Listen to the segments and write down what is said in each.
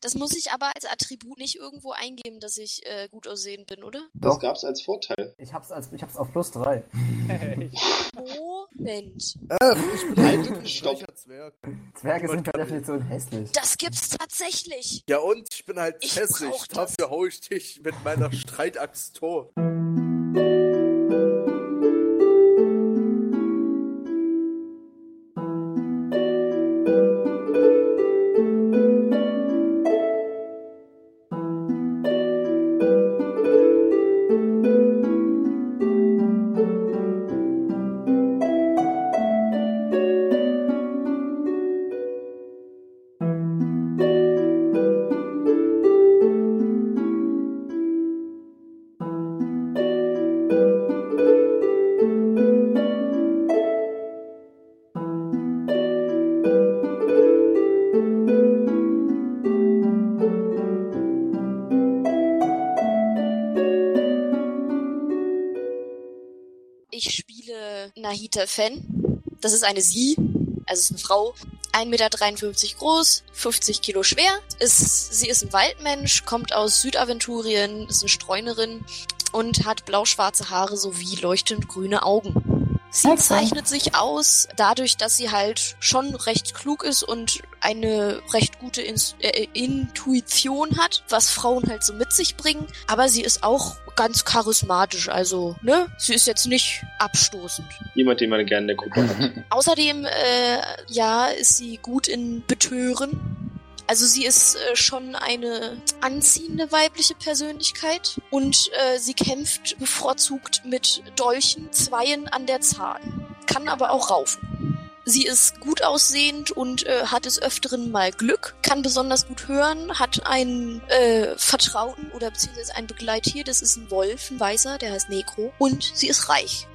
Das muss ich aber als Attribut nicht irgendwo eingeben, dass ich äh, gut aussehend bin, oder? Das gab's als Vorteil. Ich hab's, als, ich hab's auf plus 3. Moment. Halt, stopp. reicher Zwerg. Zwerge sind Ich wollte per gerade- Definition hässlich. Das gibt's tatsächlich. Ja und ich bin halt Ich hässlich. brauch das. Dafür hau ich dich mit meiner Streitaxt tot. Ich spiele Nahita Fan. Das ist eine Sie, also ist eine Frau. 1,53 Meter groß, 50 Kilo schwer. Ist, sie ist ein Waldmensch, kommt aus Südaventurien, ist eine Streunerin und hat blau-schwarze Haare sowie leuchtend grüne Augen. Sie Okay. zeichnet sich aus dadurch, dass sie halt schon recht klug ist und eine recht gute Ins- äh, Intuition hat, was Frauen halt so mit sich bringen. Aber sie ist auch ganz charismatisch, also ne, sie ist jetzt nicht abstoßend. Jemand, den man gerne in der Gruppe hat. Außerdem, äh, ja, ist sie gut in Betören. Also sie ist äh, schon eine anziehende weibliche Persönlichkeit und äh, sie kämpft bevorzugt mit Dolchen, Zweien an der Zahl, kann aber auch raufen. Sie ist gut aussehend und äh, hat des Öfteren mal Glück, kann besonders gut hören, hat einen äh, Vertrauten oder beziehungsweise ein Begleittier, das ist ein Wolf, ein Weißer, der heißt Negro und sie ist reich.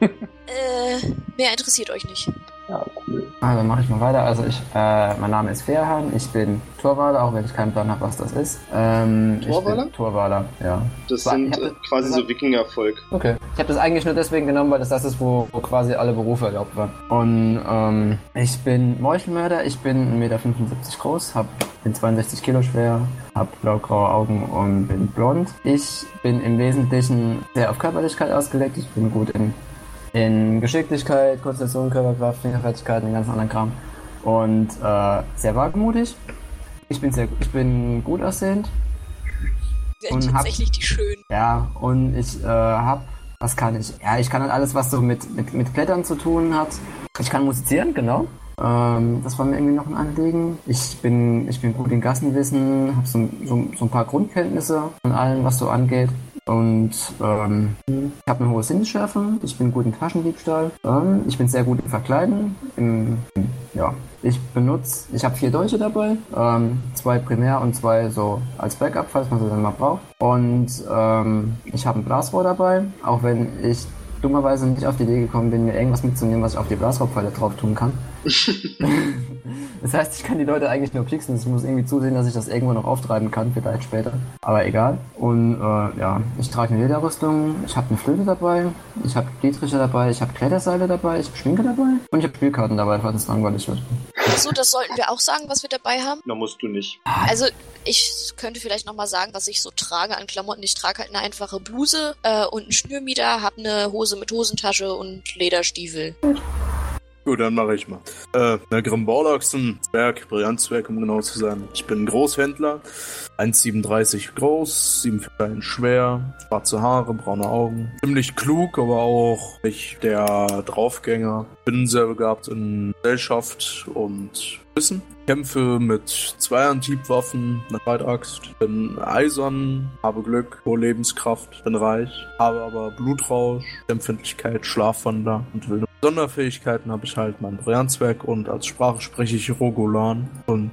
äh, Mehr interessiert euch nicht. Ja, cool. Ah, dann mache ich mal weiter. Also ich, äh, mein Name ist Fairhan, ich bin Torwaler, auch wenn ich keinen Plan habe, was das ist. Ähm, Ich Torwaler? bin Torwaler, ja. Das Wa- sind ich hab äh, das- quasi so Wikingervolk. Okay. Ich habe das eigentlich nur deswegen genommen, weil das das ist, wo, wo quasi alle Berufe erlaubt waren. Und ähm, ich bin Meuchelmörder, ich bin 1,75 Meter groß, hab, bin 62 Kilo schwer, hab blaugraue Augen und bin blond. Ich bin im Wesentlichen sehr auf Körperlichkeit ausgelegt, ich bin gut in, in Geschicklichkeit, Konzentration, Körperkraft, Fingerfertigkeit und den ganzen anderen Kram. Und äh, sehr wagemutig. Ich bin, sehr, ich bin gut aussehend, Werden Und hab- tatsächlich die schönen. ja, und ich äh, hab, was kann ich? Ja, ich kann halt alles, was so mit, mit, mit Klettern zu tun hat. Ich kann musizieren, genau. Ähm, das war mir irgendwie noch ein Anliegen. Ich bin, ich bin gut in Gassenwissen, hab so, so, so ein paar Grundkenntnisse von allem, was so angeht. Und ähm, ich habe eine hohe Sinnesschärfe, ich bin gut im Taschendiebstahl, ähm, ich bin sehr gut im Verkleiden, im, im- ja, ich benutze, ich habe vier Dolche dabei, ähm, zwei primär und zwei so als Backup, falls man sie dann mal braucht. Und ähm, ich habe ein Blasrohr dabei, auch wenn ich dummerweise nicht auf die Idee gekommen bin, mir irgendwas mitzunehmen, was ich auf die Blasrohrpfeile drauf tun kann. Das heißt, ich kann die Leute eigentlich nur pieksen. Ich muss irgendwie zusehen, dass ich das irgendwo noch auftreiben kann, vielleicht später. Aber egal. Und äh, ja, ich trage eine Lederrüstung, ich habe eine Flöte dabei, ich habe Dietriche dabei, ich habe Kletterseile dabei, ich habe Schminke dabei und ich habe Spielkarten dabei, falls es langweilig wird. Achso, das sollten wir auch sagen, was wir dabei haben. Na, musst du nicht. Ah. Also, ich könnte vielleicht nochmal sagen, was ich so trage an Klamotten. Ich trage halt eine einfache Bluse äh, und einen Schnürmieder, hab eine Hose mit Hosentasche und Lederstiefel. Gut, dann mache ich mal. Äh, der Grimborlock ist ein Zwerg, Brillantzwerg, um genau zu sein. Ich bin ein Großhändler, 1,37 groß, 7 Fein schwer, schwarze Haare, braune Augen. Ziemlich klug, aber auch nicht der Draufgänger. Bin sehr begabt in Gesellschaft und Wissen. Kämpfe mit zwei Antiebwaffen, einer Breitaxt, bin eisern, habe Glück, hohe Lebenskraft, bin reich, habe aber Blutrausch, Empfindlichkeit, Schlafwander und will. Sonderfähigkeiten habe ich halt mein Brillanzwerk und als Sprache spreche ich Rogolan. Und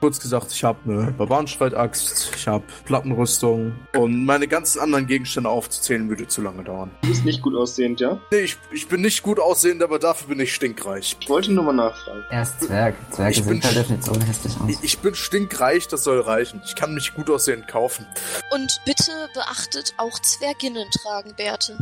kurz gesagt, ich habe eine Barbarenstreitaxt, ich habe Plattenrüstung und meine ganzen anderen Gegenstände aufzuzählen würde zu lange dauern. Du bist nicht gut aussehend, ja? Nee, ich, ich bin nicht gut aussehend, aber dafür bin ich stinkreich. Ich wollte nur mal nachfragen. Er ist Zwerg. Zwerge Ich sehen bin- per Definition hässlich aus. Ich, ich bin stinkreich, das soll reichen. Ich kann mich gut aussehend kaufen. Und bitte beachtet, auch Zwerginnen tragen Bärte.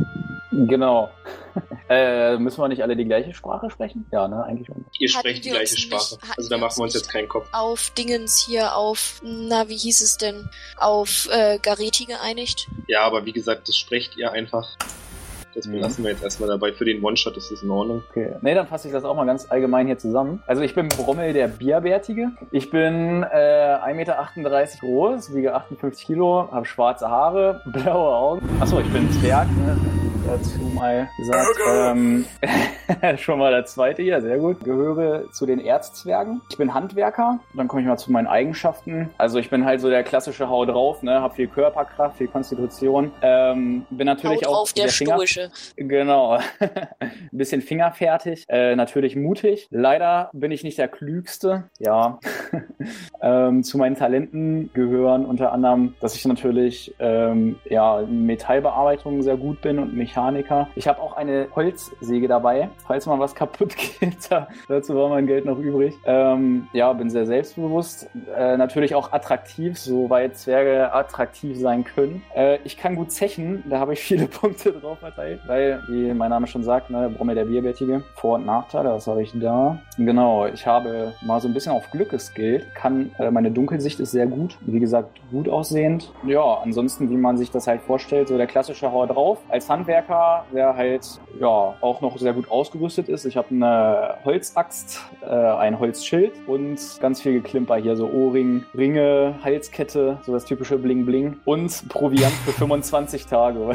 Genau. äh, müssen wir nicht alle die gleiche Sprache sprechen? Ja, ne, eigentlich schon. Ihr Hatten sprecht die wir uns gleiche Sprache. nicht- hatten Also da wir machen wir uns uns jetzt nicht- keinen Kopf. Auf Dingens hier, auf, na, wie hieß es denn? Auf äh, Gareti geeinigt. Ja, aber wie gesagt, das sprecht ihr einfach. Das Mhm. belassen wir jetzt erstmal dabei. Für den One-Shot ist das in Ordnung. Okay. Nee, dann fasse ich das auch mal ganz allgemein hier zusammen. Also ich bin Brommel der Bierbärtige. Ich bin äh, 1,38 Meter groß, wiege 58 Kilo, habe schwarze Haare, blaue Augen. Achso, ich bin Zwerg, ne? Dazu mal gesagt. Ähm, schon mal der zweite hier, sehr gut. Gehöre zu den Erzzwergen. Ich bin Handwerker. Dann komme ich mal zu meinen Eigenschaften. Also ich bin halt so der klassische Hau drauf, ne? Hab viel Körperkraft, viel Konstitution. Ähm, bin natürlich Haut auch auf der sehr Finger- Stoische. Genau. Ein bisschen fingerfertig, äh, natürlich mutig. Leider bin ich nicht der Klügste. Ja. ähm, zu meinen Talenten gehören unter anderem, dass ich natürlich ähm, ja, in Metallbearbeitung sehr gut bin und Mechaniker. Ich habe auch eine Holzsäge dabei, falls mal was kaputt geht. Da, dazu war mein Geld noch übrig. Ähm, ja, bin sehr selbstbewusst. Äh, natürlich auch attraktiv, soweit Zwerge attraktiv sein können. Äh, ich kann gut zechen, da habe ich viele Punkte drauf verteilt, weil, wie mein Name schon sagt, ne, Brummel der Bierbärtige. Vor- und Nachteile, das habe ich da. Genau, ich habe mal so ein bisschen auf Glück geskillt. Kann, äh, meine Dunkelsicht ist sehr gut. Wie gesagt, gut aussehend. Ja, ansonsten, wie man sich das halt vorstellt, so der klassische Hau drauf. Als Handwerker, der halt, ja, auch noch sehr gut ausgerüstet ist. Ich habe eine Holzaxt, äh, ein Holzschild und ganz viel Geklimper hier, so Ohrring, Ringe, Halskette, so das typische Bling-Bling und Proviant für 25 Tage.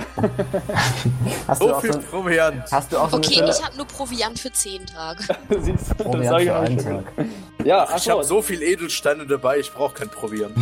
Hast du Oh, So auch viel so, Proviant. hast du auch Also so Oh, Okay, eine ich habe nur Proviant für zehn Tage. Siehst du, das Proviant hab ich für auch einen nicht Tag. gehört. Ja, ich achso, habe so viel Edelsteine dabei, ich brauche kein Proviant.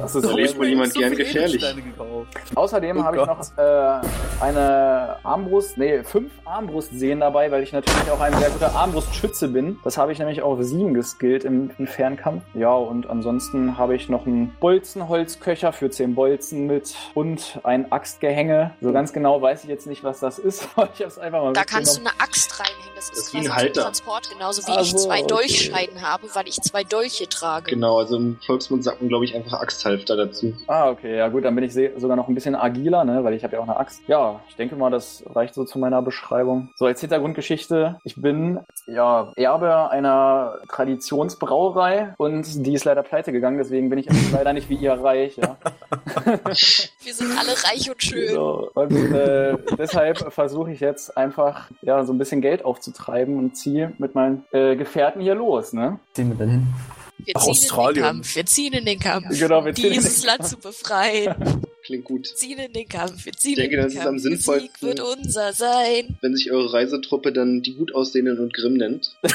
das ist so sehr richtig gut. mal jemand So gern viel gefährlich. Edelsteine gekauft. Außerdem Oh habe ich Gott. noch äh, eine Armbrust, nee, fünf Armbrustseen dabei, weil ich natürlich auch ein sehr guter Armbrustschütze bin. Das habe ich nämlich auf sieben geskillt im, im Fernkampf. Ja, und ansonsten habe ich noch einen Bolzenholzköcher für zehn Bolzen mit und ein Axtgehänge. So ganz genau weiß ich jetzt nicht, was das ist, aber ich habe es einfach mal Da kannst du mitgenommen. eine Axt reinhängen. Das Das ist ist wie ein quasi ein Halter. Transport, genauso wie Ah, ich so, zwei okay. Dolchscheiden habe, weil ich zwei Dolche trage. Genau, also im Volksmund sagt man, glaube ich, einfach Axthalfter dazu. Ah, okay, ja gut, dann bin ich se- sogar noch ein bisschen agiler, ne, weil ich habe ja auch eine Axt. Ja, ich denke mal, das reicht so zu meiner Beschreibung. So, als Hintergrundgeschichte, ich bin ja Erbe einer Traditionsbrauerei und die ist leider pleite gegangen, deswegen bin ich leider nicht wie ihr reich, ja. Wir sind alle reich und schön. Genau. Und äh, deshalb versuche ich jetzt einfach, ja, so ein bisschen Geld aufzutreiben und ziehe mit meinen äh, Gefährten hier los, ne? Ziehen wir denn hin? Wir Nach ziehen in Australien. den Kampf, wir ziehen in den Kampf. Genau, wir ziehen in den Dieses Land zu befreien. Klingt gut. Wir ziehen in den Kampf, wir ziehen Ich denke, in den das ist Kampf. am sinnvollsten. Der Sieg wird unser sein. Wenn sich eure Reisetruppe dann die gut aussehenden und grimm nennt. das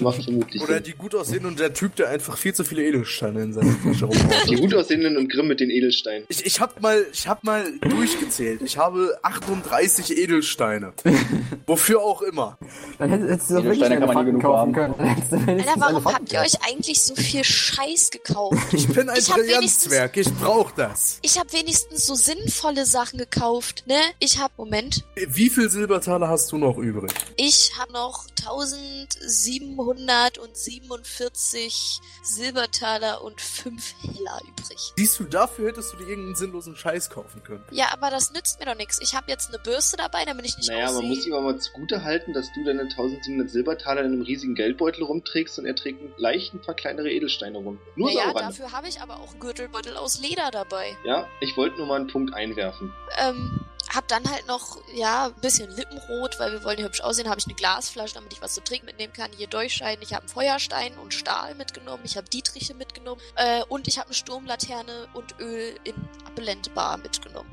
macht vermutlich Oder Sinn. die gut aussehen und der Typ, der einfach viel zu viele Edelsteine in seiner Tasche rumhaut. Die gut aussehenden und grimm mit den Edelsteinen. Ich, ich habe mal, ich hab mal durchgezählt. Ich habe 38 Edelsteine. Wofür auch immer. Dann hättest, hättest du doch wirklich Edelsteine eine kann man Fakten nie genug kaufen haben. können. Dann hättest du Alter, wenigstens warum eine habt ihr euch eigentlich so viel Scheiß gekauft? Ich bin ein Ich hab Brillanzwerk. Ich brauche das. Ich habe wenigstens so sinnvolle Sachen gekauft, ne? Ich habe, Moment, Wie viel Silbertaler hast du noch übrig? ich habe noch 1747 Silbertaler und 5 Heller übrig. Siehst du, dafür hättest du dir irgendeinen sinnlosen Scheiß kaufen können. Ja, aber das nützt mir doch nichts. Ich habe jetzt eine Bürste dabei, damit ich nicht Naja, man aussehe. muss ihm aber mal zugute halten, dass du deine 1700 Silbertaler in einem riesigen Geldbeutel rumträgst und er trägt einen leichten, paar kleinere Edelsteine rum. Nur naja, Sauron. dafür habe ich aber auch einen Gürtelbeutel aus Leder dabei. Ja, ich wollte nur mal einen Punkt einwerfen. Ähm, hab dann halt noch, ja, ein bisschen Lippenrot, weil wir wollen ja hübsch aussehen. Habe ich eine Glasflasche, damit ich was zu trinken mitnehmen kann. Hier Durchschein. Ich habe einen Feuerstein und Stahl mitgenommen. Ich habe Dietriche mitgenommen. Äh, und ich habe eine Sturmlaterne und Öl in Appellentbar mitgenommen.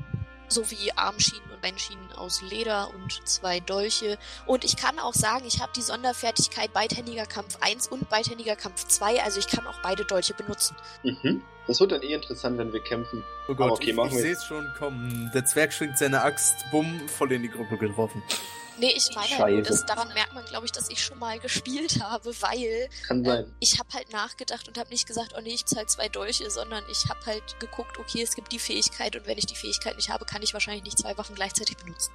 Sowie Armschienen und Beinschienen aus Leder und zwei Dolche. Und ich kann auch sagen, ich habe die Sonderfertigkeit Beidhändiger Kampf 1 und Beidhändiger Kampf 2. Also ich kann auch beide Dolche benutzen. Mhm. Das wird dann eh interessant, wenn wir kämpfen. Oh Gott, Ah, okay, ich, machen ich wir sehe es schon kommen. Der Zwerg schwingt seine Axt, bumm, voll in die Gruppe getroffen. Nee, ich meine, halt nur, Scheiße. dass, daran merkt man, glaube ich, dass ich schon mal gespielt habe, weil Kann sein. ähm, ich habe halt nachgedacht und habe nicht gesagt, oh nee, ich zahle zwei Dolche, sondern ich habe halt geguckt, okay, es gibt die Fähigkeit und wenn ich die Fähigkeit nicht habe, kann ich wahrscheinlich nicht zwei Waffen gleichzeitig benutzen.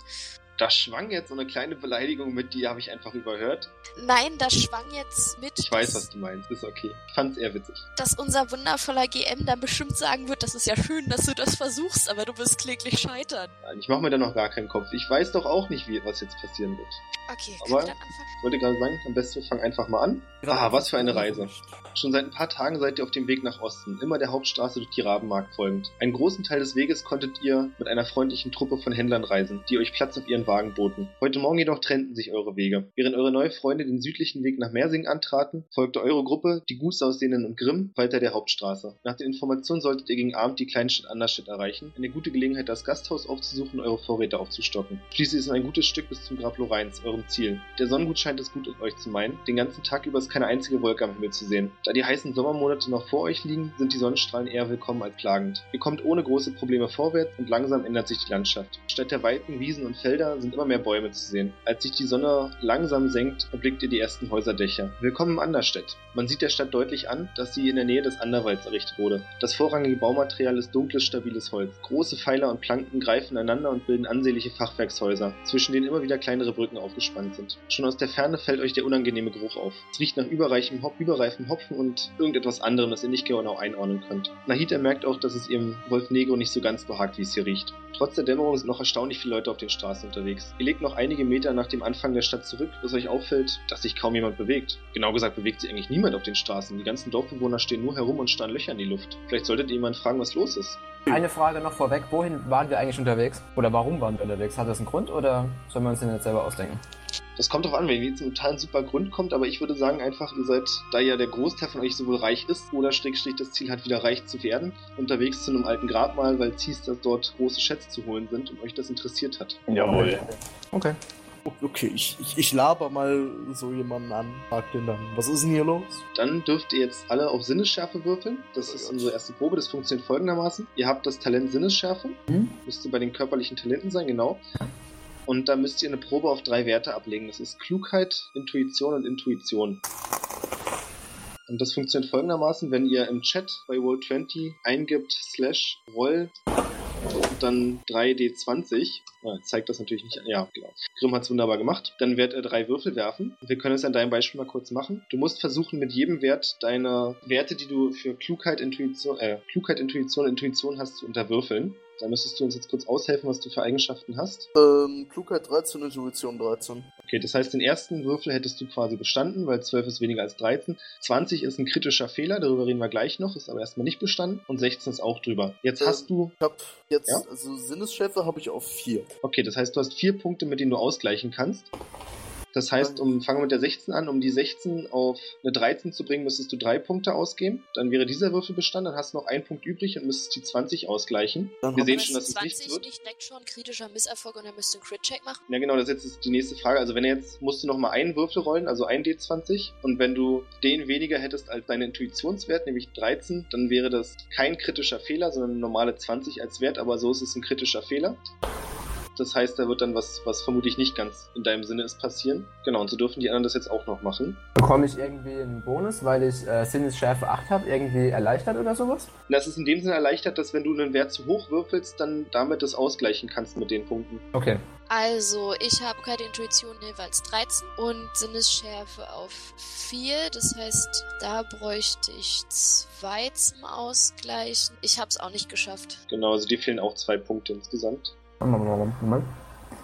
Da schwang jetzt so eine kleine Beleidigung mit, die habe ich einfach überhört. Nein, das schwang jetzt mit, Ich weiß, was dass, du meinst. Ist okay. Ich fand's eher witzig. dass unser wundervoller GM dann bestimmt sagen wird, das ist ja schön, dass du das versuchst, aber du wirst kläglich scheitern. Nein, Ich mache mir da noch gar keinen Kopf. Ich weiß doch auch nicht, wie, was jetzt passieren wird. Okay, kann Aber- ich dann anfangen? Ich wollte gerade sagen, am besten wir fangen einfach mal an. Ah, was für eine Reise. Schon seit ein paar Tagen seid ihr auf dem Weg nach Osten, immer der Hauptstraße durch die Rabenmark folgend. Einen großen Teil des Weges konntet ihr mit einer freundlichen Truppe von Händlern reisen, die euch Platz auf ihren Wagen boten. Heute Morgen jedoch trennten sich eure Wege. Während eure neuen Freunde den südlichen Weg nach Mersing antraten, folgte eure Gruppe, die gut aussehenden und grimm, weiter der Hauptstraße. Nach den Informationen solltet ihr gegen Abend die Kleinstadt Anderstedt erreichen, eine gute Gelegenheit, das Gasthaus aufzusuchen und eure Vorräte aufzustocken. Schließlich ist noch ein gutes Stück bis zum Grab Lorenz, eurem Ziel. Der Sonnengut scheint es gut in euch zu meinen. Den ganzen Tag über ist keine einzige Wolke am Himmel zu sehen. Da die heißen Sommermonate noch vor euch liegen, sind die Sonnenstrahlen eher willkommen als plagend. Ihr kommt ohne große Probleme vorwärts und langsam ändert sich die Landschaft. Statt der weiten Wiesen und Felder sind immer mehr Bäume zu sehen. Als sich die Sonne langsam senkt, erblickt ihr die ersten Häuserdächer. Willkommen in Anderstedt. Man sieht der Stadt deutlich an, dass sie in der Nähe des Anderwalds errichtet wurde. Das vorrangige Baumaterial ist dunkles, stabiles Holz. Große Pfeiler und Planken greifen einander und bilden ansehnliche Fachwerkshäuser, zwischen denen immer wieder kleinere Brücken aufgespannt sind. Schon aus der Ferne fällt euch der unangenehme Geruch auf. Es riecht nach überreichem Hop überreifem Hopfen und irgendetwas anderem, das ihr nicht genau einordnen könnt. Nahida merkt auch, dass es ihrem Wolf Negro nicht so ganz behagt, wie es hier riecht. Trotz der Dämmerung sind noch erstaunlich viele Leute auf den Straßen unterwegs. Ihr legt noch einige Meter nach dem Anfang der Stadt zurück, bis euch auffällt, dass sich kaum jemand bewegt. Genau gesagt bewegt sich eigentlich niemand auf den Straßen. Die ganzen Dorfbewohner stehen nur herum und starren Löcher in die Luft. Vielleicht solltet ihr jemanden fragen, was los ist. Eine Frage noch vorweg. Wohin waren wir eigentlich unterwegs? Oder warum waren wir unterwegs? Hat das einen Grund oder sollen wir uns den jetzt selber ausdenken? Das kommt drauf an, wenn ihr jetzt einen totalen super Grund kommt, aber ich würde sagen einfach, ihr seid, da ja der Großteil von euch sowohl reich ist oder schrägstrich das Ziel hat, wieder reich zu werden, unterwegs zu einem alten Grabmal, weil es hieß, dass dort große Schätze zu holen sind und euch das interessiert hat. Jawohl. Okay. Okay, ich, ich, ich laber mal so jemanden an, frag den dann, was ist denn hier los? Dann dürft ihr jetzt alle auf Sinnesschärfe würfeln. Das ist unsere erste Probe. Das funktioniert folgendermaßen. Ihr habt das Talent Sinnesschärfe. Mhm. Müsste bei den körperlichen Talenten sein, genau. Und da müsst ihr eine Probe auf drei Werte ablegen. Das ist Klugheit, Intuition und Intuition. Und das funktioniert folgendermaßen, wenn ihr im Chat bei Roll20 eingibt slash roll und dann 3d20. Ah, zeigt das natürlich nicht an. Ja, genau. Grimm hat es wunderbar gemacht. Dann wird er drei Würfel werfen. Wir können es an deinem Beispiel mal kurz machen. Du musst versuchen, mit jedem Wert deine Werte, die du für Klugheit, Intuition, äh, Klugheit, Intuition, Intuition hast, zu unterwürfeln. Da müsstest du uns jetzt kurz aushelfen, was du für Eigenschaften hast. Ähm, Klugheit 13, Intuition 13. Okay, das heißt, den ersten Würfel hättest du quasi bestanden, weil 12 ist weniger als 13. 20 ist ein kritischer Fehler, darüber reden wir gleich noch, ist aber erstmal nicht bestanden. Und 16 ist auch drüber. Jetzt Ähm, hast du Ich hab jetzt, Ja? also Sinnesschärfe habe ich auf 4. Okay, das heißt, du hast vier Punkte, mit denen du ausgleichen kannst. Das heißt, um, fangen wir mit der 16 an. Um die 16 auf eine 13 zu bringen, müsstest du drei Punkte ausgeben. Dann wäre dieser Würfel bestanden. Dann hast du noch einen Punkt übrig und müsstest die 20 ausgleichen. Dann Wir hab sehen Aber schon, ist dass es nichts 20 wird. nicht direkt schon kritischer Misserfolg und er müsste einen Crit-Check machen? Ja, genau, das ist jetzt die nächste Frage. Also, wenn er jetzt, musst du nochmal einen Würfel rollen, also ein D20. Und wenn du den weniger hättest als deinen Intuitionswert, nämlich 13, dann wäre das kein kritischer Fehler, sondern eine normale 20 als Wert. Aber so ist es ein kritischer Fehler. Das heißt, da wird dann was, was vermutlich nicht ganz in deinem Sinne ist, passieren. Genau, und so dürfen die anderen das jetzt auch noch machen. Bekomme ich irgendwie einen Bonus, weil ich äh, Sinnesschärfe 8 habe, irgendwie erleichtert oder sowas? Und das ist in dem Sinne erleichtert, dass wenn du einen Wert zu hoch würfelst, dann damit das ausgleichen kannst mit den Punkten. Okay. Also, ich habe keine Intuition jeweils 13 und Sinnesschärfe auf 4. Das heißt, da bräuchte ich 2 zum Ausgleichen. Ich habe es auch nicht geschafft. Genau, also dir fehlen auch zwei Punkte insgesamt. Moment, Moment, Moment.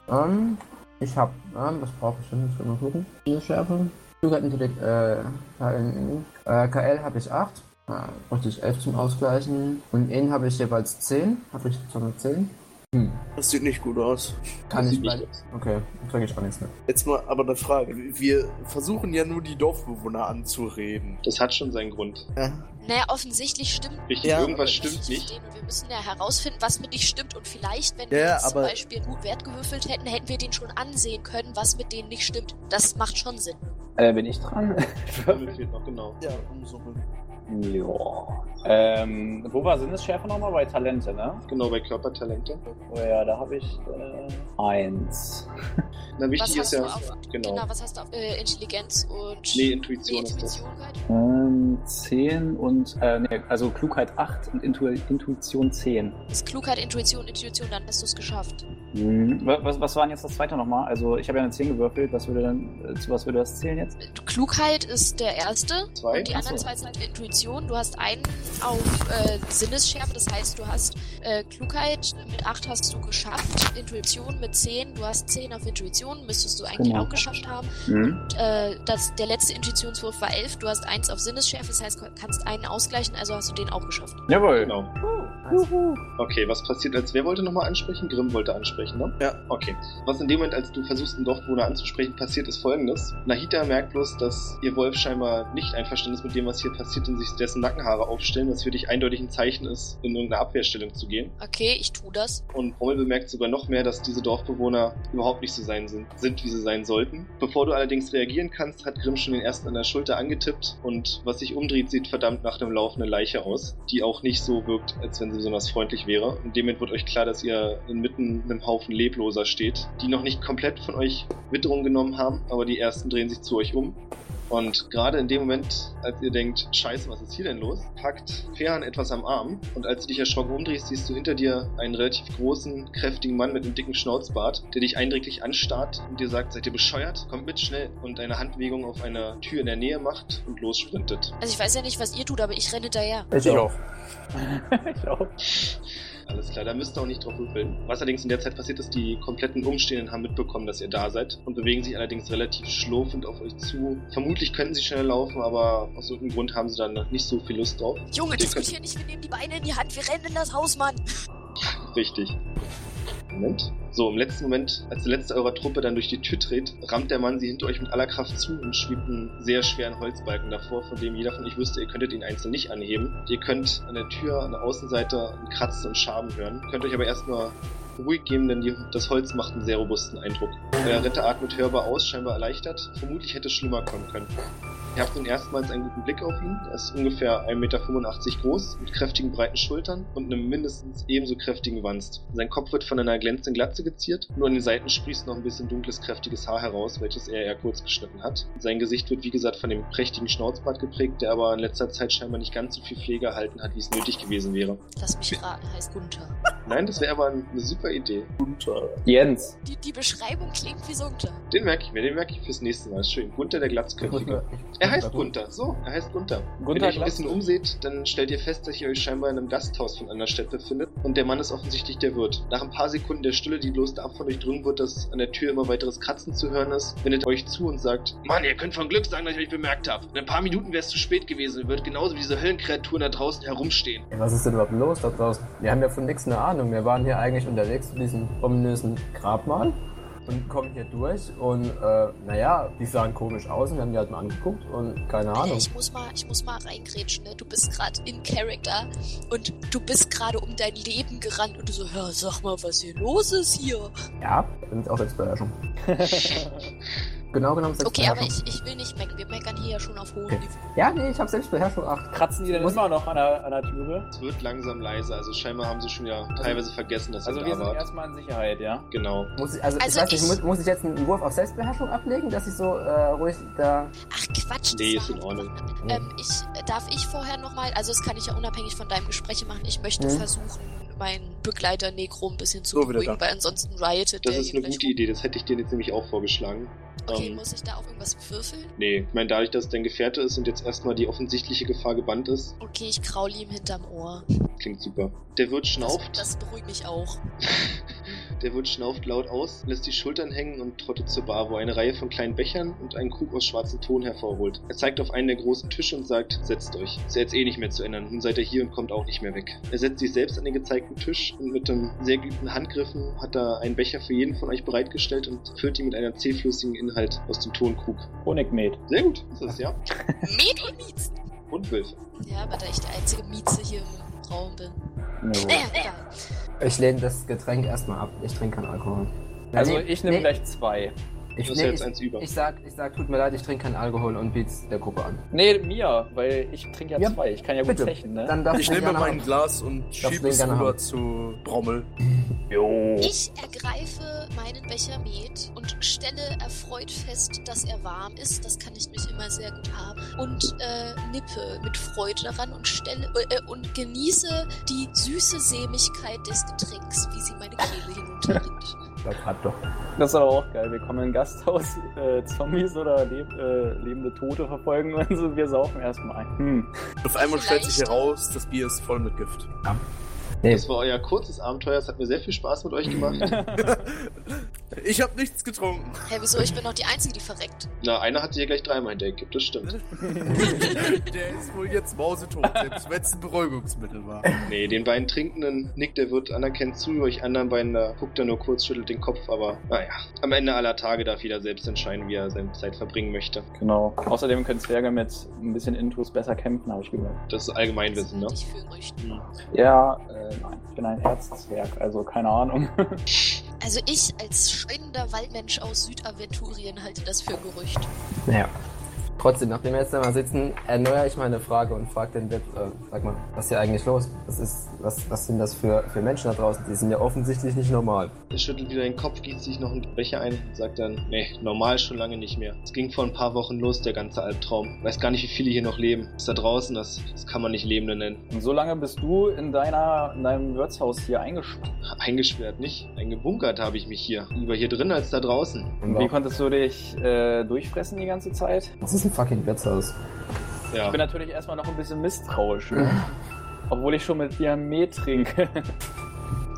Ähm, ich hab, ähm, was brauche ich denn? Ich will mal gucken. Diese Schärfe. Klugheit Intellekt, äh, KL, äh, KL habe ich 8. Äh, bräuchte ich 11 zum Ausgleichen. Und N habe ich jeweils 10. Habe ich zusammen 10. Hm. Das sieht nicht gut aus. Kann Das ich sieht bei, nicht aus. Okay, dann kriege ich auch nichts mit. Jetzt mal aber eine Frage. Wir versuchen ja nur die Dorfbewohner anzureden. Das hat schon seinen Grund. Naja, offensichtlich stimmt Richtig, Ja, irgendwas was stimmt nicht. nicht. verstehen. Und wir müssen ja herausfinden, was mit nicht stimmt. Und vielleicht, wenn wir Ja, jetzt zum aber- Beispiel einen guten Wert gewürfelt hätten, hätten wir den schon ansehen können, was mit denen nicht stimmt. Das macht schon Sinn. Äh, bin ich dran? Würfel fehlt noch, genau. Ja, um umsuchen. ja. Ähm, wo war Sinnesschärfe nochmal? Bei Talente, ne? Genau, bei Körpertalente. Oh ja, da habe ich äh, eins. Na, Was wichtig hast ist du ja. auf, Genau. genau, was hast du auf äh, Intelligenz und Nee, Nee, Intuition ist das. Intuition gehalten? Ähm, Intuition 10 und, äh, nee, also Klugheit 8 und Intu Intuition 10. Ist Klugheit, Intuition, Intuition, dann hast du es geschafft. Mhm. Hm, wa- Was, was war denn jetzt das zweite nochmal? Also ich habe ja eine 10 gewürfelt, was würde denn, äh, zu was würde das zählen jetzt? Klugheit ist der erste. Zwei? Und die Ach anderen so. zwei sind halt Intuition. Du hast einen auf äh, Sinnesschärfe, das heißt, du hast äh, Klugheit mit 8 hast du geschafft, Intuition mit 10, du hast 10 auf Intuition, müsstest du eigentlich Genau. auch geschafft haben. Mhm. Hm. Äh, das, der letzte Intuitionswurf war 11, du hast 1 auf Sinnesschärfe, das heißt, du kannst einen ausgleichen, also hast du den auch geschafft. Jawohl. Genau. Okay, was passiert als, wer wollte nochmal ansprechen? Grimm wollte ansprechen, ne? Ja. Okay. Was in dem Moment, als du versuchst, einen Dorfbewohner anzusprechen, passiert, ist folgendes. Nahita merkt bloß, dass ihr Wolf scheinbar nicht einverstanden ist mit dem, was hier passiert und sich dessen Nackenhaare aufstellen, was für dich eindeutig ein Zeichen ist, in irgendeine Abwehrstellung zu gehen. Okay, ich tu das. Und Rommel bemerkt sogar noch mehr, dass diese Dorfbewohner überhaupt nicht so sein sind, sind, wie sie sein sollten. Bevor du allerdings reagieren kannst, hat Grimm schon den ersten an der Schulter angetippt und was sich umdreht, sieht verdammt nach einem laufenden Leiche aus, die auch nicht so wirkt, als wenn sie besonders freundlich wäre. Und damit wird euch klar, dass ihr inmitten einem Haufen Lebloser steht, die noch nicht komplett von euch Witterung genommen haben, aber die ersten drehen sich zu euch um. Und gerade in dem Moment, als ihr denkt, scheiße, was ist hier denn los, packt Fehan etwas am Arm und als du dich erschrocken umdrehst, siehst du hinter dir einen relativ großen, kräftigen Mann mit einem dicken Schnauzbart, der dich eindringlich anstarrt und dir sagt, seid ihr bescheuert? Kommt mit, schnell! Und eine Handbewegung auf einer Tür in der Nähe macht und lossprintet. Also ich weiß ja nicht, was ihr tut, aber ich renne hinterher. Ich auch. ich auch. Alles klar, da müsst ihr auch nicht drauf würfeln. Was allerdings in der Zeit passiert ist, die kompletten Umstehenden haben mitbekommen, dass ihr da seid und bewegen sich allerdings relativ schlurfend auf euch zu. Vermutlich können sie schneller laufen, aber aus irgendeinem Grund haben sie dann noch nicht so viel Lust drauf. Junge, Ihr diskutier nicht, wir nehmen die Beine in die Hand, wir rennen in das Haus, Mann. Richtig. Moment. So, im letzten Moment, als der letzte eurer Truppe dann durch die Tür dreht, rammt der Mann sie hinter euch mit aller Kraft zu und schiebt einen sehr schweren Holzbalken davor, von dem jeder von euch wüsste, ihr könntet ihn einzeln nicht anheben. Ihr könnt an der Tür, an der Außenseite ein Kratzen und Schaben hören, könnt euch aber erstmal ruhig geben, denn die, das Holz macht einen sehr robusten Eindruck. Euer Ritter atmet hörbar aus, scheinbar erleichtert. Vermutlich hätte es schlimmer kommen können. Ihr habt nun erstmals einen guten Blick auf ihn. Er ist ungefähr 1,85 Meter groß, mit kräftigen breiten Schultern und einem mindestens ebenso kräftigen Wanst. Sein Kopf wird von einer glänzenden Glatze geziert, nur an den Seiten sprießt noch ein bisschen dunkles, kräftiges Haar heraus, welches er eher kurz geschnitten hat. Sein Gesicht wird wie gesagt von dem prächtigen Schnauzbart geprägt, der aber in letzter Zeit scheinbar nicht ganz so viel Pflege erhalten hat, wie es nötig gewesen wäre. Lass mich raten, heißt Gunther. Nein, das wäre aber eine super Idee. Jens. Die, die Beschreibung klingt wie so Gunther. Den merke ich mir, den merke ich fürs nächste Mal. Schön. Gunther der Glatzköpfige. Er heißt Gunther, so, er heißt Gunther. Wenn ihr Gunther euch ein bisschen umseht, dann stellt ihr fest, dass ihr euch scheinbar in einem Gasthaus von einer Stadt befindet und der Mann ist offensichtlich der Wirt. Nach ein paar Sekunden der Stille, die bloß davon durchdrungen wird, dass an der Tür immer weiteres Kratzen zu hören ist, wendet er euch zu und sagt, Mann, ihr könnt von Glück sagen, dass ich euch bemerkt habe. In ein paar Minuten wäre es zu spät gewesen und wird genauso wie diese Höllenkreaturen da draußen herumstehen. Ja, Was ist denn überhaupt los da draußen? Wir haben ja von nichts eine Ahnung. Wir waren hier eigentlich unterwegs zu diesem ominösen Grabmal und kommen hier durch und äh, naja, die sahen komisch aus und wir haben die halt mal angeguckt und keine Alter, Ahnung. Äh, ich muss mal, ich muss mal reingrätschen, ne? Du bist gerade in Character und du bist gerade um dein Leben gerannt und du so, hör, sag mal, was hier los ist hier. Ja, sind auch Selbstbeherrschung. genau genommen Okay, aber Selbstbeherrschung. ich, ich will nicht meckern. Wir meckern hier ja schon auf hohem Okay. Niveau. Ja, nee, ich habe Selbstbeherrschung 8. Kratzen die denn Muss- immer noch an der, an der Türe? Es wird langsam leiser, also scheinbar haben sie schon ja teilweise vergessen, dass ihr Also wir da sind wart. erstmal in Sicherheit, ja? Genau. Muss ich, also, Also ich weiß ich- nicht, muss, muss ich jetzt einen Wurf auf Selbstbeherrschung ablegen, dass ich so äh, ruhig da. Ach Quatsch, das Nee, war ist in halt- Ordnung. Ähm, ich, äh, darf ich vorher nochmal, also das kann ich ja unabhängig von deinem Gespräch machen, ich möchte Mhm. versuchen, meinen Begleiter Negro ein bisschen zu So, wieder beruhigen, weil ansonsten riotet Das der ist hier eine gleich gute rum. Idee, das hätte ich dir jetzt nämlich auch vorgeschlagen. Okay, Ähm, muss ich da auf irgendwas würfeln? Nee, ich meine, dadurch, dass es dein Gefährte ist und jetzt erstmal die offensichtliche Gefahr gebannt ist, Okay, ich kraule ihm hinterm Ohr. klingt super. Der Wirt Das, schnauft, das beruhigt mich auch. der Wirt schnauft laut aus, lässt die Schultern hängen und trottet zur Bar, wo er eine Reihe von kleinen Bechern und einen Krug aus schwarzem Ton hervorholt. Er zeigt auf einen der großen Tische und sagt, setzt euch. Ist jetzt eh nicht mehr zu ändern, nun seid ihr hier und kommt auch nicht mehr weg. Er setzt sich selbst an den gezeigten Tisch und mit einem sehr geübten Handgriffen hat er einen Becher für jeden von euch bereitgestellt und füllt ihn mit einer zähflüssigen Inhalt aus dem Tonkrug. Honigmet. Sehr gut, ist es, ja. Med und Mietz! Und Wölfe. Ja, aber da ich der einzige Mieze hier im Raum bin. Äh, Naja, egal. Ich lehne das Getränk erstmal ab. Ich trinke keinen Alkohol. Also Nee, ich nehme nee, gleich zwei. Ich, Du hast nee, ja jetzt ich, eins über. ich, sag, ich sag, tut mir leid, ich trinke keinen Alkohol und biet's der Gruppe an. Nee, mir, weil ich trinke ja, Ja, zwei. Ich kann ja gut bitte. zechen, ne? Dann darf Ich nehme gerne mein haben. Glas und schiebe den es gerne rüber haben. zu Brommel. Ich ergreife meinen Becher Met und stelle erfreut fest, dass er warm ist. Das kann ich mich immer sehr gut haben. Und äh, nippe mit Freude daran und stelle äh, und genieße die süße Sämigkeit des Getränks, wie sie meine Kehle hinunterrinnt. Das hat doch. Das ist aber auch geil. Wir kommen in ein Gasthaus, äh, Zombies oder leb äh, lebende Tote verfolgen und so. Wir saufen erstmal ein. Hm. Auf einmal stellt sich Vielleicht- heraus, das Bier ist voll mit Gift. Das war euer kurzes Abenteuer. Es hat mir sehr viel Spaß mit euch gemacht. Ich habe nichts getrunken. Hä, wieso? Ich bin doch die Einzige, die verreckt. Na, einer hat sich ja gleich dreimal hintergekippt. Das stimmt. Der ist wohl jetzt mausetot, selbst wenn es ein Beruhigungsmittel war. Nee, den beiden Trinkenden nickt, der wird anerkennt zu. Euch anderen beiden, da guckt er nur kurz, schüttelt den Kopf. Aber naja, am Ende aller Tage darf jeder selbst entscheiden, wie er seine Zeit verbringen möchte. Genau. Außerdem können Zwerge mit ein bisschen Intus besser kämpfen, habe ich gehört. Das ist Allgemeinwissen, ne? Ich für Gerüchte. Ja, äh, nein. Ich bin ein Herzzwerg, also keine Ahnung. Also ich als scheunender Waldmensch aus Südaventurien halte das für ein Gerücht. Naja. Trotzdem, nachdem wir jetzt da mal sitzen, erneuere ich meine Frage und frage den Web, äh, sag mal, was ist hier eigentlich los? Was, ist, was, was sind das für, für Menschen da draußen? Die sind ja offensichtlich nicht normal. Er schüttelt wieder den Kopf, gießt sich noch einen Becher ein, sagt dann, nee, normal schon lange nicht mehr. Es ging vor ein paar Wochen los, der ganze Albtraum. Weiß gar nicht, wie viele hier noch leben. Ist da draußen, das, das kann man nicht Lebende nennen. Und so lange bist du in, deiner, in deinem Wirtshaus hier eingesperrt. Eingesperrt, nicht? Eingebunkert habe ich mich hier. Lieber hier drin als da draußen. Und Wie konntest du dich äh, durchfressen die ganze Zeit? Das ist ein fucking Wirtshaus. Ja. Ich bin natürlich erstmal noch ein bisschen misstrauisch. ne? Obwohl ich schon mit dir Met trinke.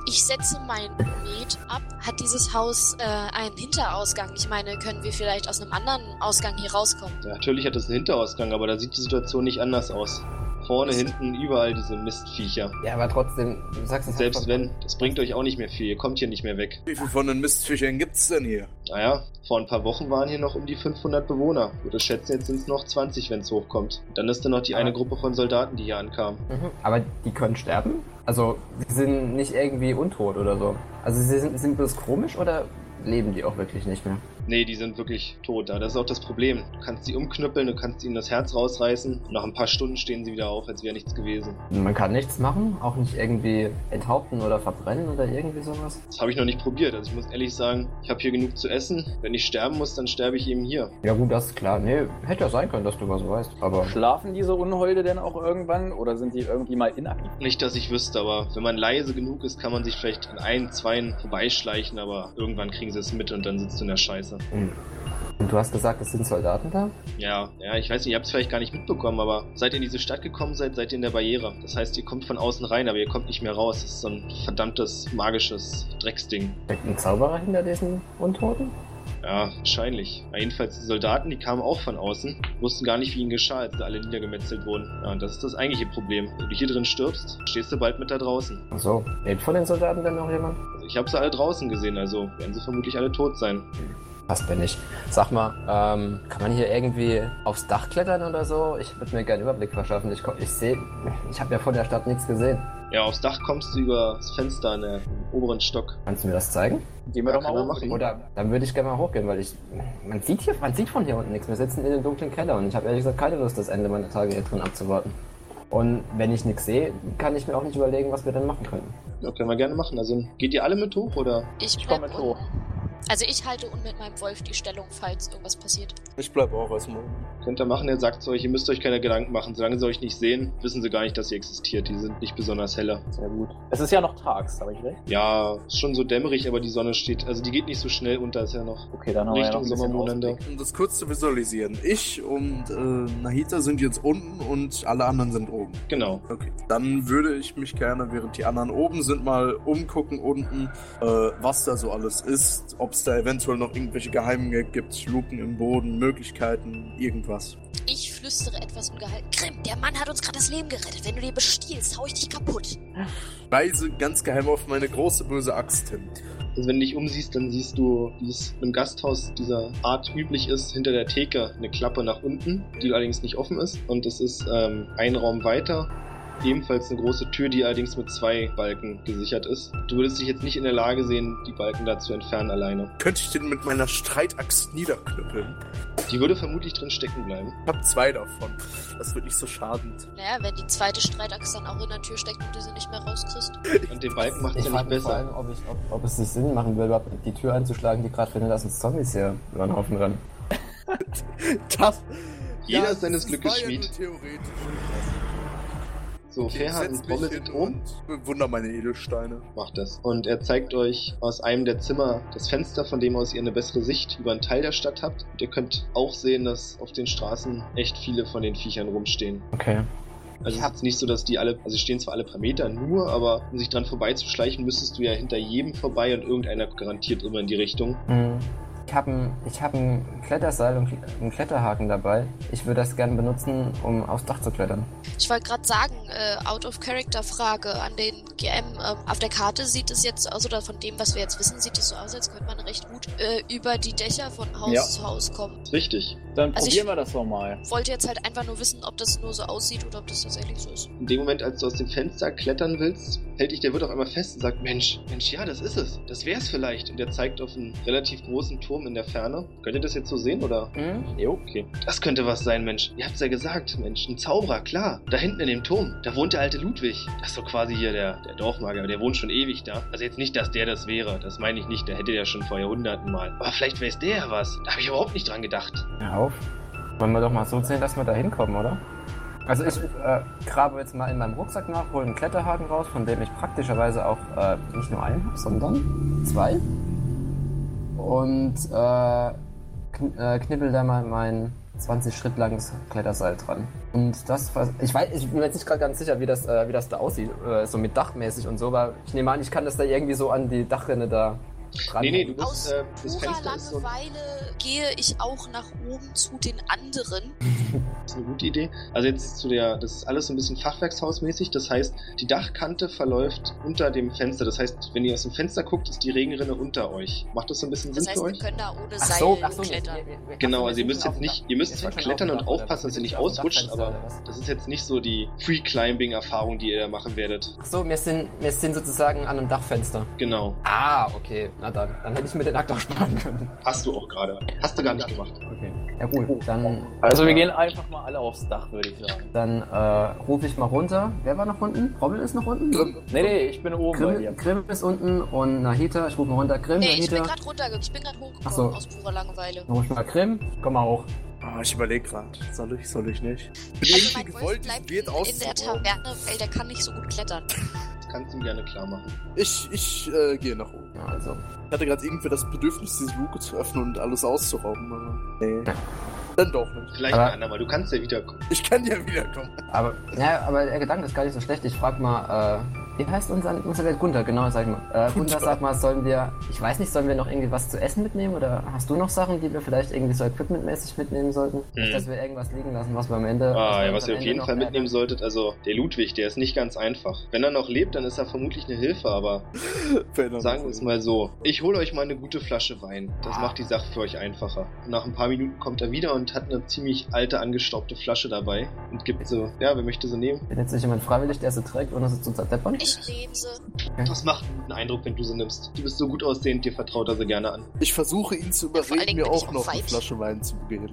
Ich setze mein Met ab. Hat dieses Haus äh, einen Hinterausgang? Ich meine, können wir vielleicht aus einem anderen Ausgang hier rauskommen? Ja, natürlich hat das einen Hinterausgang, aber da sieht die Situation nicht anders aus. Vorne, hinten, überall diese Mistviecher. Ja, aber trotzdem, du sagst es Selbst wenn, das bringt euch auch nicht mehr viel. Ihr kommt hier nicht mehr weg. Wie viel von den Mistfischern gibt's denn hier? Naja, vor ein paar Wochen waren hier noch um die 500 Bewohner. Würde schätzen, jetzt sind es noch 20, wenn es hochkommt. Dann ist da noch die eine Gruppe von Soldaten, die hier ankam. Mhm. Aber die können sterben? Also, die sind nicht irgendwie untot oder so. Also, sie sind, sind bloß komisch oder leben die auch wirklich nicht mehr? Nee, die sind wirklich tot. Ja, das ist auch das Problem. Du kannst sie umknüppeln, du kannst ihnen das Herz rausreißen. Nach ein paar Stunden stehen sie wieder auf, als wäre nichts gewesen. Man kann nichts machen, auch nicht irgendwie enthaupten oder verbrennen oder irgendwie sowas. Das habe ich noch nicht probiert. Also ich muss ehrlich sagen, ich habe hier genug zu essen. Wenn ich sterben muss, dann sterbe ich eben hier. Ja, gut, das ist klar. Nee, hätte ja sein können, dass du was weißt. Aber Schlafen diese Unholde denn auch irgendwann? Oder sind die irgendwie mal inaktiv? Nicht, dass ich wüsste, aber wenn man leise genug ist, kann man sich vielleicht an ein, zweien vorbeischleichen, aber irgendwann kriegen sie es mit und dann sitzt du in der Scheiße. Und du hast gesagt, es sind Soldaten da? Ja, ja, ich weiß nicht, ihr habt es vielleicht gar nicht mitbekommen, aber seit ihr in diese Stadt gekommen seid, seid ihr in der Barriere. Das heißt, ihr kommt von außen rein, aber ihr kommt nicht mehr raus. Das ist so ein verdammtes, magisches Drecksding. Steckt ein Zauberer hinter diesen Untoten? Ja, wahrscheinlich. Aber jedenfalls die Soldaten, die kamen auch von außen, wussten gar nicht, wie ihnen geschah, als sie alle niedergemetzelt wurden. Ja, und das ist das eigentliche Problem. Wenn du hier drin stirbst, stehst du bald mit da draußen. Ach so. Lebt von den Soldaten denn noch jemand? Also ich habe sie alle draußen gesehen, also werden sie vermutlich alle tot sein. Passt mir nicht. Sag mal, ähm, kann man hier irgendwie aufs Dach klettern oder so? Ich würde mir gerne einen Überblick verschaffen. Ich, komm- ich sehe, ich habe ja von der Stadt nichts gesehen. Ja, aufs Dach kommst du über das Fenster in der, im oberen Stock. Kannst du mir das zeigen? Gehen wir Ja, doch mal kann man hoch. machen. Oder dann würde ich gerne mal hochgehen, weil ich man sieht hier, man sieht von hier unten nichts. Wir sitzen in dem dunklen Keller und ich habe ehrlich gesagt keine Lust, das Ende meiner Tage hier drin abzuwarten. Und wenn ich nichts sehe, kann ich mir auch nicht überlegen, was wir dann machen können. Ja, können wir gerne machen. Also geht ihr alle mit hoch oder? Ich, komm bleib mit hoch. unten. Also ich halte unten mit meinem Wolf die Stellung, falls irgendwas passiert. Ich bleib auch erstmal. Könnt ihr machen, er sagt zu euch, ihr müsst euch keine Gedanken machen. Solange sie euch nicht sehen, wissen sie gar nicht, dass ihr existiert. Die sind nicht besonders heller. Sehr gut. Es ist ja noch tags, habe ich recht? Ja, ist schon so dämmerig, aber die Sonne steht, also die geht nicht so schnell unter, ist ja noch Okay, dann haben wir Genau, ja noch Richtung ein bisschen Sommermonate. Ausblick. Um das kurz zu visualisieren, ich und äh, Nahita sind jetzt unten und alle anderen sind oben. Genau. Okay. Dann würde ich mich gerne, während die anderen oben sind, mal umgucken unten, äh, was da so alles ist, ob es da eventuell noch irgendwelche Geheimgänge gibt, Luken im Boden, Möglichkeiten, irgendwas. Ich flüstere etwas im Gehalt. Grimm, der Mann hat uns gerade das Leben gerettet. Wenn du den bestiehlst, hau ich dich kaputt. Weise ganz geheim auf meine große böse Axt hin. Also wenn du dich umsiehst, dann siehst du, wie es im Gasthaus dieser Art üblich ist, hinter der Theke eine Klappe nach unten, die allerdings nicht offen ist. Und es ist ähm, ein Raum weiter Ebenfalls eine große Tür, die allerdings mit zwei Balken gesichert ist. Du würdest dich jetzt nicht in der Lage sehen, die Balken da zu entfernen alleine. Könnte ich den mit meiner Streitaxt niederknüppeln? Die würde vermutlich drin stecken bleiben. Ich hab zwei davon. Das wird nicht so schadend. Naja, wenn die zweite Streitachse dann auch in der Tür steckt und du sie nicht mehr rauskriegst. Und den Balken macht es Ich ja frage nicht mich vor besser. allem, ob, ich, ob, ob es sich Sinn machen würde, überhaupt die Tür einzuschlagen, die gerade findet, dass uns Zombies hier über den Haufen rennen. Das. Jeder ist das seines Glückes war ja Schmied. nur theoretisch. So, Ich Ferhat setz und mich Rommel hin sind oben. und Bewunder meine Edelsteine. macht das. Und er zeigt euch aus einem der Zimmer das Fenster, von dem aus ihr eine bessere Sicht über einen Teil der Stadt habt. Und ihr könnt auch sehen, dass auf den Straßen echt viele von den Viechern rumstehen. Okay. Also es ist nicht so, dass die alle, also sie stehen zwar alle paar Meter nur, aber um sich dran vorbeizuschleichen, müsstest du ja hinter jedem vorbei und irgendeiner garantiert immer in die Richtung. Hm. Ich habe ein, ich hab ein Kletterseil und einen Kletterhaken dabei. Ich würde das gerne benutzen, um aufs Dach zu klettern. Ich wollte gerade sagen, äh, Out-of-Character-Frage an den GM. Ähm, auf der Karte sieht es jetzt, also oder von dem, was wir jetzt wissen, sieht es so aus, als könnte man recht gut äh, über die Dächer von Haus Ja. zu Haus kommen. Ist richtig. Dann Also ich- probieren wir das doch mal. Wollte jetzt halt einfach nur wissen, ob das nur so aussieht oder ob das tatsächlich so ist. In dem Moment, als du aus dem Fenster klettern willst, hält dich der Wirt auf einmal fest und sagt, Mensch, Mensch, ja, das ist es. Das wär's vielleicht. Und er zeigt auf einen relativ großen Turm in der Ferne. Könnt ihr das jetzt so sehen, oder? Jo. Okay. Das könnte was sein, Mensch. Ihr habt's ja gesagt, Mensch. Ein Zauberer, klar. Da hinten in dem Turm, da wohnt der alte Ludwig. Das ist doch quasi hier der, der Dorfmagier, aber der wohnt schon ewig da. Also jetzt nicht, dass der das wäre. Das meine ich nicht. Der hätte ja schon vor Jahrhunderten mal. Aber vielleicht weiß der ja was. Da habe ich überhaupt nicht dran gedacht. Hör auf. Wollen wir doch mal so sehen, dass wir da hinkommen, oder? Also ich äh, grabe jetzt mal in meinem Rucksack nach, hole einen Kletterhaken raus, von dem ich praktischerweise auch äh, nicht nur einen habe, sondern zwei. Und äh, kn äh, knibbel da mal mein 20 Schritt langes Kletterseil dran. Und das, was- ich weiß, ich bin mir jetzt nicht gerade ganz sicher, wie das, äh, wie das da aussieht, äh, so mit dachmäßig und so, aber ich nehme an, ich kann das da irgendwie so an die Dachrinne da dran. Nee, nee, du Aus bist, äh, das purer Fenster ist so ein Langeweile gehe ich auch nach oben zu den anderen. Das ist eine gute Idee. Also jetzt zu der, das ist alles so ein bisschen fachwerkshausmäßig. Das heißt, die Dachkante verläuft unter dem Fenster. Das heißt, wenn ihr aus dem Fenster guckt, ist die Regenrinne unter euch. Macht das so ein bisschen Das Sinn heißt, für wir euch? können da ohne Ach Seil so, ach so, klettern. wir- wir- wir- ach Genau, so, also wir ihr müsst sind jetzt schon nicht, auf- ihr müsst wir zwar sind schon klettern auf und dem Dach, oder? aufpassen, dass ihr Wir nicht sind schon auf dem ausrutscht, Dachfenster, aber oder was? das ist jetzt nicht so die Free-Climbing-Erfahrung, die ihr da machen werdet. Ach so, wir sind, wir sind sozusagen an einem Dachfenster. Genau. Ah, okay. Na dann, dann hätte ich mir den Akt auch sparen können. Hast du auch gerade. Hast du gar nicht gemacht. Okay. Ja cool, dann, Also wir gehen einfach mal alle aufs Dach, würde ich sagen. dann äh, rufe ich mal runter. Wer war noch unten? Rommel ist noch unten? Grimm. Nee, nee, ich bin oben bei dir. Grimm, ist unten und Nahita, ich rufe mal runter. Grimm, Nee, ich bin Nahita. gerade runtergegangen. Ich bin gerade Ach hochgekommen so. aus purer Langeweile. Ruf mal Grimm, komm mal hoch. Ah, ich überlege gerade. Soll ich, soll ich nicht? Also mein Wolf bleibt in in der Taverne, weil der kann nicht so gut klettern. Das kannst du ihm gerne klar machen. Ich, ich äh, gehe nach oben. Ja, also. Ich hatte gerade irgendwie das Bedürfnis, diese Luke zu öffnen und alles auszurauben, aber. Nee. Dann doch nicht. Vielleicht Aber- ein andermal. Du kannst ja wiederkommen. Ich kann ja wiederkommen. Aber, ja, aber der Gedanke ist gar nicht so schlecht. Ich frag mal, äh, wie heißt unser, unser Welt Gunther? Genau, sag ich mal. Äh, Gunther, sag mal, sollen wir, ich weiß nicht, sollen wir noch irgendwie was zu essen mitnehmen? Oder hast du noch Sachen, die wir vielleicht irgendwie so equipmentmäßig mitnehmen sollten? Nicht, dass wir irgendwas liegen lassen, was wir am Ende. Hm. Ah, wir ja, was uns am ihr auf Ende jeden noch Fall ärgern. mitnehmen solltet, also der Ludwig, der ist nicht ganz einfach. Wenn er noch lebt, dann ist er vermutlich eine Hilfe, aber Sagen wir es mal so. Ich hole euch mal eine gute Flasche Wein. Das macht die Sache für euch einfacher. Und nach ein paar Minuten kommt er wieder und hat eine ziemlich alte, angestaubte Flasche dabei und gibt so, ja, wer möchte sie nehmen? Wenn jetzt nicht jemand freiwillig, der sie trägt, ohne sie zu zerdeppern. Ich nehme sie. Das macht einen guten Eindruck, wenn du sie nimmst. Du bist so gut aussehend, dir vertraut er sie gerne an. Ich versuche ihn zu vor allen überreden, Dingen mir bin ich auch auch noch eine weiblich. Flasche Wein zu geben.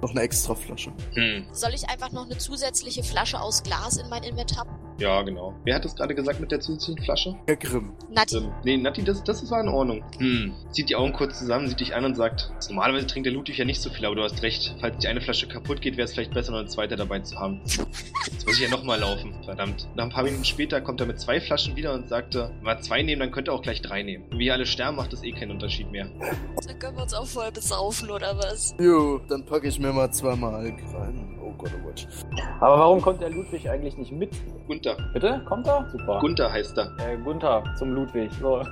Noch eine extra Flasche. Hm, Soll ich einfach noch eine zusätzliche Flasche aus Glas in mein Inventar? ja, genau. Wer hat das gerade gesagt mit der zusätzlichen Flasche? Herr Grimm. Nati, Ähm, nee, Nati, das, das war in Ordnung. Hm, zieht die Augen kurz zusammen, sieht dich an und sagt, normalerweise trinkt der Ludwig ja nicht so viel, aber du hast recht. Falls die eine Flasche kaputt geht, wäre es vielleicht besser, noch eine zweite dabei zu haben. Jetzt muss ich ja nochmal laufen, verdammt. Nach ein paar Minuten später kommt er mit zwei Flaschen wieder und sagte, wenn wir zwei nehmen, dann könnt ihr auch gleich drei nehmen. Wenn wir alle sterben, macht das eh keinen Unterschied mehr. dann können wir uns auch voll besaufen, oder was? Jo, dann packe ich mir mal zweimal Alk rein. Oh Gott, oh Gott. Aber warum kommt der Ludwig eigentlich nicht mit? Gunther, Bitte? Kommt er? Super. Gunther heißt er. äh, Gunther zum Ludwig. So.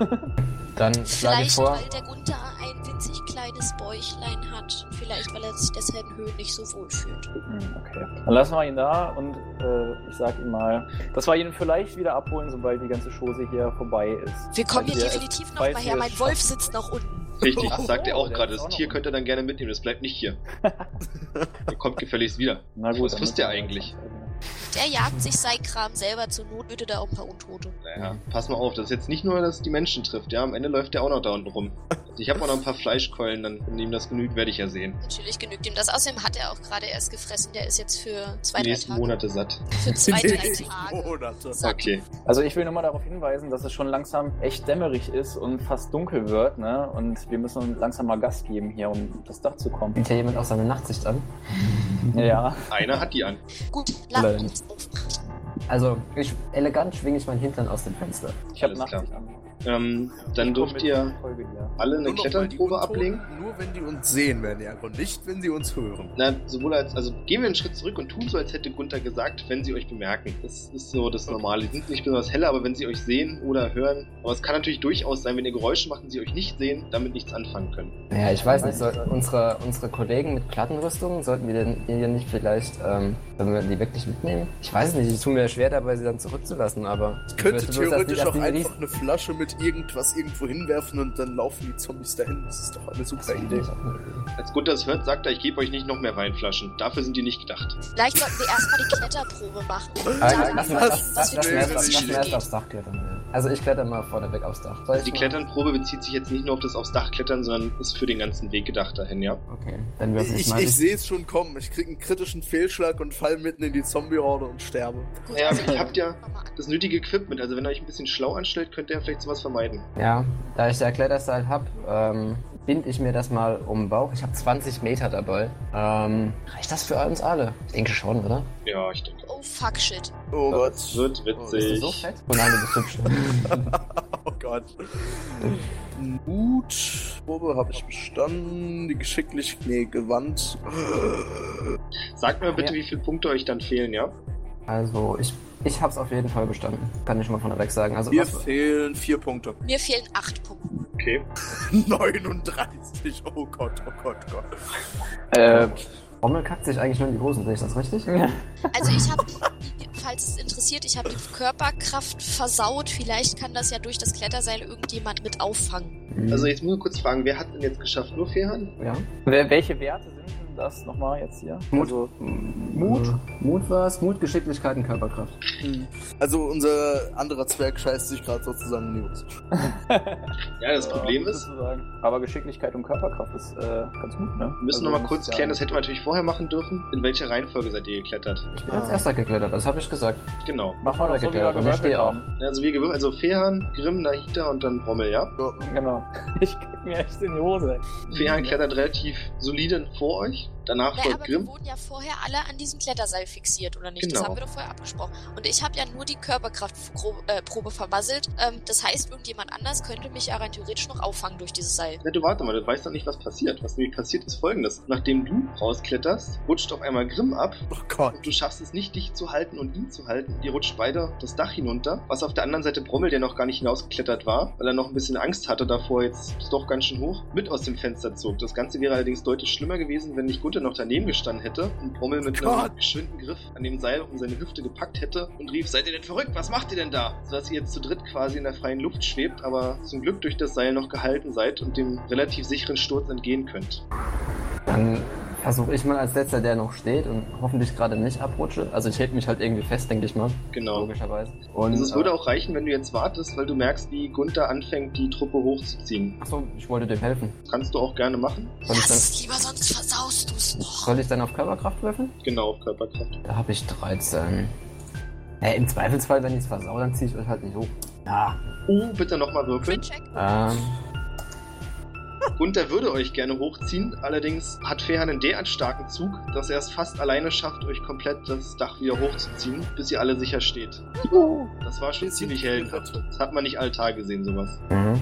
Dann schlage Vielleicht, ich vor. weil der Gunther ein winzig kleines Bäuchlein hat. Und vielleicht, weil er sich deshalb in Höhen nicht so wohl fühlt. Hm, Okay. Dann lassen wir ihn da und äh, ich sag ihm mal, dass wir ihn vielleicht wieder abholen, sobald die ganze Chose hier vorbei ist. Wir kommen Weil hier wir- definitiv weil nochmal her. wir- Mein Wolf sitzt noch unten. Richtig, Ach das so, sagt er auch der gerade. ist Das auch noch Tier gut. könnt ihr dann gerne mitnehmen, das bleibt nicht hier. ihr kommt gefälligst wieder. Na Was dann frisst der müssen wir halt eigentlich? jetzt- Der jagt sich sein Kram selber zur Not, würde da auch ein paar Untote. Naja, pass mal auf, das ist jetzt nicht nur, dass es die Menschen trifft, ja. Am Ende läuft der auch noch da unten rum. Ich habe auch noch ein paar Fleischkeulen, dann, wenn ihm das genügt, werde ich ja sehen. Natürlich genügt ihm das. Außerdem hat er auch gerade erst gefressen. Der ist jetzt für zwei, Die drei nächsten Tage. Monate satt. Für zwei, drei Nächsten Oh, Tage. Monate. Satt. Okay. Also ich will nur mal darauf hinweisen, dass es schon langsam echt dämmerig ist und fast dunkel wird, ne? Und wir müssen uns langsam mal Gas geben hier, um auf das Dach zu kommen. Nimmt ja jemand auch seine Nachtsicht an. Mhm. Ja. Einer hat die an. Gut, Leider lass uns nicht. auf. Also, ich, elegant schwinge ich meinen Hintern aus dem Fenster. Ich habe Alles klar. Nachsicht an. Ähm, dann Ich komm dürft mit ihr Folge hier. alle Nur eine noch, weil die Kletternprobe Untoten ablegen. Nur wenn die uns sehen, werden die einfach nicht, wenn sie uns hören. Na, sowohl als, also gehen wir einen Schritt zurück und tun so, als hätte Gunther gesagt, wenn sie euch bemerken. Das ist so das Normale. Die sind nicht besonders helle, aber wenn sie euch sehen oder hören. Aber es kann natürlich durchaus sein, wenn ihr Geräusche macht und sie euch nicht sehen, damit nichts anfangen können. Naja, ich weiß nicht, soll, unsere, unsere Kollegen mit Plattenrüstungen, sollten wir denn die hier nicht vielleicht, ähm, sollen wir die wirklich mitnehmen? Ich weiß es nicht, ich tue mir schwer dabei, sie dann zurückzulassen, aber. Ich Ich könnte möchte bloß, dass die- theoretisch dass auch die- einfach eine Flasche mit irgendwas irgendwo hinwerfen und dann laufen die Zombies dahin. Das ist doch eine super Idee. Als Gunther es hört, sagt er, ich gebe euch nicht noch mehr Weinflaschen. Dafür sind die nicht gedacht. Vielleicht sollten wir erstmal die Kletterprobe machen. Und Ah, dann lass gucken, mal erst- was lass wir mal für tun, erst eine was lass mal Geschichte. erst geht. aufs Dach klettern. ja. Also, ich kletter mal vorneweg aufs Dach. Soll ich Also Die mal? Kletternprobe bezieht sich jetzt nicht nur auf das aufs Dach klettern, sondern ist für den ganzen Weg gedacht dahin, ja? Okay, dann würfel ich, Ich, mal. ich sehe es schon kommen. Ich kriege einen kritischen Fehlschlag und fall mitten in die Zombie-Horde und sterbe. Gut, Ja, also ihr habt ja fangen wir mal an. das nötige Equipment. Also wenn ihr euch ein bisschen schlau anstellt, könnt ihr vielleicht sowas vermeiden. ja, da ich ja Kletterseil hab, ähm, bind ich mir das mal um den Bauch. Ich habe 20 Meter dabei. Ähm, reicht das für uns alle? Ich denke schon, oder? Ja, ich denke. Oh fuck shit. Oh Gott. Das wird Bist du witzig. so fett? Oh nein, du bist hübsch. Oh Gott. Gut. Probe habe ich bestanden. Die geschicklich. Nee, gewandt. Sagt mir bitte, Ja. wie viele Punkte euch dann fehlen, ja? Also, ich, ich hab's auf jeden Fall bestanden. Kann ich mal von weg sagen. Also, Mir was, fehlen vier Punkte. Mir fehlen acht Punkte. Okay. 39. Oh Gott, oh Gott, oh Gott. Äh, Rommel kackt sich eigentlich nur in die Hosen, sehe ich das richtig? Also ich habe, falls es interessiert, ich habe die Körperkraft versaut. Vielleicht kann das ja durch das Kletterseil irgendjemand mit auffangen. Mhm. Also jetzt muss ich kurz fragen, wer hat denn jetzt geschafft? Nur Fehan? ja. wer- welche Werte sind denn das nochmal jetzt hier? Mut. Also, Mut? Mut war's, Mut, Geschicklichkeit und Körperkraft. Hm. Also unser anderer Zwerg scheißt sich gerade sozusagen in die Hose. Ja, das Problem äh, ist, sozusagen. Aber Geschicklichkeit und Körperkraft ist äh, ganz gut, ne? wir müssen nochmal kurz klären, das hätten wir natürlich vorher machen dürfen. In welcher Reihenfolge seid ihr geklettert? Ich bin als erster geklettert, das habe ich gesagt. Genau. Mach mal doch so, wie wir Körperkraft, aber ich gewürfelt stehe auch. haben. Also wir gewürfeln, also Fehan, Grimm, Nahita und dann Rommel, ja? Genau. Ich krieg mir echt in die Hose. Mhm. Fehan klettert relativ solide vor euch. Danach Na, folgt aber wir Grimm. wurden ja vorher alle an diesem Kletterseil fixiert, oder nicht? Das Genau. haben wir doch vorher abgesprochen. Und ich habe ja nur die Körperkraftprobe äh, Probe vermasselt. Ähm, das heißt, irgendjemand anders könnte mich ja rein theoretisch noch auffangen durch dieses Seil. Ja, du warte mal, du weißt doch nicht, was passiert. Was nämlich passiert ist folgendes. Nachdem du rauskletterst, rutscht auf einmal Grimm ab Oh Gott. Du schaffst es nicht, dich zu halten und ihn zu halten. Ihr rutscht beide das Dach hinunter. Was auf der anderen Seite Brommel, der noch gar nicht hinausgeklettert war, weil er noch ein bisschen Angst hatte davor, jetzt ist doch ganz schön hoch, mit aus dem Fenster zog. Das Ganze wäre allerdings deutlich schlimmer gewesen, wenn nicht Gunther noch daneben gestanden hätte und Brommel mit einem Gott. geschwinden Griff an dem Seil um seine Hüfte gepackt hätte und rief, seid ihr denn verrückt? Was macht ihr denn da? Sodass ihr jetzt zu dritt quasi in der freien Luft schwebt, aber zum Glück durch das Seil noch gehalten seid und dem relativ sicheren Sturz entgehen könnt. Dann versuche ich mal als letzter, der noch steht und hoffentlich gerade nicht abrutsche. Also, ich hält mich halt irgendwie fest, denke ich mal. Genau. Logischerweise. Und, Also es äh, würde auch reichen, wenn du jetzt wartest, weil du merkst, wie Gunther anfängt, die Truppe hochzuziehen. Achso, ich wollte dem helfen. Das kannst du auch gerne machen. Soll Lass ich dann, es lieber, sonst versaust du es noch. soll ich dann auf Körperkraft würfeln? Genau, auf Körperkraft. Da habe ich 13. Äh, Im Zweifelsfall, wenn ich es versau, dann ziehe ich euch halt nicht hoch. Ja, Uh, bitte nochmal würfeln. Crit-Check? ähm, Gunther würde euch gerne hochziehen, allerdings hat Fehan einen derart starken Zug, dass er es fast alleine schafft, euch komplett das Dach wieder hochzuziehen, bis ihr alle sicher steht. Das war schon ziemlich heldenhaft. Das hat man nicht alle Tage gesehen, sowas. mhm.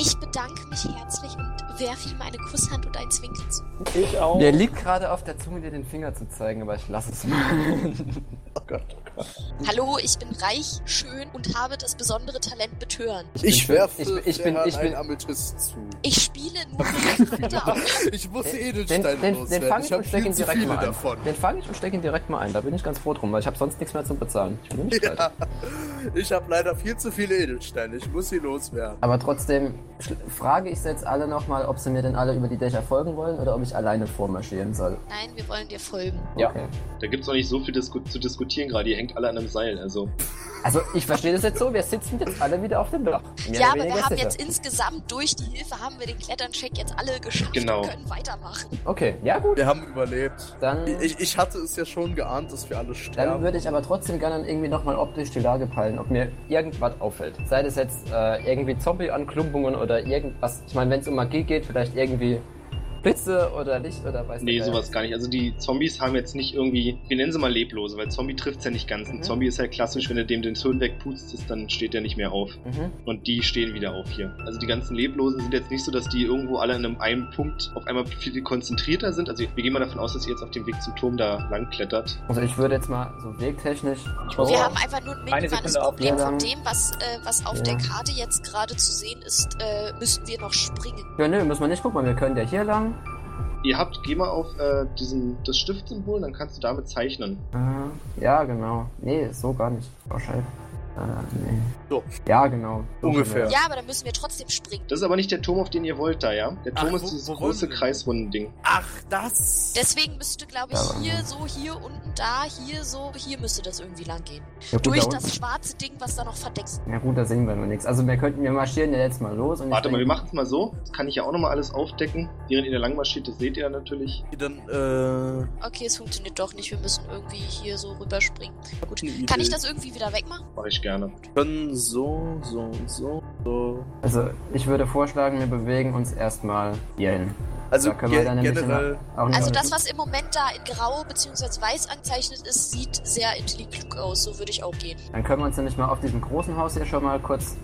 Ich bedanke mich herzlich und werfe ihm eine Kusshand und ein Zwinkern zu. Ich auch. Der liegt gerade auf der Zunge, dir den Finger zu zeigen, aber ich lasse es mal. Oh Hallo, ich bin reich, schön und habe das besondere Talent betören. Ich bin- werfe ich, ich bin, Ferhan ich bin, einen Amethyst zu. Ich spiele Wetter ab. Ich muss Den- Den, Edelsteine den, den loswerden. fange ich ich habe und stecke viel ihn zu direkt viele mal ein. davon. Den fange ich und stecke ihn direkt mal ein. Da bin ich ganz froh drum, weil ich habe sonst nichts mehr zu bezahlen. Ich bin nicht bereit. Ja. Ich habe leider viel zu viele Edelsteine. Ich muss sie loswerden. Aber trotzdem schl- frage ich jetzt alle nochmal, ob sie mir denn alle über die Dächer folgen wollen oder ob ich alleine vormarschieren soll. Nein, wir wollen dir folgen. Ja. Okay. Da gibt's noch nicht so viel Disku zu diskutieren gerade. Ihr hängt alle an einem Seil. Also, Also ich verstehe das jetzt so, wir sitzen jetzt alle wieder auf dem Dach. Mehr ja, oder aber weniger wir haben sicher. jetzt insgesamt durch die Hilfe haben wir den Kletterncheck jetzt alle geschafft Genau. und können weitermachen. Okay, ja gut. Wir haben überlebt. Dann, Ich, ich hatte es ja schon geahnt, dass wir alle dann sterben. würde ich aber trotzdem gerne irgendwie nochmal optisch die Lage peilen, ob mir irgendwas auffällt. Sei das jetzt äh, irgendwie Zombie-Anklumpungen oder irgendwas. Ich meine, wenn es um Magie geht, vielleicht irgendwie Blitze oder Licht oder weiß nee, der sowas gar nicht. Also, die Zombies haben jetzt nicht irgendwie, wir nennen sie mal Leblose, weil Zombie trifft's ja nicht ganz. Ein Mhm. Zombie ist ja klassisch, wenn du dem den Hirn wegputzt, ist, dann steht der nicht mehr auf. Geier. Mhm. Und die stehen wieder auf hier. Also die ganzen Leblosen sind jetzt nicht so, dass die irgendwo alle an einem einen Punkt auf einmal viel konzentrierter sind. Also wir gehen mal davon aus, dass ihr jetzt auf dem Weg zum Turm da lang klettert. Also ich würde jetzt mal so wegtechnisch... Wir haben einfach nur ein minimales Sekunde auf, Problem ja, von dann- dem, was, äh, was auf Ja. der Karte jetzt gerade zu sehen ist, äh, müssen wir noch springen. Ja, nö, müssen wir nicht gucken, wir können ja hier lang. Ihr habt, geh mal auf äh, diesen, das Stiftsymbol, dann kannst du damit zeichnen. Äh, ja, genau. Nee, so gar nicht. Oh, scheiße. Äh, nee. So. Ja, genau. So Ungefähr. können Ja, aber dann müssen wir trotzdem springen. Das ist aber nicht der Turm, auf den ihr wollt da, ja? Der Turm Ach, ist wo- dieses wo wollen große wir denn? Kreisrunden-Ding. Ach, das! Deswegen müsste, glaube ich, Ja, aber- hier so, hier unten, da, hier so, hier müsste das irgendwie lang gehen. wir- Ja, gut, Durch da unten- das schwarze Ding, was da noch verdeckt ist. Ja gut, da sehen wir noch nichts. Also wir könnten, wir marschieren ja jetzt mal los. Und ich Warte mal, wir denke- machen es mal so. Das kann ich ja auch nochmal alles aufdecken. Während ihr da lang marschiert, das seht ihr natürlich. Dann, äh, Okay, es funktioniert doch nicht. Wir müssen irgendwie hier so rüberspringen. Gut, eine kann Idee. ich das irgendwie wieder wegmachen? Mache ich gerne. Dann so, so, so, so. Also ich würde vorschlagen, wir bewegen uns erstmal hierhin. Also Da können wir ge- dann ein bisschen generell, Auch nicht Also mit- das, was im Moment da in grau bzw. weiß angezeichnet ist, sieht sehr intelligent klug aus. So würde ich auch gehen. Dann können wir uns nämlich mal auf diesem großen Haus hier schon mal kurz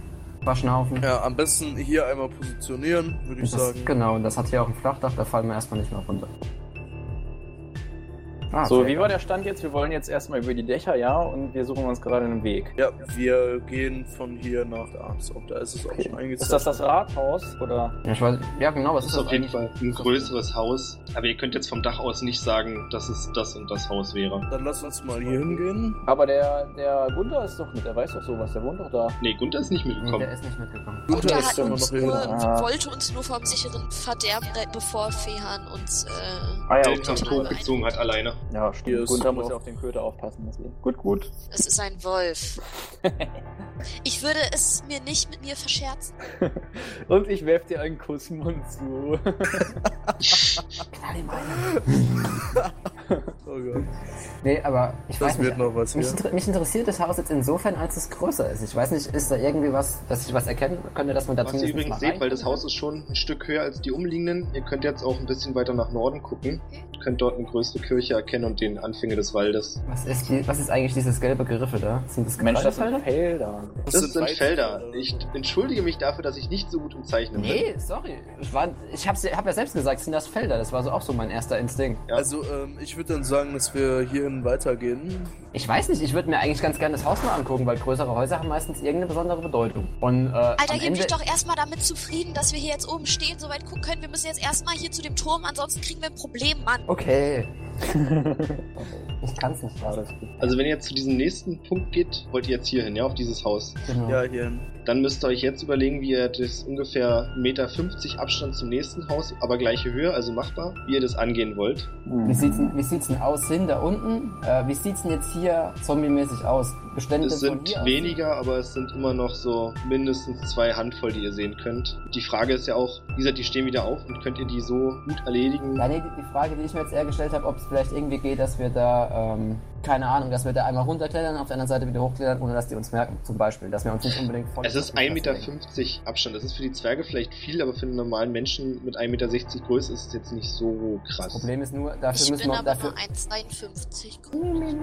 verschnaufen. ja, am besten hier einmal positionieren, würde ich Und das, sagen. genau, und das hat hier auch ein Flachdach, da fallen wir erstmal nicht mehr runter. Ah, So, sehr wie gut. war der Stand jetzt? Wir wollen jetzt erstmal über die Dächer, ja, und wir suchen uns gerade einen Weg. Ja, wir gehen von hier nach da. So, da ist es auch schon Ist das eingezeichnet. das Rathaus oder? ja, ich weiß, ja genau, was Das ist ist das auf jeden eigentlich? Fall ein größeres Haus. Aber ihr könnt jetzt vom Dach aus nicht sagen, dass es das und das Haus wäre. Dann lass uns mal hier hingehen. Aber der, der Gunther ist doch mit, der weiß doch sowas, der wohnt doch da. Nee, Gunther ist nicht Nee, mitgekommen. der ist nicht mitgekommen. Guter Gunther ist hat doch immer uns noch hier. nur, Ah. wollte uns nur vom sicheren Verderben retten, bevor Fehan uns... Äh, Ah Der ja, den okay. Kampf hochgezogen hat alleine. ja Hier stimmt. ist Gunther Gunther. muss ja auf den Köter aufpassen, deswegen. Gut, gut. es ist ein Wolf. Ich würde es mir nicht mit mir verscherzen. Und ich werf dir einen Kussmund zu. Oh Gott. Nee, aber ich weiß Das nicht. wird noch was Mich, hier. inter mich interessiert das Haus jetzt insofern, als es größer ist. Ich weiß nicht, ist da irgendwie was, dass ich was erkennen könnte, dass man da Was ihr zumindest mal übrigens seht, weil das reinkommt? Haus ist schon ein Stück höher als die umliegenden. Ihr könnt jetzt auch ein bisschen weiter nach Norden gucken. Okay. Ihr könnt dort eine größere Kirche erkennen und den Anfänge des Waldes. Was ist, die, was ist eigentlich dieses gelbe Geriffe da? Sind das Mensch, das Getreidefelder? sind Felder. Das, Das sind sind Felder. Weizenfelder. Ich entschuldige mich dafür, dass ich nicht so gut im Zeichnen bin. Nee, sorry. Ich, war, ich hab's, hab ja selbst gesagt, sind das Felder. Das war so auch so mein erster Instinkt. Ja. Also, ähm, ich würde dann sagen, dass wir hierhin weitergehen. Ich weiß nicht, ich würde mir eigentlich ganz gerne das Haus mal angucken, weil größere Häuser haben meistens irgendeine besondere Bedeutung. Und, äh, Alter, am gib dich Ende- doch erstmal damit zufrieden, dass wir hier jetzt oben stehen, so weit gucken können. Wir müssen jetzt erstmal hier zu dem Turm, ansonsten kriegen wir ein Problem, Mann. Okay. ich kann's nicht gerade. Also wenn ihr jetzt zu diesem nächsten Punkt geht, wollt ihr jetzt hier hin, ja, auf dieses Haus. Genau. Ja, hierhin. Dann müsst ihr euch jetzt überlegen, wie ihr das ungefähr 1,50 Meter Abstand zum nächsten Haus, aber gleiche Höhe, also machbar, wie ihr das angehen wollt. Mhm. Wie sieht's, denn- wie sieht's denn aus hin da unten? Äh, wie sieht's denn jetzt hier zombie-mäßig aus? Bestände Es von sind hier aus? weniger, aber es sind immer noch so mindestens zwei Handvoll, die ihr sehen könnt. Die Frage ist ja auch, wie gesagt, die stehen wieder auf und könnt ihr die so gut erledigen? Ja, nee, die die Frage, die ich mir jetzt eher gestellt habe, ob es vielleicht irgendwie geht, dass wir da, ähm, keine Ahnung, dass wir da einmal runterklettern, auf der anderen Seite wieder hochklettern, ohne dass die uns merken, zum Beispiel, dass wir uns nicht unbedingt voll... Es ist 1,50 Meter Abstand. Das ist für die Zwerge vielleicht viel, aber für einen normalen Menschen mit 1,60 Meter Größe ist es jetzt nicht so Das krass. Problem ist nur, dafür Ich müssen bin wir... aber Dafür, Hm, nur 1,52 groß.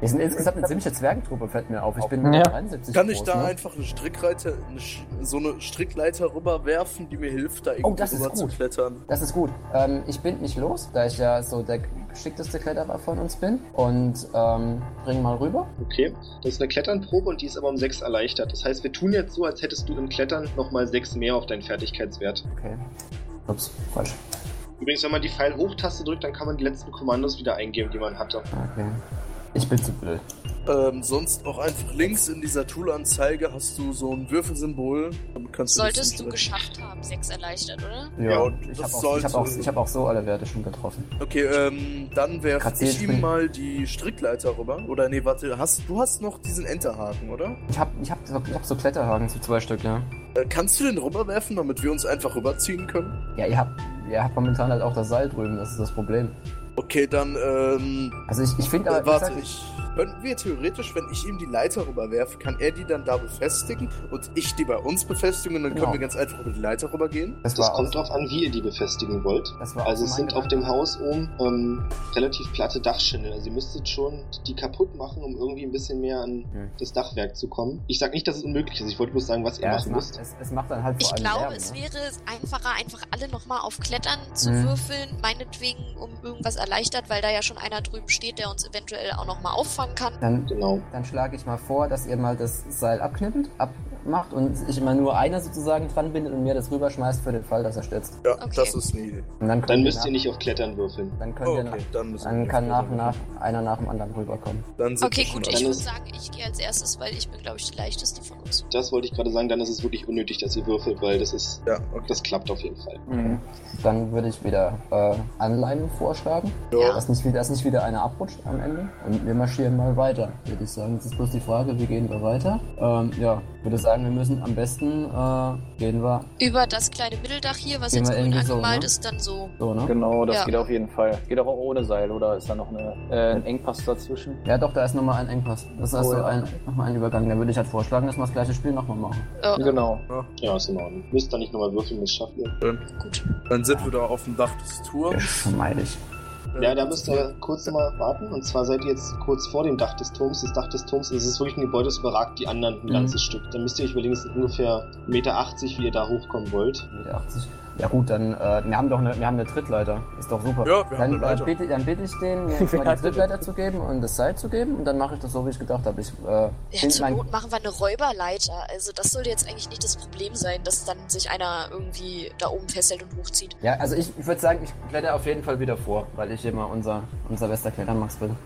wir sind insgesamt eine ziemliche Zwergentruppe, fällt mir auf. Ich bin Ja. 73 Kann groß, ich da ne? einfach eine Strickleiter, eine, Sch- so eine Strickleiter rüberwerfen, die mir hilft, da irgendwie Oh, das ist rüber zu gut. klettern? Das ist gut. Ähm, ich bind mich los, da ich ja so der geschickteste Kletterer von uns bin. Und ähm, bring mal rüber. Okay. Das ist eine Kletternprobe und die ist aber um 6 erleichtert. Das heißt, wir tun jetzt so, als hättest du im Klettern nochmal 6 mehr auf deinen Fertigkeitswert. Okay. Ups, falsch. Übrigens, wenn man die Pfeil-Hochtaste drückt, dann kann man die letzten Kommandos wieder eingeben, die man hatte. Okay. Ich bin zu blöd. Ähm, sonst auch einfach links in dieser Tool-Anzeige hast du so ein Würfelsymbol. Damit kannst du Solltest das du geschafft haben, sechs erleichtert, oder? Ja, und ich das habe auch, soll ich hab auch, so- ich hab auch so alle Werte schon getroffen. Okay, ähm, dann werf Graziert ich ihm bin- mal die Strickleiter rüber. Oder nee, warte, hast, du hast noch diesen Enterhaken, oder? Ich habe ich hab, so- ich hab so Kletterhaken, so zwei Stück, ja. Äh, kannst du den rüberwerfen, damit wir uns einfach rüberziehen können? Ja, ihr habt, ihr habt momentan halt auch das Seil drüben, das ist das Problem. Okay, dann, ähm, Also ich, ich finde aber, äh, wie warte, gesagt, ich... Könnten wir theoretisch, wenn ich ihm die Leiter rüberwerfe, kann er die dann da befestigen und ich die bei uns befestigen und dann Genau. können wir ganz einfach über die Leiter rübergehen? das, Das war kommt auch, drauf an, wie ihr die befestigen wollt. das war Also auch es mein sind auf Gedanke. dem Haus oben ähm, relativ platte Dachschindeln. Also ihr müsstet schon die kaputt machen, um irgendwie ein bisschen mehr an Hm. das Dachwerk zu kommen. Ich sag nicht, dass es unmöglich ist. Ich wollte bloß sagen, was ihr Ja, es machen macht, müsst. es, es macht dann halt vor Ich allem glaube, Lärm, es ne? wäre einfacher, einfach alle nochmal auf Klettern zu Mhm. würfeln, meinetwegen um irgendwas erleichtert, weil da ja schon einer drüben steht, der uns eventuell auch nochmal auffangen kann. Dann, Genau. dann schlage ich mal vor, dass ihr mal das Seil abknippelt, abmacht und ich immer nur einer sozusagen dran bindet und mir das rüberschmeißt für den Fall, dass er stürzt. Ja, Okay. das ist eine Idee. Und dann könnt Dann müsst nach- ihr nicht auf Klettern würfeln. Dann könnt ihr nach, Oh, Okay, dann müssen dann wir kann nach jetzt und nach einer nach dem anderen rüberkommen. Dann sind Okay, wir gut, schon ich alle- würde sagen, ich gehe als erstes, weil ich bin, glaube ich, die leichteste von uns. Das wollte ich gerade sagen, dann ist es wirklich unnötig, dass ihr würfelt, weil das ist. Ja, okay. Das klappt auf jeden Fall. Mhm. Dann würde ich wieder äh, Anleihen vorschlagen, Ja. dass nicht, wieder- dass nicht wieder einer abrutscht am Ende. Und wir marschieren mal weiter, würde ich sagen. Jetzt ist bloß die Frage, wie gehen wir weiter? Ähm, ja, würde sagen, wir müssen am besten äh, gehen wir Über das kleine Mitteldach hier, was Gehen jetzt wir grün irgendwie so, angemalt ne? ist, dann so. so, ne? Genau, das Ja. geht auf jeden Fall. Geht auch ohne Seil, oder ist da noch eine, äh, ein Engpass dazwischen? Ja, doch, da ist nochmal ein Engpass. Das ist also Oh, ja. ein, nochmal ein Übergang. Dann würde ich halt vorschlagen, dass wir das gleiche Spiel nochmal machen. Ja, Genau. Ja, ist in Ordnung. Müsst da nicht nochmal würfeln, das schafft ihr. gut. Dann sind wir da auf dem Dach des Turms. Geschmeidig. Ja, Ähm, da müsst ihr kurz nochmal warten. Und zwar seid ihr jetzt kurz vor dem Dach des Turms. Das Dach des Turms es ist wirklich ein Gebäude, das überragt die anderen ein Mhm. ganzes Stück. Dann müsst ihr euch überlegen, es sind ungefähr 1,80 Meter, wie ihr da hochkommen wollt. 80. Ja gut, dann, äh, wir haben doch eine, wir haben eine Trittleiter. Ist doch super. Ja, wir haben dann, eine Leiter. Äh, bitte, dann bitte ich den, mir jetzt mal die Trittleiter zu geben und das Seil zu geben und dann mache ich das so, wie ich gedacht habe. Ich, äh, Ja, find zur mein- Not machen wir eine Räuberleiter. Also das sollte jetzt eigentlich nicht das Problem sein, dass dann sich einer irgendwie da oben festhält und hochzieht. ja also ich, ich würde sagen, ich kletter auf jeden Fall wieder vor, weil ich immer unser, unser bester Klettermax bin.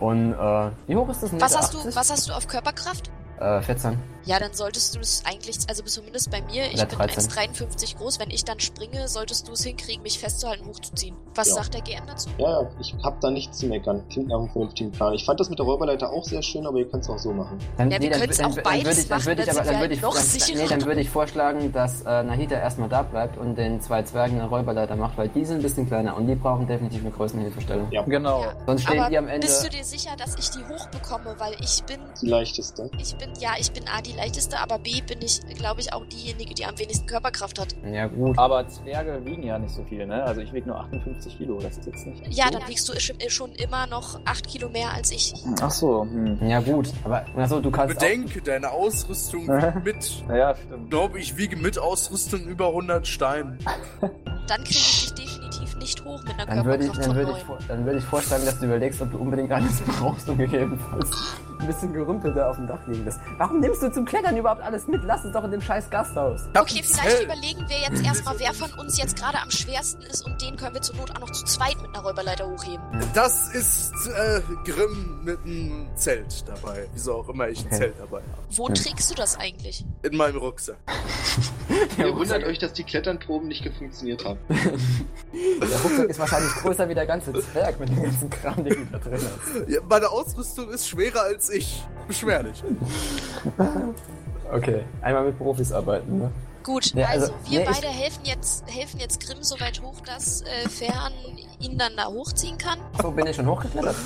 Und äh, wie hoch ist das? Was hast du, was hast du auf Körperkraft? du? Äh, 14. Ja, dann solltest du es eigentlich, also zumindest bei mir, ich Ja, bin 13. 1,53 groß, wenn ich dann springe, solltest du es hinkriegen, mich festzuhalten, hochzuziehen. Was Ja. sagt der GM dazu? Ja, ja, ich hab da nichts zu meckern. Klingt nach einem vernünftigen Plan. Ich fand das mit der Räuberleiter auch sehr schön, aber ihr könnt es auch so machen. Dann, Ja, wir dann- können's dann- auch dann beides würde ich- dann machen, würde ich dann aber- sind wir Dann würde ich- noch dann- sicherer. nee, dann würde ich vorschlagen, dass äh, Nahida erstmal da bleibt und den zwei Zwergen eine Räuberleiter macht, weil die sind ein bisschen kleiner und die brauchen definitiv eine Größenhilfestellung. Ja. Genau. Ja. Sonst stehen Aber die am Ende. Bist du dir sicher, dass ich die hochbekomme? Weil ich bin, Die leichteste. ich bin, ja, ich bin A, die leichteste, aber B, bin ich, glaube ich, auch diejenige, die am wenigsten Körperkraft hat. Ja, gut. Aber Zwerge wiegen ja nicht so viel, ne? Also ich wiege nur 58 Kilo, das ist jetzt nicht. Ja, so- dann wiegst du schon- schon immer noch 8 Kilo mehr als ich. Ach so, hm. Ja, gut. Aber, also, du kannst. Bedenke, deine Ausrüstung Aha. mit. Naja, Ich stimmt. glaube, ich wiege mit Ausrüstung über 100 Stein. Ah, Dann kriege ich dich definitiv nicht hoch mit einer Auch, dann würde ich, Körperkraft dann von würde 9. ich, vor- dann würde ich vorschlagen, dass du überlegst, ob du unbedingt alles brauchst und gegebenenfalls ein bisschen Gerümpel da auf dem Dach liegen lässt. Warum nimmst du zum Klettern überhaupt alles mit? Lass es doch in dem scheiß Gasthaus. Ich hab Okay, ein vielleicht Zelt. überlegen wir jetzt erstmal, wer von uns jetzt gerade am schwersten ist und den können wir zur Not auch noch zu zweit mit einer Räuberleiter hochheben. Das ist äh, Grimm mit einem Zelt dabei. Wieso auch immer ich ein Okay. Zelt dabei habe. Wo trägst du das eigentlich? In meinem Rucksack. ihr wundert euch, dass die Kletternproben nicht gefunktioniert haben. Der Rucksack ist wahrscheinlich größer wie der ganze Zwerg mit dem ganzen Kram, den du da drin hast. Ja, meine Ausrüstung ist schwerer als ich. Beschwer dich. Okay, einmal mit Profis arbeiten, ne? Gut, Ja, also, also, wir nee, ich- beide helfen jetzt, helfen jetzt Grimm so weit hoch, dass äh, Fern ihn dann da hochziehen kann. Oh So bin ich schon hochgeklettert.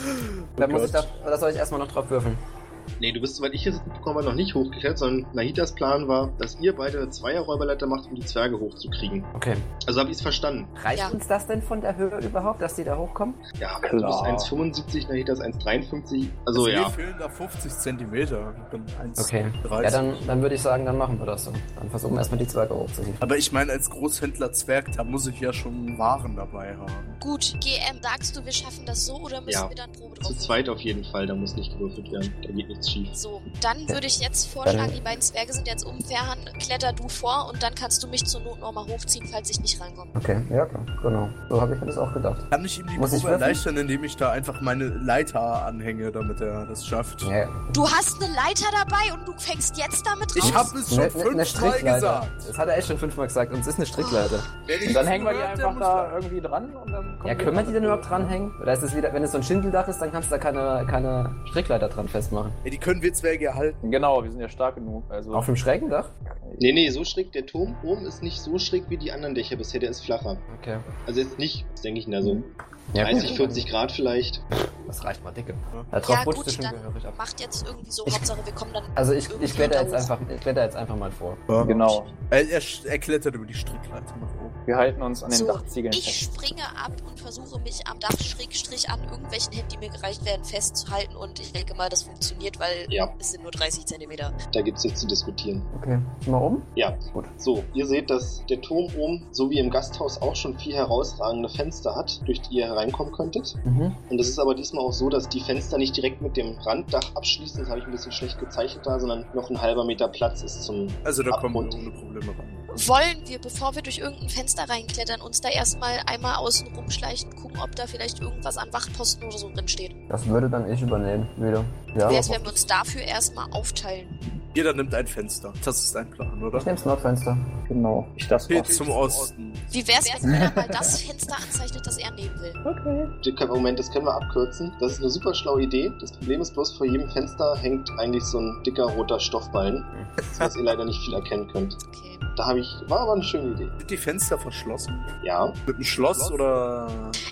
Dann muss ich da, oder soll ich erstmal noch drauf würfeln? Nee, du bist, soweit ich es mitbekommen habe, noch nicht hochgeklettert, sondern Nahitas Plan war, dass ihr beide eine Zweierräuberleiter macht, um die Zwerge hochzukriegen. Okay. Also habe ich es verstanden. Reicht Ja. uns das denn von der Höhe überhaupt, dass die da hochkommen? Ja, du bist Klar. 1,75, Nahitas 1,53. Also Mir ja. fehlen da 50 Zentimeter. Ich bin 1, Okay. 30. Ja, dann, dann würde ich sagen, dann machen wir das so. Dann versuchen wir erstmal die Zwerge hochzuheben. Aber ich meine, als Großhändler Zwerg, da muss ich ja schon Waren dabei haben. Gut, GM, sagst du, wir schaffen das so oder müssen Ja. wir dann Probe drauf? Zu zweit auf jeden Fall, da muss nicht gewürfelt werden. Da geht nichts schief. So, dann würde ich jetzt vorschlagen, die beiden Zwerge sind jetzt oben, Ferhan, kletter du vor und dann kannst du mich zur Not nochmal hochziehen, falls ich nicht rankomme. Okay, ja klar, genau. So habe ich mir das auch gedacht. Kann ich ihm die Muss ich Probe würfeln? erleichtern, indem ich da einfach meine Leiter anhänge, damit er das schafft? Ja, Du hast eine Leiter dabei und du fängst jetzt damit raus? Ich habe ne, es schon fünfmal gesagt. Das hat er echt schon fünfmal gesagt und es ist eine Strickleiter. Wenn ich Und dann es hängen wir die gehört, der einfach muss da irgendwie dran und dann kommen Ja, können wir die denn überhaupt dranhängen? Oder ist es wieder, wenn es so ein Schindeldach ist, dann kannst du da keine, keine Strickleiter dran festmachen. Ey, die können wir Zwerge erhalten. Genau, wir sind ja stark genug. Also Auf dem schrägen Dach? Nee, nee, so schräg. Der Turm oben ist nicht so schräg wie die anderen Dächer bisher, der ist flacher. Okay. Also jetzt nicht, was denke ich denn da so? Ja, 30, 40 Grad vielleicht. Das reicht mal, dicke. Ja. Da drauf ja rutscht du gut, schon dann gehörig ab. macht jetzt irgendwie so, Ich- Hauptsache wir kommen dann... Also ich, ich irgendwie kletter da jetzt hoch. einfach, ich kletter jetzt einfach mal vor. Ja. Genau. Er, er, er klettert über die Strickleiter nach oben. Wir halten uns an den So, Dachziegeln Ich fest. springe ab und versuche mich am Dach schrägstrich an irgendwelchen Händen, die mir gereicht werden, festzuhalten und ich denke mal, das funktioniert, weil Ja. es sind nur 30 Zentimeter. Da gibt's nichts zu diskutieren. Okay. Mal um? oben? Ja, Gut. so, ihr seht, dass der Turm oben, so wie im Gasthaus, auch schon vier herausragende Fenster hat, durch die ihr hereinkommen könntet. Mhm. Und es ist aber diesmal auch so, dass die Fenster nicht direkt mit dem Randdach abschließen, das habe ich ein bisschen schlecht gezeichnet da, sondern noch ein halber Meter Platz ist zum... Also da kommen Abgrund. wir ohne Probleme ran. Wollen wir, bevor wir durch irgendein Fenster reinklettern, uns da erstmal einmal außen rumschleichen, gucken, ob da vielleicht irgendwas an Wachposten oder so drin steht? Das würde dann ich übernehmen, wieder. Ja. Wäre es, wenn wir uns dafür erstmal aufteilen? Jeder nimmt ein Fenster. Das ist ein Plan, oder? Ich nehm's Nordfenster. Genau. Ich das Steht auch. zum Osten. Wie wäre es, wenn er mal das Fenster anzeichnet, das er nehmen will? Die können- Moment, das können wir abkürzen. Das ist eine super schlaue Idee. Das Problem ist bloß, vor jedem Fenster hängt eigentlich so ein dicker roter Stoffballen, sodass ihr leider nicht viel erkennen könnt. Okay. Da habe ich... War aber eine schöne Idee. Sind die Fenster verschlossen? Ja, Mit einem Schloss oder.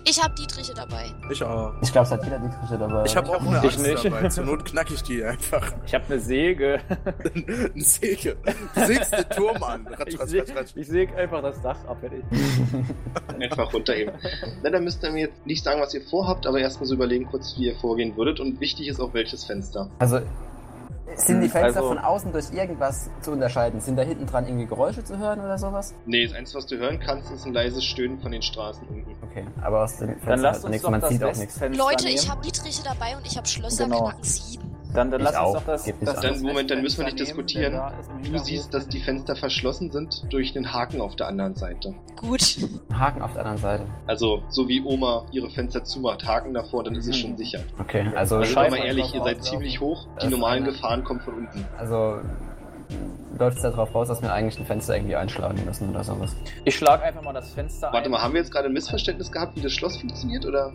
Ich habe Dietriche dabei. Ich auch. Ich glaube, es hat jeder die Krische dabei. Ich habe auch eine Ich Axt nicht. dabei. Zur Not knack ich die einfach. Ich habe eine Säge. Ein Säge. Du sägst den Turm an. Ratsch, Ich ratsch, säge ratsch, ratsch. säg einfach das Dach ab. fertig. einfach runterheben. Na, dann müsst ihr mir jetzt nicht sagen, was ihr vorhabt, aber erstmal so überlegen kurz, wie ihr vorgehen würdet. Und wichtig ist auch, welches Fenster. Also sind die Hm, Fenster also- von außen durch irgendwas zu unterscheiden? Sind da hinten dran irgendwie Geräusche zu hören oder sowas? Nee, das Einzige, was du hören kannst, ist ein leises Stöhnen von den Straßen unten. Okay, aber aus dem Fenster Dann hört lasst uns nichts, doch man das sieht auch nichts. Westfenster Leute, nehmen. ich habe Dietriche dabei und ich habe Schlösser Genau. knacken sieben. Dann, dann Ich lass auch. uns doch das, Geht nicht das, anders. das Moment, dann müssen wir nicht Westfenster diskutieren. nehmen, denn da ist im Du Hinterhof siehst, dass die Fenster verschlossen sind durch einen Haken auf der anderen Seite. Gut. Ein Haken auf der anderen Seite. Also, so wie Oma ihre Fenster zumacht, Haken davor, dann ist es schon sicher. Okay, also, Also, Scheiße, mal ehrlich, einfach ihr seid rauslaufen. ziemlich hoch. Die Das normalen eine. Gefahren kommen von unten. also läuft es darauf raus, dass wir eigentlich ein Fenster irgendwie einschlagen müssen oder sowas. Ich schlage einfach mal das Fenster Warte ein. mal, haben wir jetzt gerade ein Missverständnis gehabt, wie das Schloss funktioniert? Oder?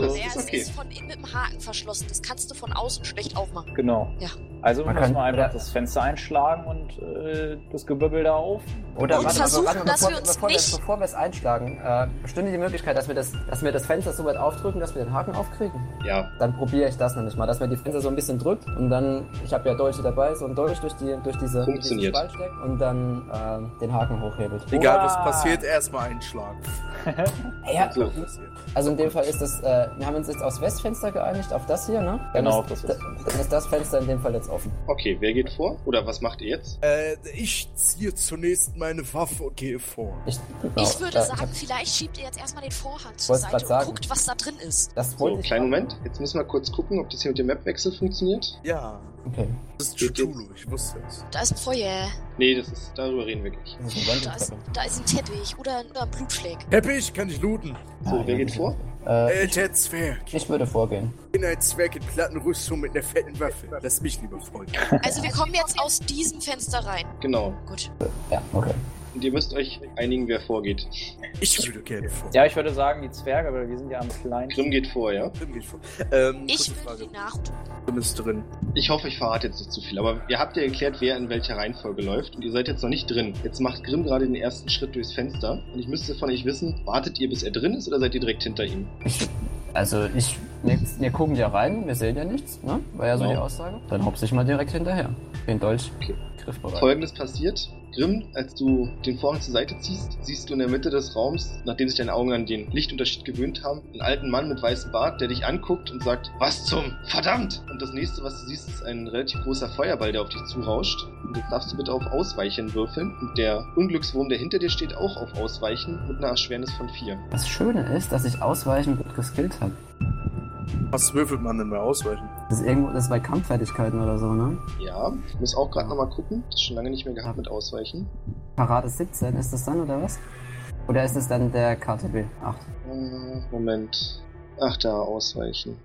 Mach Ja, es okay. ist von innen mit dem Haken verschlossen. Das kannst du von außen schlecht aufmachen. Genau. Ja. Also Man man müssen kann- wir einfach das Fenster einschlagen und äh, das Gewirbel da auf. Oder Und warte, mal, versuchen, warte, mal, dass bevor, wir uns bevor nicht- Wir, bevor wir es einschlagen, äh, bestünde die Möglichkeit, dass wir, das, dass wir das Fenster so weit aufdrücken, dass wir den Haken aufkriegen. Ja, Dann probiere ich das nämlich mal, dass man die Fenster so ein bisschen drückt und dann, ich habe ja Dolche dabei, so ein Dolch durch, die, durch diese Funktioniert. diesen Spalt steckt und dann äh, den Haken hochhebelt. Egal, Hurra! was passiert, erstmal einschlagen. Ja, so. also in dem Fall ist das, äh, wir haben uns jetzt aufs Westfenster geeinigt, auf das hier, ne? Dann Genau, ist, auf das Westfenster. Dann ist das Fenster in dem Fall jetzt offen. Okay, wer geht vor? Oder was macht ihr jetzt? Äh, ich ziehe zunächst meine Waffe und gehe vor. Ich, Genau, genau, ich würde da- sagen, hab- vielleicht schiebt ihr jetzt erstmal den Vorhang zur Wollt's grad Seite und sagen. guckt, was da drin ist. das So, wollte ich. kleinen Moment. Jetzt müssen wir kurz gucken, ob das hier mit dem Mapwechsel funktioniert. Ja. Okay. Das ist Cthulhu, ich wusste es. Da ist ein Feuer. Nee, das ist, darüber reden wir gleich. Das ist eine Da ist, Wandlungssache. da ist ein Teppich oder ein, oder ein Blutfleck. Teppich kann ich looten. So, wer geht vor? Äh, Äh, der Zwerg. ich würde vorgehen. Ich bin ein Zwerg in Plattenrüstung mit einer fetten Waffe. Lass mich lieber folgen. Also wir kommen jetzt aus diesem Fenster rein. Genau. Gut. Ja, okay. Und ihr müsst euch einigen, wer vorgeht. Ich würde gerne vor. Ja, ich würde sagen, die Zwerge, weil wir sind ja am kleinsten. Grimm geht vor, ja? Grimm geht vor. Ähm, Ich kurze würde die Frage. Nacht. Grimm ist drin. Ich hoffe, ich verrate jetzt nicht zu viel, aber ihr habt ja erklärt, wer in welcher Reihenfolge läuft und ihr seid jetzt noch nicht drin. Jetzt macht Grimm gerade den ersten Schritt durchs Fenster und ich müsste von euch wissen, wartet ihr, bis er drin ist oder seid ihr direkt hinter ihm? Also ich nichts. Wir gucken ja rein, wir sehen ja nichts, ne? War ja so Genau. die Aussage. Dann hopse ich mal direkt hinterher. Den Dolch griffbereit. Folgendes passiert. Grimm, als du den Vorhang zur Seite ziehst, siehst du in der Mitte des Raums, nachdem sich deine Augen an den Lichtunterschied gewöhnt haben, einen alten Mann mit weißem Bart, der dich anguckt und sagt, was zum Verdammt! Und das nächste, was du siehst, ist ein relativ großer Feuerball, der auf dich zurauscht. Und jetzt darfst du bitte auf Ausweichen würfeln. Und der Unglückswurm, der hinter dir steht, auch auf Ausweichen mit einer Erschwernis von 4. Das Schöne ist, dass ich ausweichend gut geskillt habe. Was würfelt man denn bei Ausweichen? Das ist irgendwo, das ist bei Kampffertigkeiten oder so, ne? Ja, ich muss auch gerade nochmal gucken. Das ist schon lange nicht mehr gehabt mit Ausweichen. Parade 17, ist das dann oder was? Oder ist es dann der KTB 8? Äh, Moment. Ach, da, Ausweichen.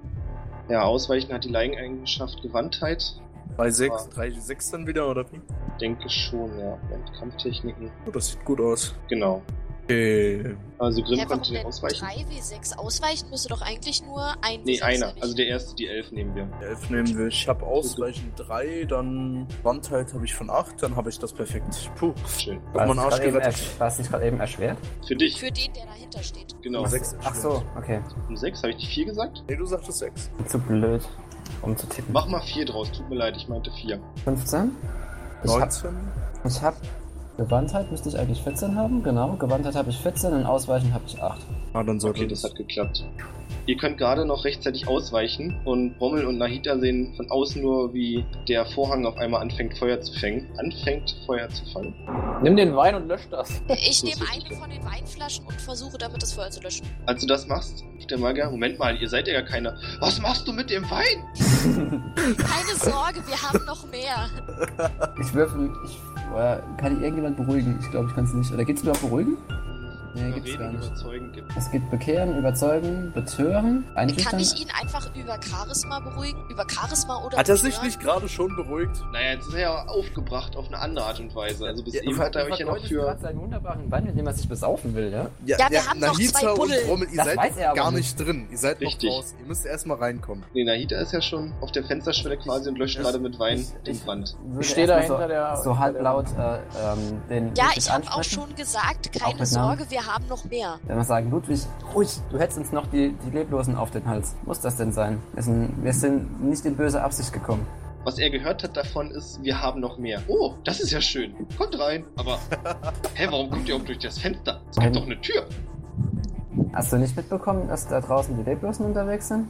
Ja, Ausweichen hat die Leigeneigenschaft Gewandtheit. Bei 6, 3, 6 dann wieder oder wie? Denke schon, ja. Moment, Kampftechniken. Oh, das sieht gut aus. Äh, Genau. Okay. Also Grimm Hä, warum konnte dir denn ausweichen. 3W6? Ausweichen müsste doch eigentlich nur ein Nee, W6 einer. nicht? Also der erste, die elf nehmen wir. 11 nehmen wir. Ich habe Ausweichen 3, dann Wandheit habe ich von 8, dann habe ich das perfekt. Puh, Schön. hab meinen Arsch gerade eben, gerettet. ersch- war es äh, nicht gerade eben erschwert? Für dich. Für den, der dahinter steht. genau. Um Was? Sechs. Sechs Ach so, okay. Um sechs, habe ich nicht vier gesagt? Nee, du sagtest 6. Zu blöd, um zu tippen. Mach mal vier draus. Tut mir leid, ich meinte vier. 15? Ich hab, 19? ich hab Gewandtheit müsste ich eigentlich 14 haben, genau. Gewandtheit habe ich 14 und Ausweichen habe ich 8. Ah, dann sollte Okay, das hat geklappt. Ihr könnt gerade noch rechtzeitig ausweichen und Rommel und Nahita sehen von außen nur, wie der Vorhang auf einmal anfängt, Feuer zu fangen. Anfängt, Feuer zu fangen. Nimm den Wein und lösch das. Ich So ist nehme richtig, eine ja. von den Weinflaschen und versuche damit das Feuer zu löschen. Als du das machst, ruft der Magier, Moment mal, ihr seid ja gar keiner. Was machst du mit dem Wein? Keine Sorge, wir haben noch mehr. Ich würfel. Ich, äh, kann ich irgendjemand beruhigen? Ich glaube, ich kann es nicht. Oder geht's überhaupt beruhigen? Nee, gibt's gar Reden nicht. überzeugend gibt. Es gibt bekehren, überzeugen, betören, Kann einschüchtern. ich ihn einfach über Charisma beruhigen? Über Charisma oder Hat er über- sich nicht gerade schon beruhigt? Naja, jetzt ist er ja aufgebracht auf eine andere Art und Weise. Also bis eben hat er euch ja noch für. gerade seinen wunderbaren Wein, mit dem er sich besaufen will, ja? Ja, wir haben noch zwei Buddel. und Rommel, ihr Das seid weiß er aber gar nicht. nicht drin. Ihr seid Richtig. noch raus. Ihr müsst erstmal reinkommen. Nee, Nahita ist ja schon auf der Fensterschwelle quasi und löscht Das- gerade mit Wein ich- den Brand. Würde Ich stehe da erstmal hinter der. so, so halblaut äh, ähm, den Ja, Ludwig ich habe auch ansprechen. schon gesagt, Auch mit keine Namen. Sorge, wir haben noch mehr. Wenn wir sagen, Ludwig, ruhig, du hättest uns noch die, die Leblosen auf den Hals. Muss das denn sein? Wir sind, wir sind nicht in böse Absicht gekommen. Was er gehört hat davon ist, wir haben noch mehr. Oh, das ist ja schön. Kommt rein. Aber, hä, warum kommt ihr auch durch das Fenster? Es gibt doch eine Tür. Hast du nicht mitbekommen, dass da draußen die Leblosen unterwegs sind?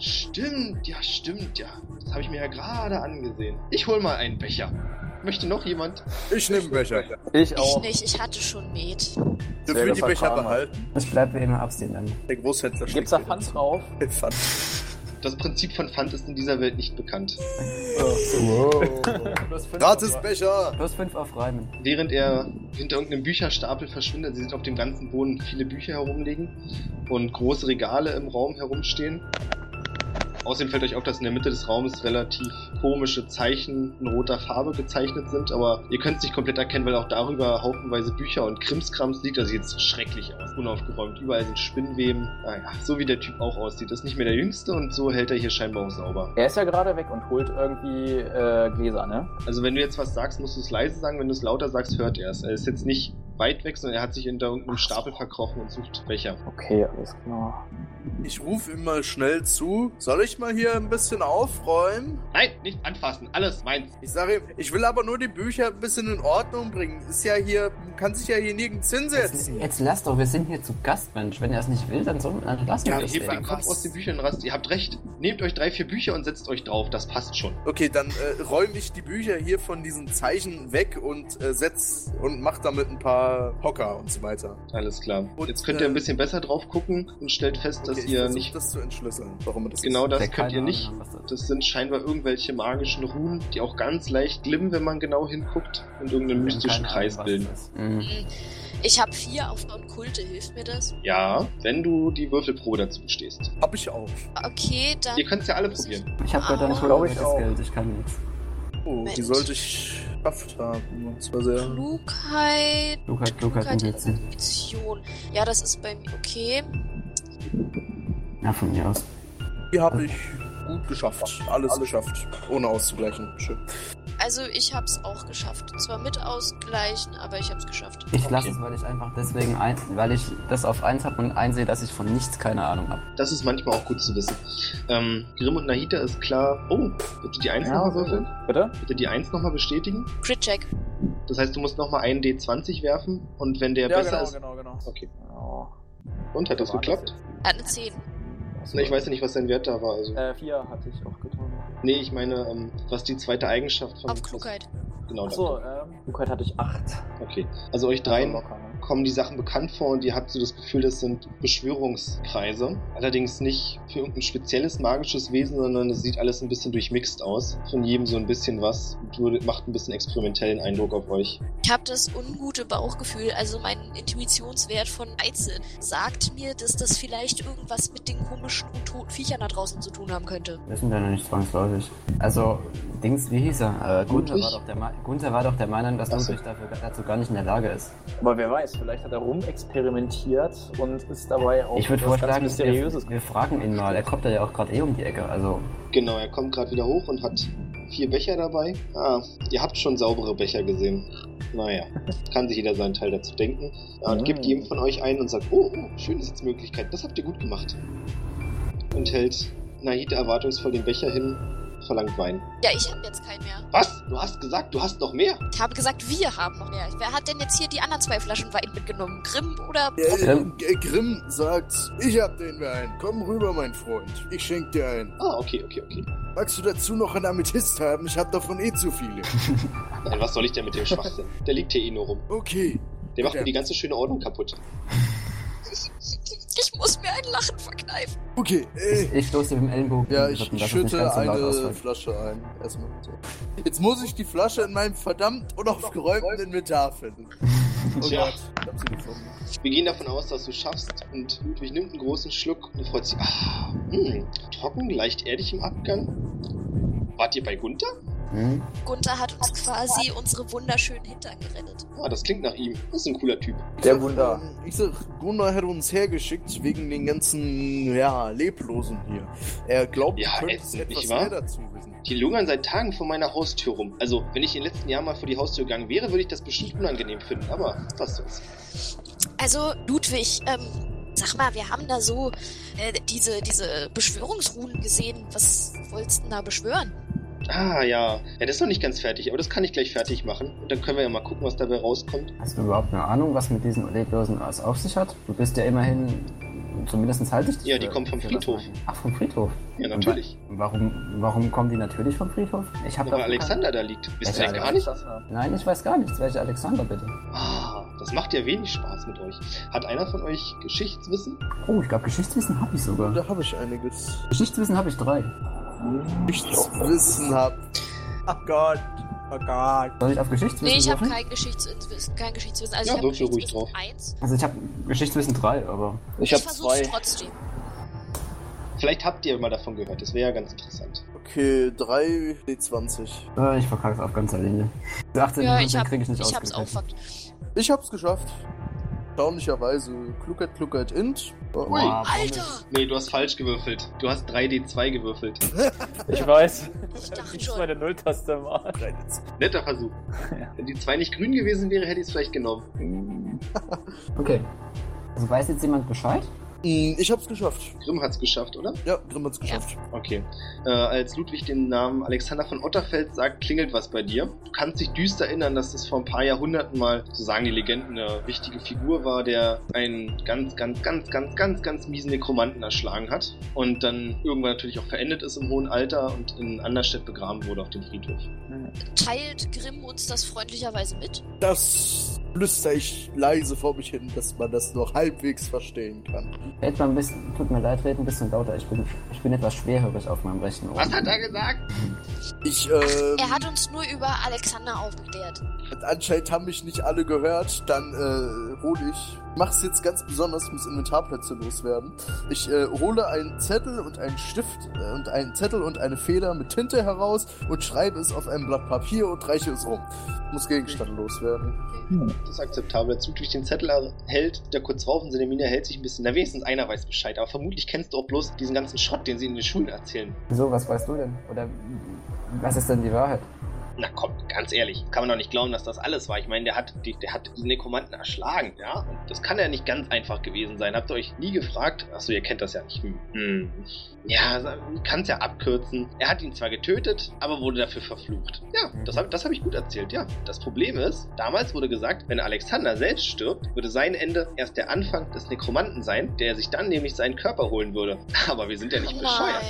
Stimmt, ja, stimmt, ja. Das habe ich mir ja gerade angesehen. Ich hol mal einen Becher. Möchte noch jemand? Ich nehme Becher. Ich Ich auch. nicht, ich hatte schon Met. Sehr für Sehr Will die gefallen, Becher Mann. behalten? Ich bleibe wie immer abstinent. Der Großhändler Gibt's schlägt da wieder Pfand zu. drauf? Pfand. Das Pfand. Das Prinzip von Pfand ist in dieser Welt nicht bekannt. Plus fünf Gratis auf- Becher! Plus fünf auf Reimen. Während er hinter irgendeinem Bücherstapel verschwindet, sie sieht auf dem ganzen Boden viele Bücher herumliegen und große Regale im Raum herumstehen. Außerdem fällt euch auf, dass in der Mitte des Raumes relativ komische Zeichen in roter Farbe gezeichnet sind, aber ihr könnt es nicht komplett erkennen, weil auch darüber haufenweise Bücher und Krimskrams liegt. Das sieht jetzt schrecklich aus, unaufgeräumt. Überall sind Spinnweben. Naja, so wie der Typ auch aussieht. Ist nicht mehr der Jüngste und so hält er hier scheinbar auch sauber. Er ist ja gerade weg und holt irgendwie äh, Gläser, ne? Also wenn du jetzt was sagst, musst du es leise sagen. Wenn du es lauter sagst, hört er es. Er ist jetzt nicht weit weg, sondern er hat sich hinter irgendeinem Stapel verkrochen und sucht Becher. Okay, alles klar. Ich rufe ihm mal schnell zu. Soll ich mal hier ein bisschen aufräumen? Nein, nicht anfassen. Alles meins. Ich sage ihm, ich will aber nur die Bücher ein bisschen in Ordnung bringen. Ist ja hier, man kann sich ja hier nirgends Jetzt, hinsetzen. jetzt lass doch, wir sind hier zu Gast, Mensch. Wenn er es nicht will, dann, soll, dann lassen wir Ja, es. Also hebt den eben. Kopf aus den Büchern rast. Ihr habt recht. Nehmt euch drei, vier Bücher und setzt euch drauf. Das passt schon. Okay, dann äh, räume ich die Bücher hier von diesen Zeichen weg und äh, setz und mach damit ein paar Hocker und so weiter. Alles klar. Und, jetzt könnt äh, ihr ein bisschen besser drauf gucken und stellt fest, Okay, dass ich ihr versuch nicht... das zu entschlüsseln, warum das Genau ist. das Der könnt keine ihr nicht. Ahnung hat, was das- Das sind scheinbar irgendwelche magischen Runen, die auch ganz leicht glimmen, wenn man genau hinguckt und irgendeinen mystischen keine Ahnung, Kreis was bilden. das ist. Mhm. Ich habe vier auf und Kulte, hilft mir das? Ja, wenn du die Würfelprobe dazu bestehst. Hab ich auch. Okay, dann. Ihr könnt es ja alle muss ich- probieren. Ich habe gerade Au. eine Glaub Schule ich das auch. Geld, ich kann nichts. Oh, die Mensch. sollte ich geschafft haben. Und zwar sehr. Klugheit. Klugheit, Klugheit, Klugheit, Umwitze. Intuition. Ja, das ist bei mir okay. Ja, von mir aus. Die habe ich gut geschafft. Alles, geschafft. Ohne auszugleichen. Schön. Also ich hab's auch geschafft. Zwar mit ausgleichen, aber ich hab's geschafft. Ich lasse es, weil ich einfach deswegen ein, weil ich das auf eins habe und einsehe, dass ich von nichts keine Ahnung habe. Das ist manchmal auch gut zu wissen. Ähm, Grimm und Nahita ist klar. Oh, bitte die 1 nochmal würfeln. Bitte? Bitte die 1 nochmal bestätigen. Crit Check. Das heißt, du musst nochmal einen D20 werfen und wenn der besser ist. genau, genau. Okay. Oh. Und hat das War geklappt? jetzt? Er hat eine 10. Na, ich weiß ja nicht, was dein Wert da war. Also. Äh, vier hatte ich auch getan. Nee, ich meine, ähm, was die zweite Eigenschaft von. Auf Klugheit. Genau, Achso, ähm, Lukas hatte ich acht. danke. Okay. Also euch dreien Also locker, ne? kommen die Sachen bekannt vor und ihr habt so das Gefühl, das sind Beschwörungskreise. Allerdings nicht für irgendein spezielles magisches Wesen, sondern es sieht alles ein bisschen durchmixed aus. Von jedem so ein bisschen was. Und würde- macht ein bisschen experimentellen Eindruck auf euch. Ich habe das ungute Bauchgefühl, also mein Intuitionswert von 13 sagt mir, dass das vielleicht irgendwas mit den komischen und toten Viechern da draußen zu tun haben könnte. Das sind ja noch nicht zwangsläufig. Also, Dings, wie hieß er? Äh, Gunther, Ludwig? war doch der Ma- Gunther war doch der Meinung, dass Ach so. Ludwig dafür, dazu gar nicht in der Lage ist. Aber wer weiß, vielleicht hat er rumexperimentiert und ist dabei Oh, auch Ich würde was ganz vorschlagen, Mysteriöses. wir, wir fragen ihn mal. Er kommt da ja auch gerade eh um die Ecke. Also, Genau, er kommt gerade wieder hoch und hat vier Becher dabei. Ah, ihr habt schon saubere Becher gesehen. Naja, kann sich jeder seinen Teil dazu denken. Ja, und Mm. gibt jedem von euch einen und sagt, oh, oh schöne Sitzmöglichkeit, das habt ihr gut gemacht. Und hält Nahid erwartungsvoll den Becher hin, verlangt Wein. Ja, ich habe jetzt keinen mehr. Was? Du hast gesagt, du hast noch mehr? Ich habe gesagt, wir haben noch mehr. Wer hat denn jetzt hier die anderen zwei Flaschen Wein mitgenommen? Grimm oder Äh, Grimm. äh, Grimm sagt, ich hab den Wein. Komm rüber, mein Freund. Ich schenk dir einen. Ah, okay, okay, okay. Magst du dazu noch einen Amethyst haben? Ich hab davon eh zu viele. Nein, was soll ich denn mit dem Schwachsinn? Der liegt hier eh nur rum. Okay. Der macht Ja. mir die ganze schöne Ordnung kaputt. Ich muss mir ein Lachen verkneifen. Okay. Äh, ich stoße mit dem Ellenbogen. ja, gegen ich den Rücken, dass es nicht schütte ganz so laut eine ausfällt. Flasche ein. Erstmal. so. Jetzt muss ich die Flasche in meinem verdammt unaufgeräumten Inventar finden. Oh Tja. Gott, ich hab sie gefunden. Wir gehen davon aus, dass du schaffst und Ludwig nimmt einen großen Schluck und freut sich. Ah, hm, trocken, leicht erdig im Abgang. Wart ihr bei Gunther? Hm? Gunther hat uns quasi unsere wunderschönen Hintern gerettet. Ah, das klingt nach ihm. Das ist ein cooler Typ. Der Wunder. Ähm, Ich sag, Gunnar hat uns hergeschickt wegen den ganzen, ja, Leblosen hier. Er glaubt, Ja, wir könnten ätzend, etwas nicht wahr? mehr dazu wissen. Die lungern seit Tagen vor meiner Haustür rum. Also, wenn ich in den letzten Jahren mal vor die Haustür gegangen wäre, würde ich das bestimmt unangenehm finden. Aber was soll's. Also, Ludwig, ähm, sag mal, wir haben da so äh, diese, diese Beschwörungsruhen gesehen. Was wolltest du denn da beschwören? Ah, ja. Ja, das ist noch nicht ganz fertig, aber das kann ich gleich fertig machen. Und dann können wir ja mal gucken, was dabei rauskommt. Hast du überhaupt eine Ahnung, was mit diesen Leblosen alles auf sich hat? Du bist ja immerhin, zumindest halte ich dich Ja, die für- kommen vom für was Friedhof. Nein. Ach, vom Friedhof. Ja, natürlich. Und wa- Warum, warum kommen die natürlich vom Friedhof? Ich habe Wo Alexander da liegt. Wisst ihr Ja, das ja, gar nicht? Nein, ich weiß gar nichts. Welcher Alexander bitte? Ah, das macht ja wenig Spaß mit euch. Hat einer von euch Geschichtswissen? Oh, ich glaube, Geschichtswissen habe ich sogar. Da habe ich einiges. Geschichtswissen habe ich drei. Nichts wissen hab. Ach Gott. Oh Gott. Soll ich auf Geschichtswissen Nee, ich habe würfeln? kein Geschichtswissen. Kein Geschichtswissen. Also Ja, ich habe würfel ruhig Geschichtswissen drauf. 1. Also ich habe Geschichtswissen drei, aber... Ich Ich, hab ich versuche es zwei. trotzdem. Vielleicht habt ihr mal davon gehört, das wäre ja ganz interessant. Okay, 3 D20. Äh, ich verkacke es auf ganzer Linie. Die 18 Ja, ja, ich, hab, kriege ich nicht ich hab's auch ausgeglichen. fuckt. Ich hab's geschafft. Erstaunlicherweise. Klugheit, Klugheit, Int. Oh, Ui. Wow. Alter! Nee, du hast falsch gewürfelt. Du hast 3D2 gewürfelt. Ich weiß, Ich wie dachte ich schon. meine Nulltaste war. Netter Versuch. Wenn die 2 nicht grün gewesen wäre, hätte ich es vielleicht genommen. Okay. Also weiß jetzt jemand Bescheid? Hm, Ich hab's geschafft. Grimm hat's geschafft, oder? Ja, Grimm hat's geschafft. Okay. Äh, als Ludwig den Namen Alexander von Otterfeld sagt, klingelt was bei dir. Du kannst dich düster erinnern, dass das vor ein paar Jahrhunderten mal, so sagen die Legenden, eine wichtige Figur war, der einen ganz, ganz, ganz, ganz, ganz, ganz miesen Nekromanten erschlagen hat und dann irgendwann natürlich auch verendet ist im hohen Alter und in Anderstedt begraben wurde auf dem Friedhof. Teilt Grimm uns das freundlicherweise mit? Ähm. Das flüster ich leise vor mich hin, dass man das noch halbwegs verstehen kann. Red mal ein bisschen, tut mir leid, red ein bisschen lauter. Ich bin, ich bin etwas schwerhörig auf meinem rechten Ohr. Was hat er gesagt? Ich, ähm, Er hat uns nur über Alexander aufgeklärt. anscheinend haben mich nicht alle gehört, dann äh, hole ich, mach's jetzt ganz besonders, ich muss Inventarplätze loswerden. Ich äh, hole einen Zettel und einen Stift äh, und einen Zettel und eine Feder mit Tinte heraus und schreibe es auf ein Blatt Papier und reiche es rum. Muss Gegenstand loswerden. Das ist akzeptabel. Als Ludwig den Zettel hält, der kurz rauf und seine Miene hält sich ein bisschen. Na, wenigstens einer weiß Bescheid, aber vermutlich kennst du auch bloß diesen ganzen Schrott, den sie in den Schulen erzählen. Wieso, was weißt du denn? Oder was ist denn die Wahrheit? Na komm, ganz ehrlich, kann man doch nicht glauben, dass das alles war. Ich meine, der hat, die, der hat diesen Nekromanten erschlagen, ja? Und das kann ja nicht ganz einfach gewesen sein. Habt ihr euch nie gefragt? Achso, ihr kennt das ja nicht. Hm. Hm. Ja, kann es ja abkürzen. Er hat ihn zwar getötet, aber wurde dafür verflucht. Ja, das habe das hab ich gut erzählt, ja. Das Problem ist, damals wurde gesagt, wenn Alexander selbst stirbt, würde sein Ende erst der Anfang des Nekromanten sein, der sich dann nämlich seinen Körper holen würde. Aber wir sind ja Oh nicht bescheuert.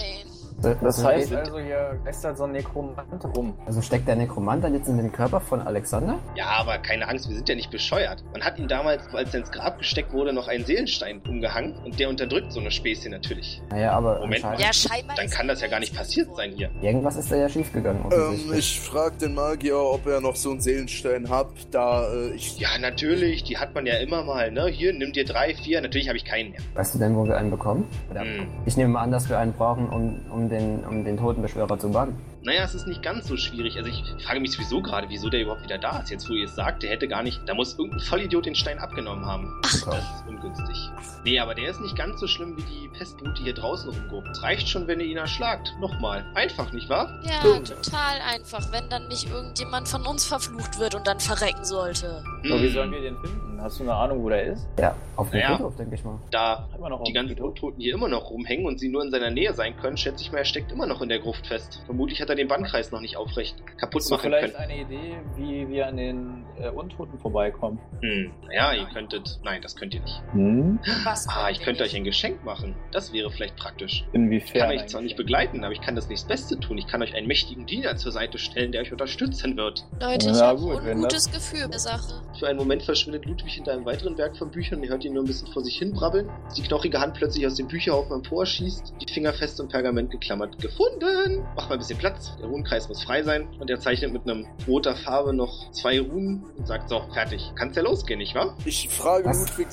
Das heißt also, hier lästert so ein Nekromant rum. Hm. Also steckt der Nekromant dann jetzt in den Körper von Alexander? Ja, aber keine Angst, wir sind ja nicht bescheuert. Man hat ihm damals, als er ins Grab gesteckt wurde, noch einen Seelenstein umgehangen und der unterdrückt so eine Späßchen natürlich. Naja, aber Moment mal, anscheinend- Ja, scheinbar. dann ist- kann das ja gar nicht passiert sein hier. irgendwas ist da ja schiefgegangen. Ähm, offensichtlich. ich frage den Magier, ob er noch so einen Seelenstein hat, da äh, ich. Ja, natürlich, die hat man ja immer mal, ne? Hier, nimm dir drei, vier, natürlich habe ich keinen mehr. Weißt du denn, wo wir einen bekommen? Oder Hm. Ich nehme mal an, dass wir einen brauchen, um, um, den, um den Totenbeschwörer zu bannen. Naja, es ist nicht ganz so schwierig. Also ich frage mich sowieso gerade, wieso der überhaupt wieder da ist. Jetzt, wo ihr es sagt, der hätte gar nicht... Da muss irgendein Vollidiot den Stein abgenommen haben. Ach. Oh. Das ist ungünstig. Nee, aber der ist nicht ganz so schlimm wie die Pestbrute hier draußen rumguckt. Es reicht schon, wenn ihr ihn erschlagt. Nochmal. Einfach, nicht wahr? Ja, total einfach, wenn dann nicht irgendjemand von uns verflucht wird und dann verrecken sollte. Aber wie Hm. sollen wir den finden? Hast du eine Ahnung, wo der ist? Ja, auf den Ja. Friedhof, denke ich mal. Da Immer noch auf die dem ganzen Friedhof. Untoten hier immer noch rumhängen und sie nur in seiner Nähe sein können, schätze ich mal, er steckt immer noch in der Gruft fest. Vermutlich hat er den Bandkreis noch nicht aufrecht kaputt Hast du machen vielleicht können. eine Idee, wie wir an den äh, Untoten vorbeikommen? Hm. Ja, ihr könntet... Nein, das könnt ihr nicht. Hm? Was Ah, wollen ich wir könnte euch nicht? ein Geschenk machen. Das wäre vielleicht praktisch. Ich Inwiefern? kann euch zwar nicht begleiten, aber ich kann das nächste Beste tun. Ich kann euch einen mächtigen Diener zur Seite stellen, der euch unterstützen wird. Leute, ich Ja, habe gut, ein wenn gutes Gefühl bei der Sache. Für einen Moment verschwindet Ludwig hinter einem weiteren Berg von Büchern. Ihr hört ihn nur ein bisschen vor sich hin brabbeln. Die knochige Hand plötzlich aus dem Bücherhaufen emporschießt, die Finger fest im Pergament geklammert. Gefunden! Mach mal ein bisschen Platz. Der Runenkreis muss frei sein. Und er zeichnet mit einem roter Farbe noch zwei Runen und sagt so, fertig. Kann's ja losgehen, nicht wahr? Ich frage Was? Ludwig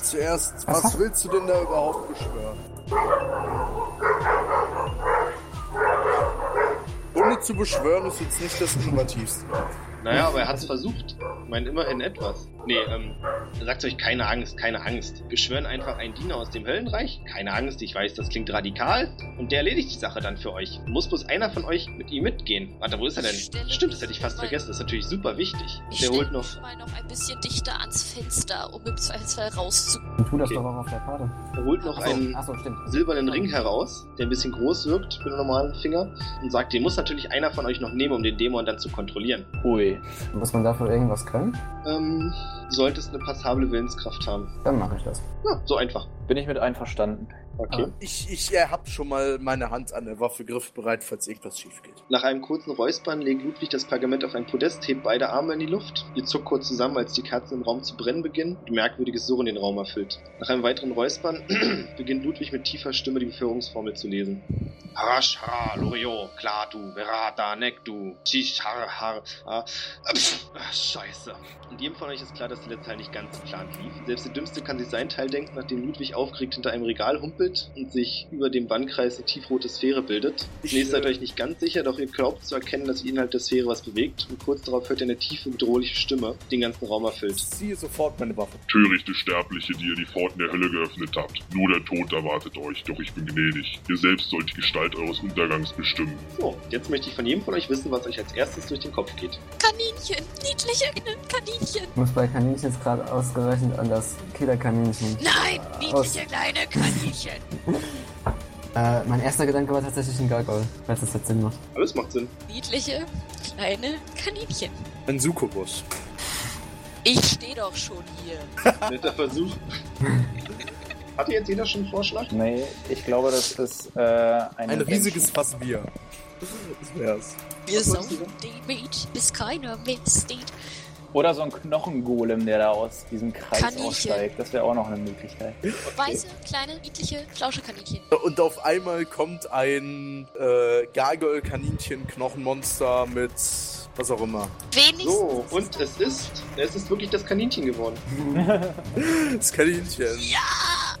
Was zuerst, was, hast- willst du denn da überhaupt beschwören? Ohne zu beschwören ist jetzt nicht das Innovativste. Naja, aber er hat's versucht. Ich meine, immerhin etwas. Nee, ähm, sagt euch keine Angst, keine Angst. Wir schwören einfach einen Diener aus dem Höllenreich. Keine Angst, ich weiß, das klingt radikal. Und der erledigt die Sache dann für euch. Muss bloß einer von euch mit ihm mitgehen. Warte, wo ist er denn? Ich stelle Stimmt, das hätte ich mich fast mal- vergessen. Das ist natürlich super wichtig. Ich Der holt stelle noch. mich mal noch ein bisschen dichter ans Fenster, um im Zweifelsfall rauszukommen. Dann tu das Okay. doch auch auf der Karte. Er holt noch Achso, einen achso, stimmt. silbernen Ring heraus, der ein bisschen groß wirkt für den normalen Finger. Und sagt, den muss natürlich einer von euch noch nehmen, um den Dämon dann zu kontrollieren. Ui. Muss man dafür irgendwas können? Ähm, du solltest eine passable Willenskraft haben. Dann mache ich das. Ja, so einfach. Bin ich mit einverstanden. Okay. Ich, ich äh, hab schon mal meine Hand an der Waffe griffbereit, falls irgendwas schief geht. Nach einem kurzen Räuspern legt Ludwig das Pergament auf ein Podest, hebt beide Arme in die Luft. Ihr zuckt kurz zusammen, als die Kerzen im Raum zu brennen beginnen und ein merkwürdiges Surren den Raum erfüllt. Nach einem weiteren Räuspern beginnt Ludwig mit tiefer Stimme die Beführungsformel zu lesen. Harash ha, Lorio, Klatu, Verata, Nektu, Chish har har, ah, pf, ah, Scheiße. Und jedem von euch ist klar, dass der letzte Teil nicht ganz geplant lief. Selbst der Dümmste kann sich seinen Teil denken, nachdem Ludwig aufgeregt hinter einem Regal humpelt und sich über dem Bandkreis eine tiefrote Sphäre bildet. Ich, Zunächst seid äh, ihr euch nicht ganz sicher, doch ihr glaubt zu erkennen, dass innerhalb der Sphäre was bewegt und kurz darauf hört ihr eine tiefe, bedrohliche Stimme, die den ganzen Raum erfüllt. Ich ziehe sofort meine Waffe. Törichte Sterbliche, die ihr die Pforten der Hölle geöffnet habt. Nur der Tod erwartet euch, doch ich bin gnädig. Ihr selbst sollt die Gestalt eures Untergangs bestimmen. So, jetzt möchte ich von jedem von euch wissen, was euch als erstes durch den Kopf geht. Kaninchen, niedliche kleine Kaninchen. Ich muss bei Kaninchen jetzt gerade ausgerechnet an das Killerkaninchen. Nein, Ah, Äh, niedliche kleine Kaninchen. Äh, mein erster Gedanke war tatsächlich ein Gargoyle, falls das jetzt Sinn macht. Alles macht Sinn. Niedliche kleine Kaninchen. Ein Sukubus. Ich stehe doch schon hier. Netter Versuch. Hatte jetzt jeder schon einen Vorschlag? Nee, ich glaube, das ist äh, eine Ein riesiges Menschen- Fass Bier. Das wär's. Wir Was wolltest saufen den Meat, bis keiner mehr steht. Oder so ein Knochengolem, der da aus diesem Kreis Kaninchen. aussteigt. Das wäre auch noch eine Möglichkeit. Weiße, kleine, niedliche Flauschekaninchen. Und auf einmal kommt ein äh, Gargoyle-Kaninchen-Knochenmonster mit was auch immer. Wenigstens. So, und es ist, es ist wirklich das Kaninchen geworden. Das Kaninchen. Ja!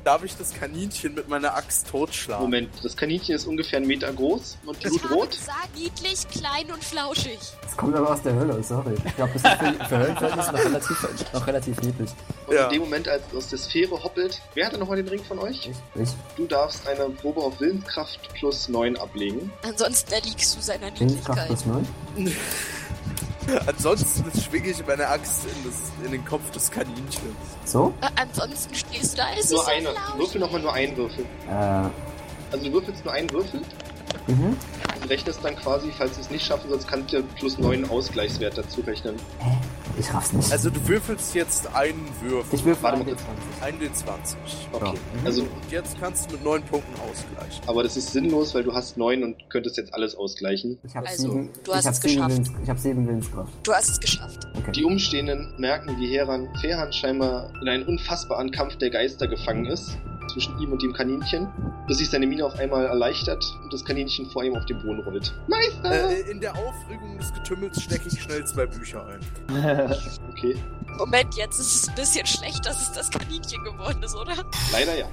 Darf ich das Kaninchen mit meiner Axt totschlagen? Moment, das Kaninchen ist ungefähr einen Meter groß und ich habe blutrot. gesagt, niedlich, klein und flauschig. Das kommt aber aus der Hölle, sorry. Ich glaube, das ist für, für Höllenverhältnisse noch relativ, noch relativ niedlich. Und Ja. in dem Moment, als es aus der Sphäre hoppelt, wer hatte nochmal den Ring von euch? Ich, ich Du darfst eine Probe auf Willenskraft plus 9 ablegen. Hm, Ansonsten erliegst du seiner bin kraft Niedlichkeit. plus 9. Ansonsten schwinge ich meine Axt in, das, in den Kopf des Kaninchens. So? Äh, ansonsten stehst du da. Es ist Nur so einer. laut. Würfel nochmal nur einen Würfel. Äh, Also du würfelst nur einen Würfel mhm. und rechnest dann quasi, falls du es nicht schaffen sollst, kannst du dir plus 9 Ausgleichswert dazu rechnen. Ich raff's nicht. Also du würfelst jetzt einen Würfel. ich würfel warte einen mal D20. Einen den 20. Okay. Ja. Also, Und jetzt kannst du mit neun Punkten ausgleichen. aber das ist sinnlos, weil du hast 9 und könntest jetzt alles ausgleichen. Ich hab Also, sieben, du hast ich hab es sieben geschafft. Willens, ich hab sieben Willenskraft. Du hast es geschafft. Die Umstehenden merken, wie Heran Fehan scheinbar in einen unfassbaren Kampf der Geister gefangen ist, zwischen ihm und dem Kaninchen, bis sich seine Miene auf einmal erleichtert und das Kaninchen vor ihm auf den Boden rollt. Meister! Äh, in der Aufregung des Getümmels stecke ich schnell zwei Bücher ein. Okay, Moment, jetzt ist es ein bisschen schlecht, dass es das Kaninchen geworden ist, oder? leider ja.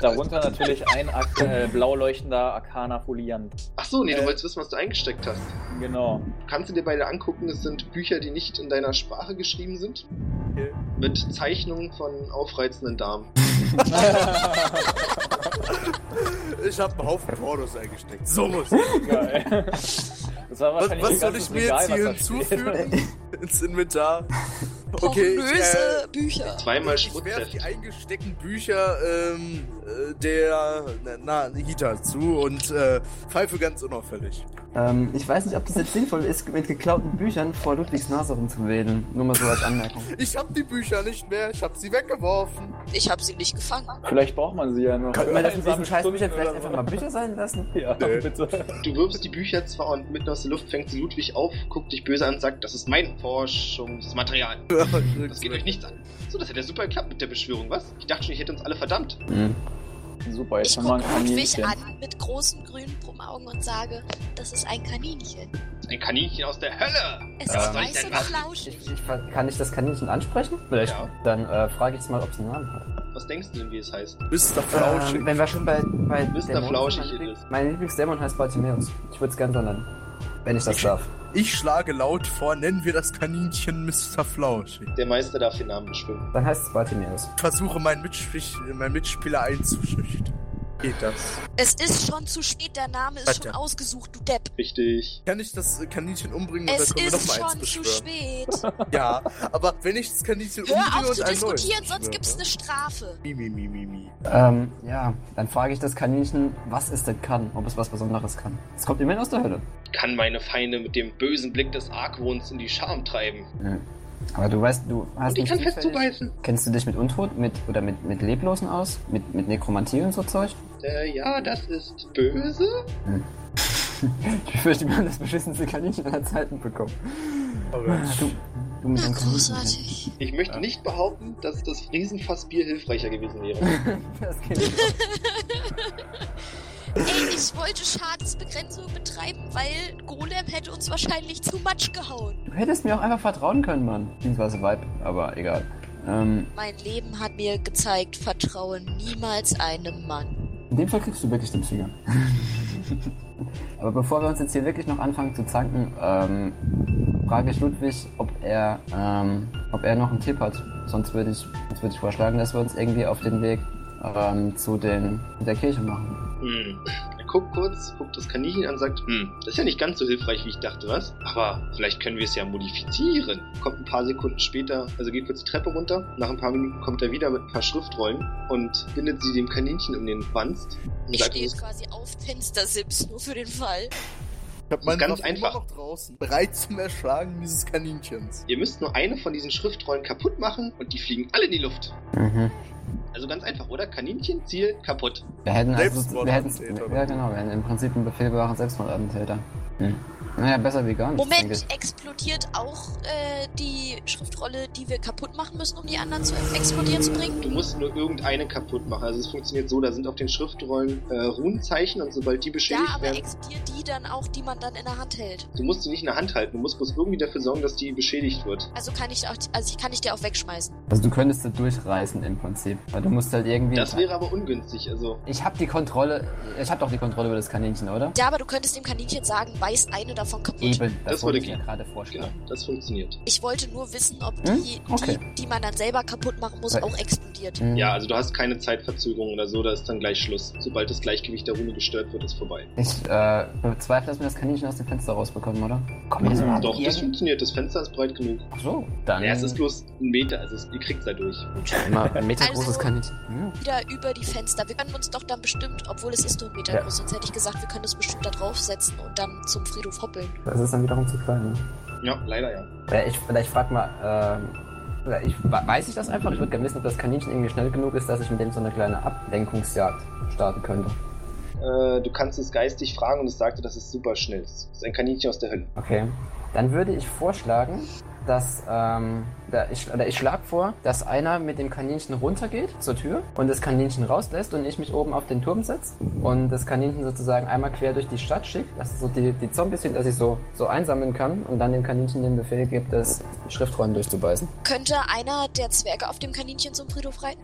Darunter natürlich ein ak- äh, blau leuchtender Arcana Foliant. Ach so, nee, du Äh. wolltest wissen, was du eingesteckt hast. Genau. Kannst du dir beide angucken, es sind Bücher, die nicht in deiner Sprache geschrieben sind. Okay. Mit Zeichnungen von aufreizenden Damen. Ich habe einen Haufen Pornos eingesteckt. So muss ich. Geil. Das war Was, wahrscheinlich was ein soll ganzes ich mir jetzt Regal, hier was da steht. hinzufügen? Ins Inventar. Okay, ich, Pornöse äh, Bücher. Zweimal ich werfe die Schmutzheft. eingesteckten Bücher ähm, äh, der na, na, Hita zu und äh, pfeife ganz unauffällig. Ähm, ich weiß nicht, ob das jetzt sinnvoll ist, mit geklauten Büchern vor Ludwigs Nase rumzuwedeln. Nur mal so als Anmerkung. Ich habe die Bücher nicht mehr, ich habe sie weggeworfen. Ich habe sie nicht gefangen. Vielleicht braucht man sie ja noch. Könnte man das mit diesen Einsame Scheißbüchern Stunden vielleicht oder so. einfach mal Bücher sein lassen? Ja, Nö. bitte. Du wirfst die Bücher zwar und mitten aus der Luft fängt sie Ludwig auf, guckt dich böse an und sagt, das ist mein Forschungsmaterial. Das geht euch nichts an. So, das hätte ja super geklappt mit der Beschwörung, was? Ich dachte schon, ich hätte uns alle verdammt. Super, jetzt Ich haben wir ein gucke Ludwig Kaninchen. an mit großen grünen Augen und sage, das ist ein Kaninchen. Ein Kaninchen aus der Hölle! Es ist Ja, was soll ich weiß denn und machen? flauschig. Ich, ich, kann ich das Kaninchen ansprechen? Vielleicht. Ja. Äh, Dann äh, frage ich es mal, ob es einen Namen hat. Was denkst du denn, wie es heißt? Mr. Flauschig. Ähm, wenn wir schon bei, Mr. bei Dämonen sind, Flauschig mein, Lieblings- ist es. mein Lieblingsdämon heißt Bartimeus. Ich würde es gerne so nennen. Wenn ich das darf. Ich schlage laut vor, nennen wir das Kaninchen Mr. Flauschig. Der Meister darf den Namen beschwören. Dann heißt es Bartimeus. Ich versuche, meinen, Mitspisch, meinen Mitspieler einzuschüchtern. Geht das? Es ist schon zu spät, der Name ist schon Warte. ausgesucht, du Depp. Richtig. Kann ich das Kaninchen umbringen und Es dann können wir ist nochmal eins schon zu beschwören? spät. Ja, aber wenn ich das Kaninchen Hör umbringe auf und zu ein neues ne? diskutieren, sonst gibt's ne- beschwöre. eine Strafe. Mi, mi, mi, mi, mi. Ähm, ja, dann frage ich das Kaninchen, was es denn kann, ob es was Besonderes kann. Es kommt immerhin aus der Hölle. Kann meine Feinde mit dem bösen Blick des Argwohns in die Scham treiben. Aber du weißt, du hast Und ich kann nicht fest zufällig- zubeißen. Kennst du dich mit Untot mit, oder mit, mit Leblosen aus? Mit, mit Nekromantie und so Zeug? Äh, ja, das ist böse. Ich befürchte, wir haben das beschissenste Kaninchen aller Zeiten bekommen. Ah, Du, du mit Na, deinem Kaninchen. großartig. Ich möchte nicht behaupten, dass das Riesenfass Bier hilfreicher gewesen wäre. Das geht nicht. Ey, ich wollte Schadensbegrenzung betreiben, weil Golem hätte uns wahrscheinlich zu Matsch gehauen. Du hättest mir auch einfach vertrauen können, Mann. Beziehungsweise Weib, aber egal. Ähm, Mein Leben hat mir gezeigt, vertraue niemals einem Mann. in dem Fall kriegst du wirklich den Finger. aber bevor wir uns jetzt hier wirklich noch anfangen zu zanken, ähm, frage ich Ludwig, ob er, ähm, ob er noch einen Tipp hat. Sonst würde ich, sonst würde ich vorschlagen, dass wir uns irgendwie auf den Weg ähm, zu den, zu der Kirche machen. Hm. Er guckt kurz, guckt das Kaninchen an und sagt, hm, das ist ja nicht ganz so hilfreich, wie ich dachte, was? Aber vielleicht können wir es ja modifizieren. Kommt ein paar Sekunden später, also geht kurz die Treppe runter. Nach ein paar Minuten kommt er wieder mit ein paar Schriftrollen und bindet sie dem Kaninchen um den Wanst. Und Ich sagt, stehe quasi auf Fenstersims, nur für den Fall. Ich hab meine Ganz Waffe einfach. immer noch draußen. Bereit zum Erschlagen dieses Kaninchens. ihr müsst nur eine von diesen Schriftrollen kaputt machen und die fliegen alle in die Luft. Mhm. Also ganz einfach, oder? Kaninchen, Ziel, kaputt. Wir hätten also, wir hätten, Selbstmordattentäter. ja genau, wir hätten im Prinzip einen befehlbaren Selbstmordattentäter. Hm. Naja, besser wie gar nichts. denke ich. Moment, explodiert auch äh, die Schriftrolle, die wir kaputt machen müssen, um die anderen zu explodieren zu bringen? Du musst nur irgendeine kaputt machen. Also es funktioniert so, da sind auf den Schriftrollen äh, Runenzeichen und sobald die Ja, beschädigt aber werden, explodiert die dann auch, die man dann in der Hand hält? du musst die nicht in der Hand halten. Du musst bloß irgendwie dafür sorgen, dass die beschädigt wird. Also kann ich auch, also ich kann ich dir auch wegschmeißen. Also du könntest sie durchreißen im Prinzip. Weil du musst halt irgendwie. Das wäre aber ungünstig. Also ich habe die Kontrolle. Ich habe doch die Kontrolle über das Kaninchen, oder? Ja, aber du könntest dem Kaninchen sagen, weiß eine davon davon kaputt. Eben, das, Das würde wollte ich mir gehen. gerade Genau, vorstellen. das funktioniert. Ich wollte nur wissen, ob Hm? die, Okay. die, die man dann selber kaputt machen muss, Weil- auch explodiert. Mhm. Ja, also du hast keine Zeitverzögerung oder so, da ist dann gleich Schluss. Sobald das Gleichgewicht der Rune gestört wird, ist vorbei. Ich äh, bezweifle, dass wir das Kaninchen aus dem Fenster rausbekommen, oder? Komm, jetzt mal. Doch, das funktioniert, das Fenster ist breit genug. Ach so, dann. Ja, es ist bloß ein Meter, also es, ihr kriegt da durch. Immer ein Meter Also- großes Kaninchen. Hm. Wieder über die Fenster. Wir können uns doch dann bestimmt, obwohl es ist nur ein Meter Ja. groß, sonst hätte ich gesagt, wir können es bestimmt da draufsetzen und dann zum Friedhof hoppeln. Das ist dann wiederum zu klein. Ne? Ja, leider ja. Ja, ich, vielleicht frag mal, ähm, oder ich, we- weiß ich das einfach? Ich würde gerne wissen, ob das Kaninchen irgendwie schnell genug ist, dass ich mit dem so eine kleine Ablenkungsjagd starten könnte. Äh, du kannst es geistig fragen und es sagte, dass es super schnell ist. Es ist ein Kaninchen aus der Hölle. Okay. Dann würde ich vorschlagen, dass, ähm, da ich, oder ich schlage vor, dass einer mit dem Kaninchen runtergeht zur Tür und das Kaninchen rauslässt und ich mich oben auf den Turm setze und das Kaninchen sozusagen einmal quer durch die Stadt schickt, dass so die, die Zombies sind, dass ich so, so einsammeln kann und dann dem Kaninchen den Befehl gebe, das Schriftrollen durchzubeißen. Könnte einer der Zwerge auf dem Kaninchen zum Friedhof reiten?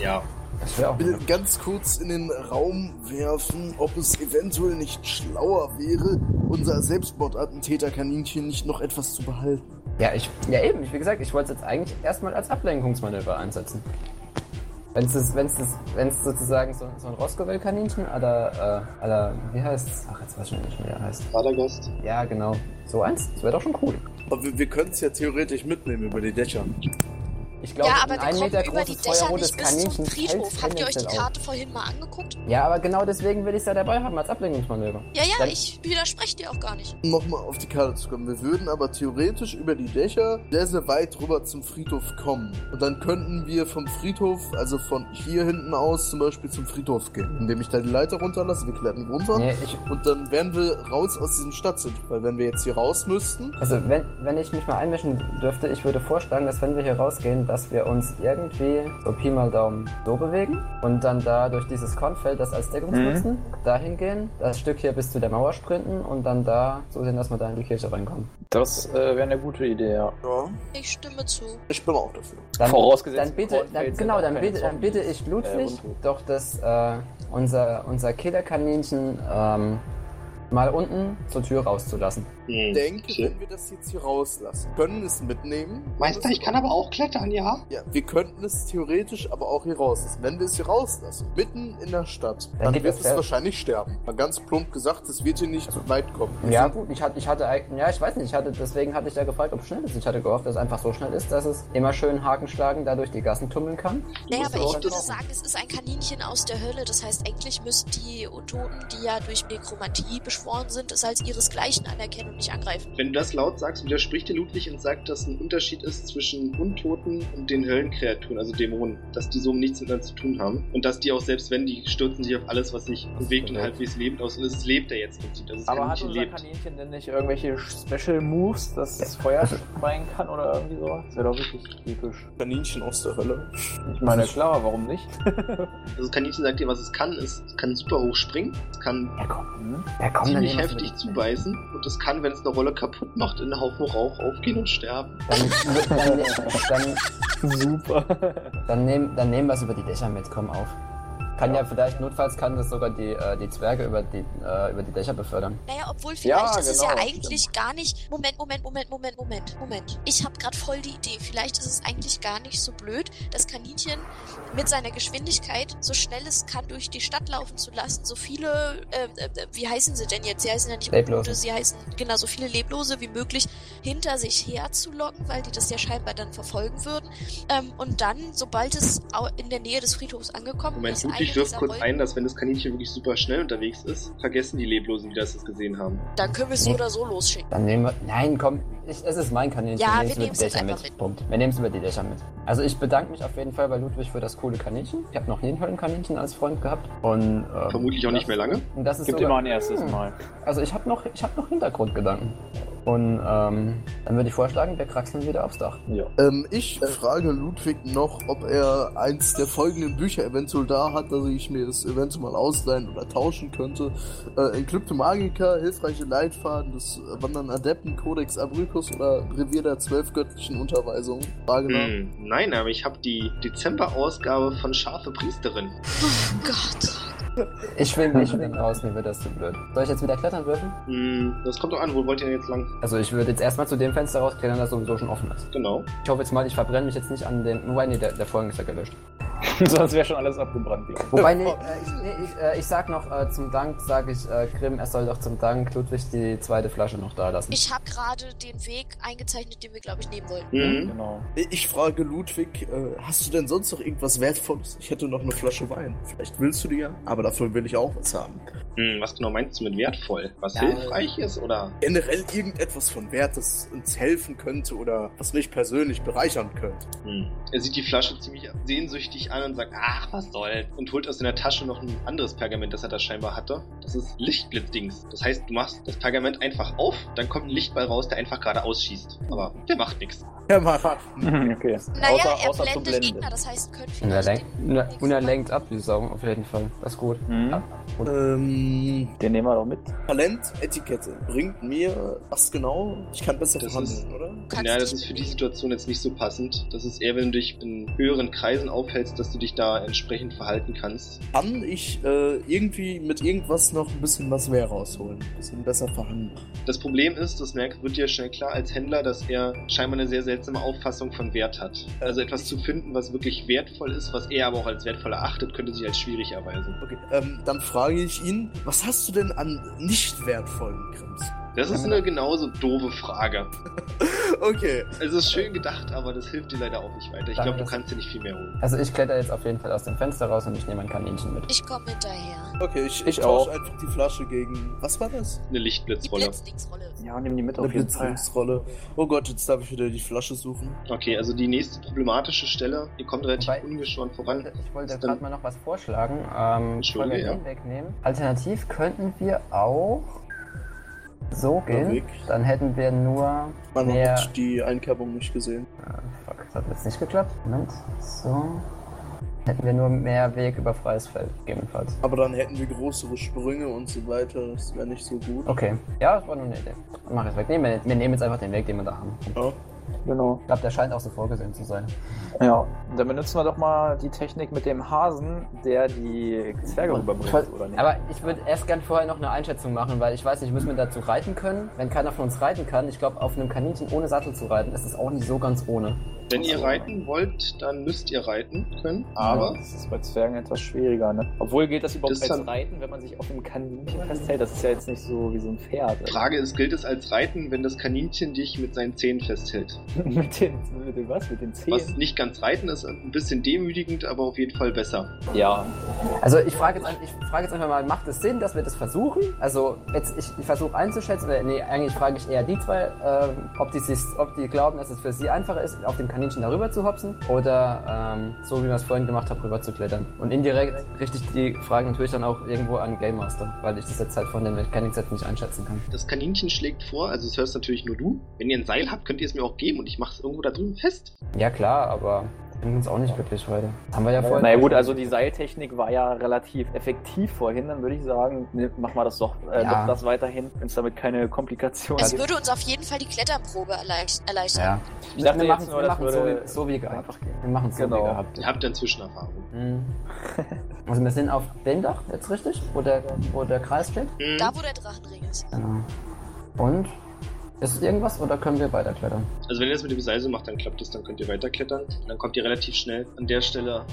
Ja. Das wäre auch. Ich will ganz kurz in den Raum werfen, ob es eventuell nicht schlauer wäre, unser Selbstmordattentäter-Kaninchen nicht noch etwas zu behalten. Ja, ich, ja eben, ich- wie gesagt, ich wollte es jetzt eigentlich erstmal als Ablenkungsmanöver einsetzen. Wenn es das- wenn's das- wenn's sozusagen so, so ein Roscoe-Kaninchen oder, äh, oder, wie heißt's? Ach, jetzt weiß ich nicht, mehr, wie er heißt. Radagast. Ja, genau. So eins? Das wäre doch schon cool. Aber wir, wir können es ja theoretisch mitnehmen über die Dächer. Ich glaube, ja, aber ein wir ein kommen Meter über die großes Dächer feuerrotes nicht bis Kaninchen zum Friedhof. fällt Habt ihr euch die tendenziell auf. Karte vorhin mal angeguckt? Ja, aber genau deswegen will ich es ja dabei haben, als Ablenkungsmanöver. Ja, ja, Dann- ich widerspreche dir auch gar nicht. Um nochmal auf die Karte zu kommen. Wir würden aber theoretisch über die Dächer sehr, sehr weit rüber zum Friedhof kommen. Und dann könnten wir vom Friedhof, also von hier hinten aus zum Beispiel zum Friedhof gehen, indem ich da die Leiter runterlasse, wir klettern runter. Nee, ich, Und dann wären wir raus aus diesem Stadtzentrum. Weil wenn wir jetzt hier raus müssten, also wenn, wenn ich mich mal einmischen dürfte, ich würde vorschlagen, dass wenn wir hier rausgehen, dass wir uns irgendwie so Pi mal Daumen so bewegen und dann da durch dieses Kornfeld, das als Deckung Mhm. nutzen, dahin gehen, das Stück hier bis zu der Mauer sprinten und dann da so sehen, dass wir da in die Kirche reinkommen. Das äh, wäre eine gute Idee, ja. ja, Ich stimme zu. ich bin auch dafür. Dann, Vorausgesetzt, dann bitte, Kornfeld dann, sind genau, auch dann keine bitte, dann Zombies. bitte ich Ludwig Äh, Untote. doch, dass äh, unser, unser Killerkaninchen ähm, mal unten zur Tür rauszulassen. Hm. Ich denke, Schön. wenn wir das jetzt hier rauslassen, können es mitnehmen. Meister, ich kann aber auch klettern, ja? Ja, wir könnten es theoretisch aber auch hier rauslassen. Wenn wir es hier rauslassen, mitten in der Stadt, Dann dann, geht wird das es selbst. wahrscheinlich sterben. Mal ganz plump gesagt, es wird hier nicht weit kommen. Ja gut, ich hatte, ich hatte, eig- ja ich weiß nicht, ich hatte, deswegen hatte ich ja gefragt, ob es schnell ist. Ich hatte gehofft, dass es einfach so schnell ist, dass es immer schön Haken schlagen, dadurch die Gassen tummeln kann. Naja, aber musst aber auch ich würde kochen. sagen, es ist ein Kaninchen aus der Hölle. Das heißt, eigentlich müssten die Untoten, die ja durch Nekromantie beschworen sind, es als ihresgleichen anerkennen und nicht angreifen. Wenn du das laut sagst, widerspricht dir Ludwig und sagt, dass ein Unterschied ist zwischen Untoten und den Höllenkreaturen, also Dämonen, dass die so nichts miteinander zu tun haben und dass die auch selbst wenn, die stürzen sich auf alles, was sich bewegt und korrekt. halbwegs lebend aus und es lebt ja jetzt im Prinzip, also es Aber hat Kaninchen unser lebt. Kaninchen denn nicht irgendwelche Special Moves, dass das Feuer speien kann oder irgendwie so? Das wäre doch richtig typisch. Kaninchen aus der Hölle. Ich meine, klar, warum nicht? Also das Kaninchen sagt dir, was es kann, ist, es kann super hoch springen, es kann Ja komm, Hm? ja komm, dann ziemlich nehmen wir es heftig mit. zubeißen und es kann, wenn es eine Rolle kaputt macht, in einen Haufen Rauch aufgehen und sterben. Dann, dann, dann, Super. dann, nehmen, dann nehmen wir es über die Dächer mit, komm auf. Kann ja, vielleicht, notfalls kann das sogar die, äh, die Zwerge über die, äh, über die Dächer befördern. Naja, obwohl vielleicht Ja, ist es genau, ja eigentlich gar nicht. Moment, Moment, Moment, Moment, Moment, Moment. Ich habe gerade voll die Idee. Vielleicht ist es eigentlich gar nicht so blöd, das Kaninchen mit seiner Geschwindigkeit, so schnell es kann, durch die Stadt laufen zu lassen. So viele, äh, äh, wie heißen sie denn jetzt? Sie heißen ja nicht Leblose. Untote, sie heißen genau so viele Leblose wie möglich hinter sich herzulocken, weil die das ja scheinbar dann verfolgen würden. Ähm, und dann, sobald es au- in der Nähe des Friedhofs angekommen Moment, ist, Ludwig eine wirft dieser kurz Wolken- ein, dass wenn das Kaninchen wirklich super schnell unterwegs ist, vergessen die Leblosen, die das jetzt gesehen haben. dann können wir Hm? es so oder so losschicken. Dann nehmen wir. Nein, komm, ich, es ist mein Kaninchen. Ja, wir wir nehmen es über die nehmen's Dächer jetzt mit. einfach mit. Punkt. Wir nehmen es über die Dächer mit. Also ich bedanke mich auf jeden Fall bei Ludwig für das coole Kaninchen. Ich habe noch nie ein Höllenkaninchen als Freund gehabt. Und ähm, Vermutlich auch das- nicht mehr lange. Und das ist Gibt sogar, immer ein erstes Hm. Mal. Also ich habe noch, ich hab noch Hintergrundgedanken. Und ähm, dann würde ich vorschlagen, wir kraxeln wieder aufs Dach. Ja. Ähm, ich frage Ludwig noch, ob er eins der folgenden Bücher eventuell da hat, dass ich mir das eventuell mal ausleihen oder tauschen könnte. Äh, Encrypte Magica, hilfreiche Leitfaden des äh, wandernden Adepten, Codex Abricus oder Revier der zwölf göttlichen Unterweisungen. Frage nach. Hm, nein, aber ich habe die Dezember-Ausgabe von Scharfe Priesterin. Gott. Ich schwimme ich schwimm raus, mir wird das zu blöd. Soll ich jetzt wieder klettern würfeln? Hm, das kommt doch an, wo wollt ihr denn jetzt lang? Also ich würde jetzt erstmal zu dem Fenster rausklettern, das sowieso schon offen ist. Genau. Ich hoffe jetzt mal, ich verbrenne mich jetzt nicht an den... Wobei, nee, der, der Vorhang ist ja gelöscht. Sonst wäre schon alles abgebrannt. glaub ich. Wobei, nee, äh, ich, nee, ich, äh, ich sag noch äh, zum Dank, sage ich äh, Grimm, er soll doch zum Dank Ludwig die zweite Flasche noch da lassen. Ich habe gerade den Weg eingezeichnet, den wir, glaube ich, nehmen wollten. Mhm. Hm. Genau. Äh, Ich frage Ludwig, äh, hast du denn sonst noch irgendwas Wertvolles? Ich hätte noch eine Flasche Wein. Vielleicht willst du die ja, aber dafür will ich auch was haben. Hm, was genau meinst du mit wertvoll? Was Ja. hilfreich ist oder? Generell irgendetwas von Wert, das uns helfen könnte oder was mich persönlich bereichern könnte. Hm. Er sieht die Flasche ziemlich sehnsüchtig an und sagt, ach, was soll's? Und holt aus seiner Tasche noch ein anderes Pergament, das er da scheinbar hatte. Das ist Lichtblitzdings. Das heißt, du machst das Pergament einfach auf, dann kommt ein Lichtball raus, der einfach gerade ausschießt. Aber der macht nichts. Ja, mal. okay. Naja, außer er außer zum blendet Blenden. Gegner, das heißt, können Und er lenkt, vielleicht... und er- und er lenkt ab, die Sau, auf jeden Fall. Das ist gut. Mhm. Ähm, Den nehmen wir doch mit. Talent-Etikette bringt mir was genau? Ich kann besser Das verhandeln, ist- oder? Kannst ja, du das ist für die Situation jetzt nicht so passend. Das ist eher, wenn du dich in höheren Kreisen aufhältst, dass du dich da entsprechend verhalten kannst. Kann ich äh, irgendwie mit irgendwas noch ein bisschen was mehr rausholen? Ein bisschen besser verhandeln. Das Problem ist, das merkt, wird dir schnell klar als Händler, dass er scheinbar eine sehr seltsame Auffassung von Wert hat. Also etwas zu finden, was wirklich wertvoll ist, was er aber auch als wertvoll erachtet, könnte sich als schwierig erweisen. Okay, ähm, dann frage ich ihn, was hast du denn an nicht wertvollen Krims? Das ist eine genauso doofe Frage. Okay, Es ist schön gedacht, aber das hilft dir leider auch nicht weiter. Ich Danke, glaube, du das- kannst dir nicht viel mehr holen. Also ich kletter jetzt auf jeden Fall aus dem Fenster raus und ich nehme ein Kaninchen mit. Ich komme hinterher. okay, ich, ich, Ich tausche auch. einfach die Flasche gegen. Was war das? Eine Die Lichtblitzrolle. Blitzdingsrolle. Ja, nehmen die mit Eine auf jeden Fall. Blitzungsrolle. Oh Gott, jetzt darf ich wieder die Flasche suchen. Okay, also die nächste problematische Stelle, ihr kommt relativ Wobei- ungeschoren Ich voran. wollte, ich wollte Ist dann- gerade mal noch was vorschlagen. Ähm, ich wollte Entschuldige, ja. den wegnehmen. Alternativ könnten wir auch so gehen. Weg. Dann hätten wir nur Man mehr. hat die Einkerbung nicht gesehen. Ah, fuck, das hat jetzt nicht geklappt. Moment. So. Hätten wir nur mehr Weg über freies Feld, gegebenenfalls. Aber dann hätten wir größere Sprünge und so weiter. Das wäre nicht so gut. Okay. Ja, das war nur eine Idee. Dann Mach ich weg. Nee, wir, wir nehmen jetzt einfach den Weg, den wir da haben. Ich Ja. Genau. glaube, der scheint auch so vorgesehen zu sein. Ja. Dann benutzen wir doch mal die Technik mit dem Hasen, der die Zwerge rüberbringt, Voll- oder nicht? Aber ich würde erst gern vorher noch eine Einschätzung machen, weil ich weiß nicht, müssen wir dazu reiten können? Wenn keiner von uns reiten kann, ich glaube, auf einem Kaninchen ohne Sattel zu reiten, ist es auch nicht so ganz ohne. Wenn ihr reiten wollt, dann müsst ihr reiten können, aber Ja, das ist bei Zwergen etwas schwieriger, ne? Obwohl geht das überhaupt Das ist als dann- Reiten, wenn man sich auf einem Kaninchen festhält? Das ist ja jetzt nicht so wie so ein Pferd. die Frage ist, gilt es als Reiten, wenn das Kaninchen dich mit seinen Zähnen festhält? mit, den, mit dem was? Mit den Was Zehen? nicht ganz Reiten ist, ein bisschen demütigend, aber auf jeden Fall besser. Ja. Also ich frage jetzt, ein- ich frage jetzt einfach mal, macht es Sinn, dass wir das versuchen? Also jetzt ich, ich versuche einzuschätzen, oder nee, eigentlich frage ich eher die zwei, ähm, ob, die sich, ob die glauben, dass es für sie einfacher ist, auf dem Kaninchen darüber zu hopsen oder ähm, so wie wir es vorhin gemacht haben, rüber zu klettern. Und indirekt richte ich die Fragen natürlich dann auch irgendwo an Game Master, weil ich das jetzt halt von den Mechanics jetzt nicht einschätzen kann. Das Kaninchen schlägt vor, also das hörst natürlich nur du. Wenn ihr ein Seil habt, könnt ihr es mir auch geben und ich mache es irgendwo da drüben fest. Ja klar, aber das bringt uns auch nicht wirklich weiter. Das haben wir ja vorhin. Naja gut, also die Seiltechnik war ja relativ effektiv vorhin, dann würde ich sagen, ne, machen wir das doch, äh, Ja. doch das weiterhin, wenn es damit keine Komplikationen Es gibt. würde uns auf jeden Fall die Kletterprobe erleicht- erleichtern. ja. Ich dachte wir jetzt machen nur, das es so, würde- wie- so wie gehabt. einfach gehen. Wir machen es so Genau. wie gehabt. Ihr habt dann Zwischenerfahrung. Mhm. Also wir sind auf dem Dach jetzt richtig, wo der, wo der Kreis steht. Hm. Da, wo der Drachenring ist. Genau. Und ist irgendwas oder können wir weiterklettern? Also wenn ihr das mit dem Seil so macht, dann klappt es, dann könnt ihr weiterklettern. Und dann kommt ihr relativ schnell an der Stelle.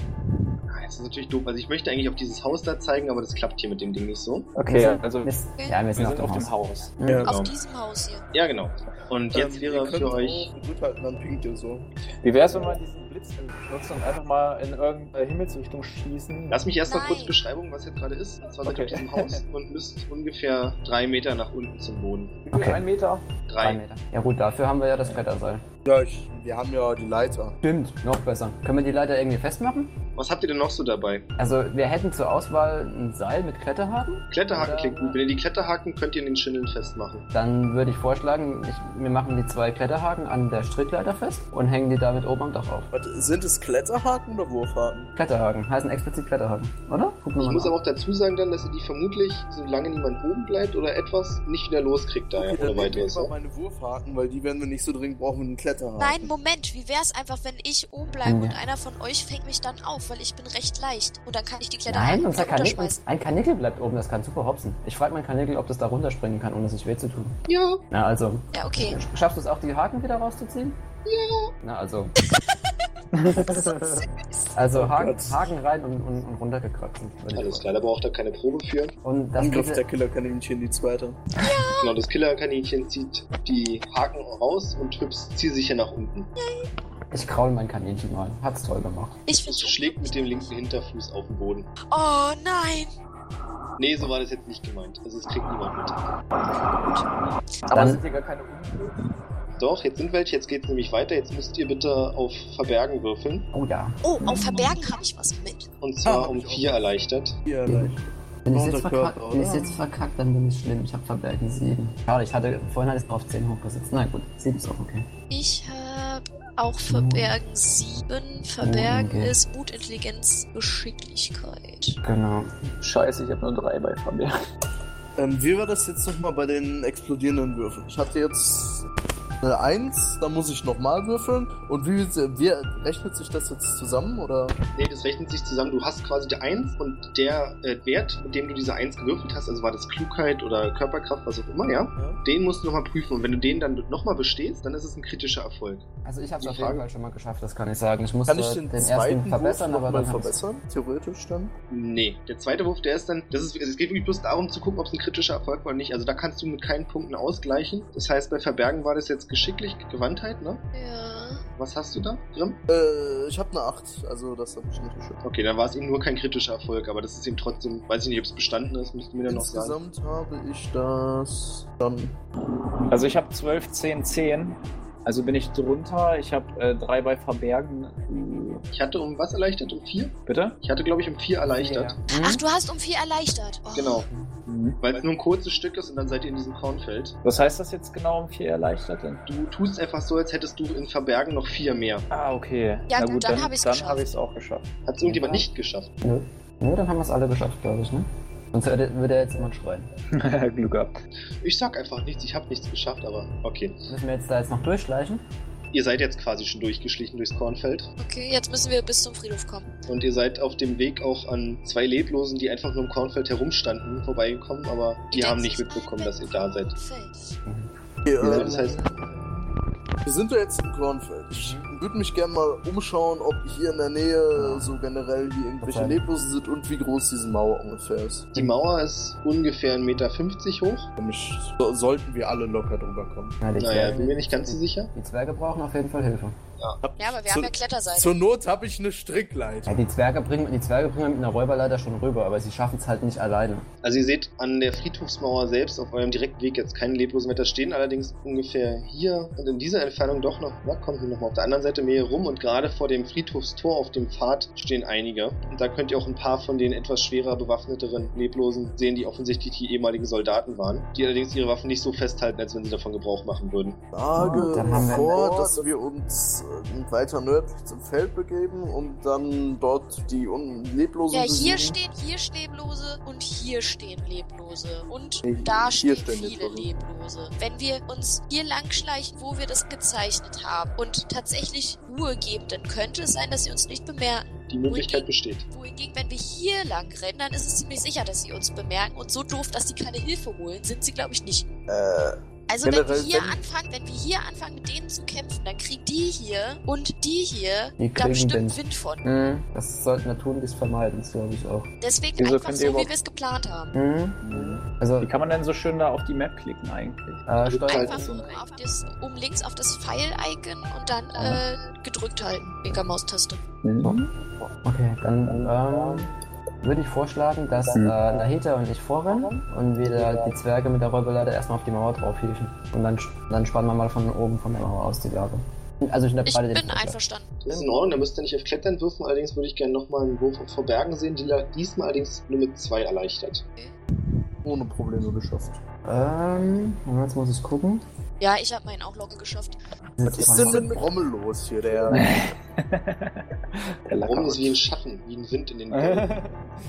Ah, jetzt ist natürlich doof. Also ich möchte eigentlich auf dieses Haus da zeigen, aber das klappt hier mit dem Ding nicht so. Okay, sind- also wir wir sind, ja, wir sind, sind auf dem Haus. Haus. Mhm. Ja. Auf Genau. diesem Haus hier. Ja, genau. Und jetzt Ähm, ihr wäre könnt für so euch. Gut halten, dann pinkt ihr so. Wie wäre es, wenn wir diesen Blitz benutzen und einfach mal in irgendeine Himmelsrichtung schießen? Lass mich erstmal Nein. kurz Beschreibung, was jetzt gerade ist. Und zwar seid ihr auf Okay. diesem Haus und müsst ungefähr drei Meter nach unten zum Boden. okay. einen Meter. Drei Drei. Meter. Ja gut, dafür haben wir ja das Kletterseil. Ja, ich, wir haben ja die Leiter. Stimmt, noch besser. Können wir die Leiter irgendwie festmachen? Was habt ihr denn noch so dabei? Also wir hätten zur Auswahl ein Seil mit Kletterhaken. Kletterhaken Oder- klingt gut. Wenn ihr die Kletterhaken könnt ihr in den Schindeln festmachen. Dann würde ich vorschlagen, ich, wir machen die zwei Kletterhaken an der Strickleiter fest und hängen die damit oben am Dach auf. Warte, sind es Kletterhaken oder Wurfhaken? Kletterhaken. Heißen explizit Kletterhaken, oder? Gucken Ich wir mal. muss nach. aber auch dazu sagen dann, dass ihr die vermutlich, solange niemand oben bleibt oder etwas, nicht wieder loskriegt daher Okay, oder dann nehmen wir weiteres. mal Ja? meine Wurfhaken, weil die werden wir nicht so dringend brauchen wie einen Kletterhaken. Nein, Moment, wie wär's einfach, wenn ich oben bleibe Ja. und einer von euch fängt mich dann auf, weil ich bin recht leicht. Und dann kann ich die Kletter Nein, einfach unser Kanickel, runterschmeißen. ein Kanickel bleibt oben, das kann super hopsen. Ich frage meinen Kanickel, ob das da runterspringen kann, ohne sich weh zu tun. Ja. Na, also, Ja, okay. schaffst du es auch, die Haken wieder rauszuziehen? Ja. Na, also. also, Haken, Haken rein und, und, und runtergekratzt. würde ich Alles sagen. klar, da braucht er keine Probe für. Und das Angriff der dritte, Killerkaninchen, die zweite. Genau, das Killerkaninchen zieht die Haken raus und hüpft zielsicher nach unten. ich kraul mein Kaninchen mal. Hat's toll gemacht. Ich Es find's schlägt mit dem linken Hinterfuß auf den Boden. Oh nein. Nee, so war das jetzt nicht gemeint. Also es kriegt niemand mit. Aber Dann- sind hier gar keine Unglücke? Doch, jetzt sind welche, jetzt geht's nämlich weiter. Jetzt müsst ihr bitte auf Verbergen würfeln. Oh ja. Oh, auf Verbergen habe ich was mit. Und zwar Ah, um hab ich auch vier erleichtert. Ja, leicht. Wenn ich jetzt, Runter verkack, Körper, wenn ich's oder? jetzt verkackt, dann bin ich schlimm. Ich habe verbergen 7. Schade, ich hatte vorhin hatte ich auf 10 hochgesetzt. Na gut, 7 ist auch okay. Ich habe auch Verbergen 7. Verbergen ist Mut, Intelligenz, Geschicklichkeit. Genau. Scheiße, ich habe nur drei bei Fabian. Ähm, wie war das jetzt nochmal bei den explodierenden Würfeln? Ich hatte jetzt eine 1, da muss ich nochmal würfeln. Und wie, wie rechnet sich das jetzt zusammen? Oder? Nee, das rechnet sich zusammen. Du hast quasi die 1 und der äh, Wert, mit dem du diese 1 gewürfelt hast, also war das Klugheit oder Körperkraft, was auch immer, ja? Ja. Den musst du nochmal prüfen. Und wenn du den dann nochmal bestehst, dann ist es ein kritischer Erfolg. Also ich habe es Die auf jeden Frage- Fall schon mal geschafft, das kann ich sagen. Ich musste Kann ich den, ersten zweiten verbessern, Wurf aber nochmal dann hab ich's- verbessern? Theoretisch dann? Nee. Der zweite Wurf, der ist dann, das ist, es geht wirklich bloß darum zu gucken, ob es ein kritischer Erfolg war oder nicht. Also da kannst du mit keinen Punkten ausgleichen. Das heißt, bei Verbergen war das jetzt geschicklich, Gewandtheit, ne? Ja. Was hast du da, Grimm? Äh, ich habe eine 8, also das habe ich nicht geschafft. Okay, dann war es eben nur kein kritischer Erfolg, aber das ist eben trotzdem, weiß ich nicht, ob es bestanden ist, müsst ihr mir dann noch sagen. Insgesamt habe ich das dann. Also ich habe 12, 10, 10. Also bin ich drunter. Ich habe äh, drei bei Verbergen. Ich hatte um was erleichtert? Um vier? Bitte? Ich hatte, glaube ich, um vier erleichtert. Hm? Ach, du hast um 4 erleichtert. Oh. Genau. Mhm. Weil es nur ein kurzes Stück ist und dann seid ihr in diesem Kornfeld. Was heißt das jetzt genau um vier erleichtert denn? Du tust einfach so, als hättest du in Verbergen noch vier mehr. Ah, okay. Ja, gut, dann hab ich's dann geschafft. habe ich es auch geschafft. Hat es irgendjemand nicht geschafft. Nö, dann haben wir es alle geschafft, glaube ich, ne? Sonst hätte- würde er jetzt jemand schreien. Glück gehabt. Ich sag einfach nichts, ich habe nichts geschafft, aber okay. Müssen wir jetzt da jetzt noch durchschleichen? Ihr seid jetzt quasi schon durchgeschlichen durchs Kornfeld Okay, jetzt müssen wir bis zum Friedhof kommen. und ihr seid auf dem Weg auch an zwei Leblosen, die einfach nur im Kornfeld herumstanden, vorbeigekommen, aber die haben nicht mitbekommen, dass ihr da seid. Feld. Hier, Also ähm, das heißt, Wir sind ja jetzt im Kornfeld. Ich Mhm. würde mich gerne mal umschauen, ob hier in der Nähe so generell hier irgendwelche Verzeihung. Leblosen sind und wie groß diese Mauer ungefähr ist. die Mauer ist ungefähr 1,50 Meter hoch. Nämlich so, sollten wir alle locker drüber kommen. Na, die, Naja, bin mir nicht ganz so sicher. die Zwerge brauchen auf jeden Fall Hilfe. Ja, aber wir Zu- haben ja Kletterseite. Zur Not habe ich eine Strickleiter. Ja, die Zwerge bringen die Zwerge bringen mit einer Räuberleiter schon rüber, aber sie schaffen es halt nicht alleine. Also ihr seht an der Friedhofsmauer selbst auf eurem direkten Weg jetzt keinen leblosen Wetter stehen, allerdings ungefähr hier und in dieser Entfernung doch noch, na kommt hier nochmal auf der anderen Seite mehr rum und gerade vor dem Friedhofstor auf dem Pfad stehen einige. Und da könnt ihr auch ein paar von den etwas schwerer bewaffneteren Leblosen sehen, die offensichtlich die ehemaligen Soldaten waren, die allerdings ihre Waffen nicht so festhalten, als wenn sie davon Gebrauch machen würden. Frage Dann haben wir- vor, dass wir uns äh, weiter nördlich zum Feld begeben und dann dort die un Leblosen Ja, hier besiegen. stehen, hier stehen Leblose und hier stehen Leblose. Und Nee, da stehen hier stehen viele Leblose. Leblose. Wenn wir uns hier lang schleichen, wo wir das gezeichnet haben und tatsächlich Ruhe geben, dann könnte es sein, dass sie uns nicht bemerken. Die Möglichkeit besteht. Wohingegen, wenn wir hier lang rennen, dann ist es ziemlich sicher, dass sie uns bemerken. Und so doof, dass sie keine Hilfe holen, sind sie, glaube ich, nicht. Äh, Also Generell, wenn wir hier wenn- anfangen, wenn wir hier anfangen, mit denen zu kämpfen, dann kriegen die hier und die hier Die da kriegen bestimmt Wind. Wind von. Mhm. Das sollten wir tun, dies vermeiden, das glaube ich auch. Deswegen Wieso einfach könnt so, ihr wie überhaupt- wir es geplant haben. Mhm. Also, Wie kann man denn so schön da auf die Map klicken eigentlich? äh, Steuer, halt Einfach so. oben, auf das, oben links auf das Pfeil-Icon und dann äh, gedrückt halten. Linker Maustaste. Mhm. Okay, dann ähm, würde ich vorschlagen, dass äh, Mhm. Nahita und ich vorrennen und wir da die Zwerge mit der Räuberleiter erstmal auf die Mauer draufhieven. Und dann, dann spannen wir mal von oben von der Mauer aus die Lage. Also ich Ich unterbreite den bin Vorschlag. einverstanden. Das ist in Ordnung, da müsst ihr nicht auf Klettern würfen, allerdings würde ich gerne nochmal einen Wurf auf Verbergen sehen, die diesmal allerdings nur mit zwei erleichtert. ohne Probleme geschafft. Ähm, jetzt muss ich gucken. Ja, ich habe meinen auch locker geschafft. Was ist denn mit Rommel los hier, der? Der Warum ist wie ein Schatten, wie ein Wind in den Wellen?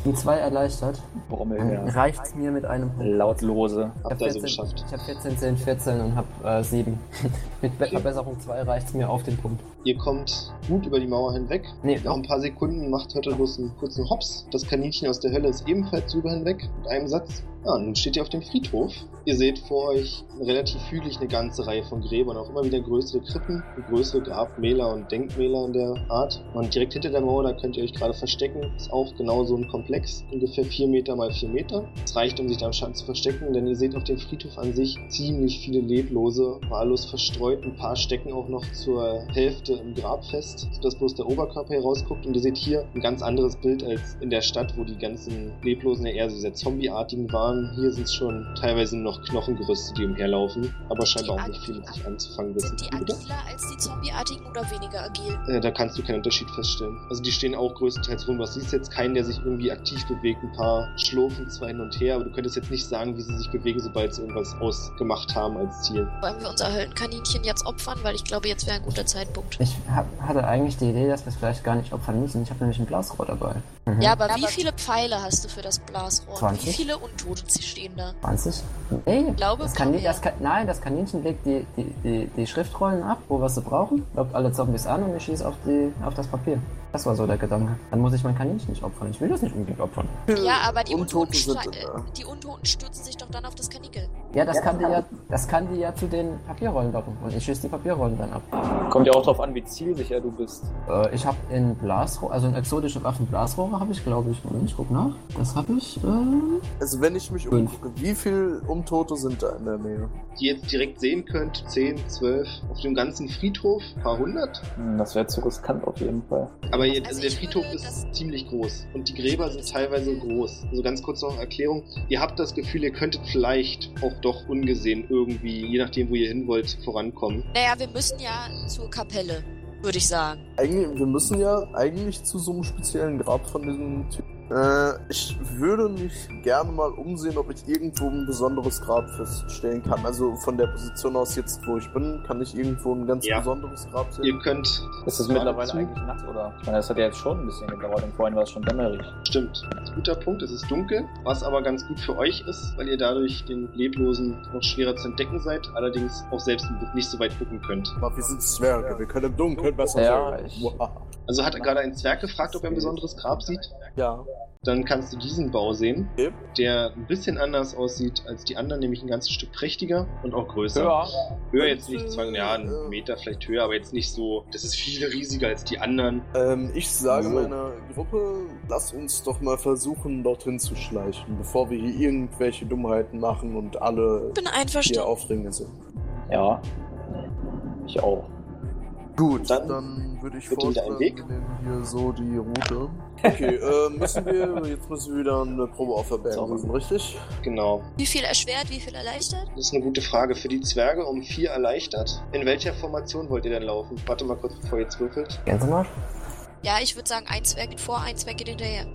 Bin zwei erleichtert. Brummel, Dann ja. reicht's mir mit einem Punkt. Lautlose. Habt ihr Ich hab also 14 geschafft. Ich habe 14, 10, 14 und habe äh, 7. Mit Be- Verbesserung 2 reicht's mir auf den Punkt. Ihr kommt gut über die Mauer hinweg. Nee, Nach ein paar Sekunden macht Turtleus einen kurzen Hops. Das Kaninchen aus der Hölle ist ebenfalls drüber hinweg mit einem Satz. Ja, nun steht ihr auf dem Friedhof. Ihr seht vor euch relativ hügelig eine ganze Reihe von Gräbern, auch immer wieder größere Krippen, größere Grabmäler und Denkmäler in der Art. Und direkt hinter der Mauer, da könnt ihr euch gerade verstecken, ist auch genau so ein Komplex, ungefähr 4 Meter mal 4 Meter. Es reicht, um sich da im Schatten zu verstecken, denn ihr seht auf dem Friedhof an sich ziemlich viele leblose, wahllos verstreut. Ein paar stecken auch noch zur Hälfte im Grab fest, sodass bloß der Oberkörper herausguckt. Und ihr seht hier ein ganz anderes Bild als in der Stadt, wo die ganzen Leblosen ja eher so sehr zombieartigen waren. Hier sind es schon teilweise nur noch Knochengerüste, die umherlaufen, aber scheinbar auch nicht viel mit sich anzufangen wissen. Sind die Wie bitte? agiler als die Zombieartigen oder weniger agil? Äh, da kannst du keinen Unterschied feststellen. Also die stehen auch größtenteils rum. Du siehst jetzt keinen, der sich irgendwie aktiv bewegt. Ein paar schlurfen zwar hin und her, aber du könntest jetzt nicht sagen, wie sie sich bewegen, sobald sie irgendwas ausgemacht haben als Ziel. Wollen wir unser Höllenkaninchen jetzt opfern? Weil ich glaube, jetzt wäre ein guter Zeitpunkt. ich hab, hatte eigentlich die Idee, dass wir es vielleicht gar nicht opfern müssen. Ich habe nämlich ein Blasrohr dabei. Mhm. Ja, aber wie viele Pfeile hast du für das Blasrohr? 20? Wie viele Untote stehen da? 20? Nee, Ich glaube, das wir kann, haben ja- das kann, nein, das Kaninchen legt die, die, die, die Schriftrollen ab, wo wir sie brauchen, lockt alle Zombies an und ich schieße auf, die, auf das Papier. Das war so der Gedanke. Dann muss ich mein Kaninchen nicht opfern. Ich will das nicht unbedingt opfern. Ja, aber die Hm, Untoten, Untote sind, sta- äh, äh, die Untoten stürzen sich doch dann auf das Kaninchen. Ja, das, kann, die ja, das kann die ja zu den Papierrollen locken und ich schieße die Papierrollen dann ab. Kommt ja auch drauf an, wie zielsicher du bist. Äh, ich habe in Blasrohr, also in exotische Waffen Blasrohre habe ich, glaube ich. Moment, ich guck nach. Das habe ich. Äh, Also wenn ich mich umgucke, wie viel Umtote sind da in der Nähe? Die ihr jetzt direkt sehen könnt, 10, 12, auf dem ganzen Friedhof, ein paar hundert. Hm, das wäre zu riskant auf jeden Fall. Aber ihr, Also also der ich Friedhof würde ist das- ziemlich groß und die Gräber sind teilweise groß. Also ganz kurz noch Erklärung. Ihr habt das Gefühl, ihr könntet vielleicht auch doch ungesehen irgendwie, je nachdem, wo ihr hin wollt, vorankommen. Naja, wir müssen ja zur Kapelle, würde ich sagen. Eigentlich, wir müssen ja eigentlich zu so einem speziellen Grab von diesem Typen. Äh, ich würde mich gerne mal umsehen, ob ich irgendwo ein besonderes Grab feststellen kann. Also von der Position aus jetzt, wo ich bin, kann ich irgendwo ein ganz Ja. besonderes Grab sehen. Ihr könnt, Ist es Gerade mittlerweile zu. eigentlich Nacht, oder? Ich meine, das hat ja jetzt schon ein bisschen gedauert und vorhin war es schon dämmerig. Stimmt. Das ist ein guter Punkt, es ist dunkel, was aber ganz gut für euch ist, weil ihr dadurch den Leblosen noch schwerer zu entdecken seid, allerdings auch selbst nicht so weit gucken könnt. Aber wir sind Zwerge, wir können im Dunkeln besser Ja, sehen. ich- Wow. Also hat gerade ein Zwerg gefragt, ob er ein besonderes Grab sieht. Ja. Dann kannst du diesen Bau sehen, Okay. der ein bisschen anders aussieht als die anderen, nämlich ein ganzes Stück prächtiger und auch größer. Höher jetzt nicht, zwar, ja, einen Meter vielleicht höher, aber jetzt nicht so, das ist viel riesiger als die anderen. Ähm, ich sage So. meiner Gruppe, lass uns doch mal versuchen, dorthin zu schleichen, bevor wir hier irgendwelche Dummheiten machen und alle Ich bin hier einverstanden. Aufringe sind. Ja. Ich auch. Gut, Dann dann, würde ich bitte in deinen vorschlagen, Weg. wir nehmen hier so die Route. Okay, äh, müssen wir, jetzt müssen wir wieder eine Probe auf Verbergen lösen, richtig? Genau. Wie viel erschwert, wie viel erleichtert? Das ist eine gute Frage. Für die Zwerge um vier erleichtert. In welcher Formation wollt ihr denn laufen? Warte mal kurz, bevor ihr jetzt würfelt. Gänsemarsch? Ja, ich würde sagen, ein Zwerg geht vor, ein Zwerg geht hinterher.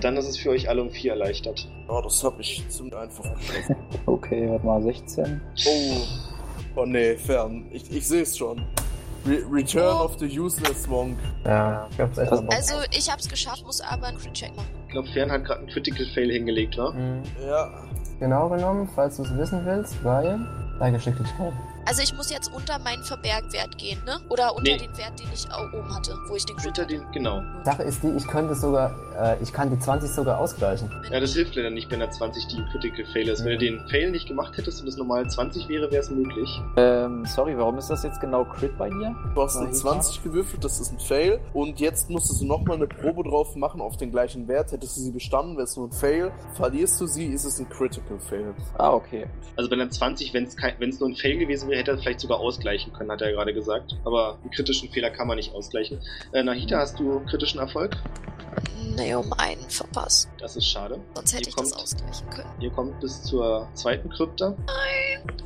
Dann ist es für euch alle um vier erleichtert. Ja, Oh, das habe ich ziemlich einfach geschafft. Okay, warte mal, 16. Oh, oh nee, fern. Ich, ich sehe es schon. Re Return Oh. of the Useless Monk. Ja, ich glaube, es ist Also- einfach. Also, ich hab's geschafft, muss aber einen Crit-Check machen. Ich glaube, Fern hat gerade einen Critical Fail hingelegt, wa? Mhm. Ja, Genau genommen, falls du es wissen willst, weil. Bei Geschicklichkeit. Also, ich muss jetzt unter meinen Verbergwert gehen, ne? Oder unter Nee. den Wert, den ich au- oben hatte, wo ich den Crit Unter hatte. den, genau. Sache ist die, ich könnte sogar, äh, ich kann die 20 sogar ausgleichen. Ja, das hilft leider nicht, wenn er 20 die Critical Fail ist. Wenn du den Fail nicht gemacht hättest und es normal 20 wäre, wäre es möglich. Ähm, sorry, warum ist das jetzt genau Crit bei dir? du hast eine Nein, 20 gewürfelt, das ist ein Fail. Und jetzt musstest du nochmal eine Probe drauf machen auf den gleichen Wert. Hättest du sie bestanden, wäre es nur ein Fail. Verlierst du sie, ist es ein Critical Fail. Ah, okay. Also wenn er 20, wenn es kein- wenn es nur ein Fail gewesen wäre, hätte er vielleicht sogar ausgleichen können, hat er gerade gesagt. Aber einen kritischen Fehler kann man nicht ausgleichen. Äh, Nahita, hast du kritischen Erfolg? Nee, um einen verpasst. Das ist schade. Sonst hätte Ihr ich das kommt- ausgleichen können. Ihr kommt bis zur zweiten Krypta. Nein.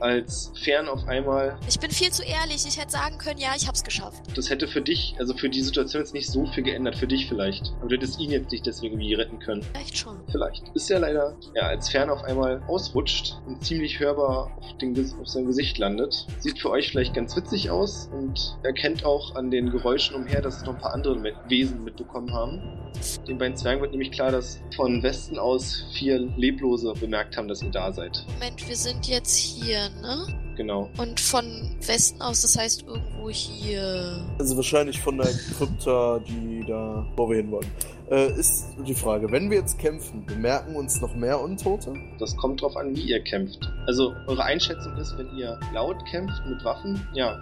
als Fern auf einmal. Ich bin viel zu ehrlich. Ich hätte sagen können, ja, ich hab's geschafft. Das hätte für dich, also für die Situation jetzt nicht so viel geändert, für dich vielleicht. Aber du hättest ihn jetzt nicht deswegen irgendwie retten können. Vielleicht schon. Vielleicht. Ist ja leider, ja, als Fern auf einmal ausrutscht und ziemlich hörbar auf, den, Ges- auf sein Gesicht landet. Sieht für euch vielleicht ganz witzig aus und erkennt auch an den Geräuschen umher, dass es noch ein paar andere Me- Wesen mitbekommen haben. Den beiden Zwergen wird nämlich klar, dass von Westen aus vier Leblose bemerkt haben, dass ihr da seid. Moment, wir sind jetzt hier, ne? Genau. Und von Westen aus, das heißt irgendwo hier. Also wahrscheinlich von der Krypta, die da, wo wir hin wollen. Äh, ist die Frage, wenn wir jetzt kämpfen, bemerken uns noch mehr Untote? Das kommt drauf an, wie ihr kämpft. Also eure Einschätzung ist, wenn ihr laut kämpft mit Waffen, ja.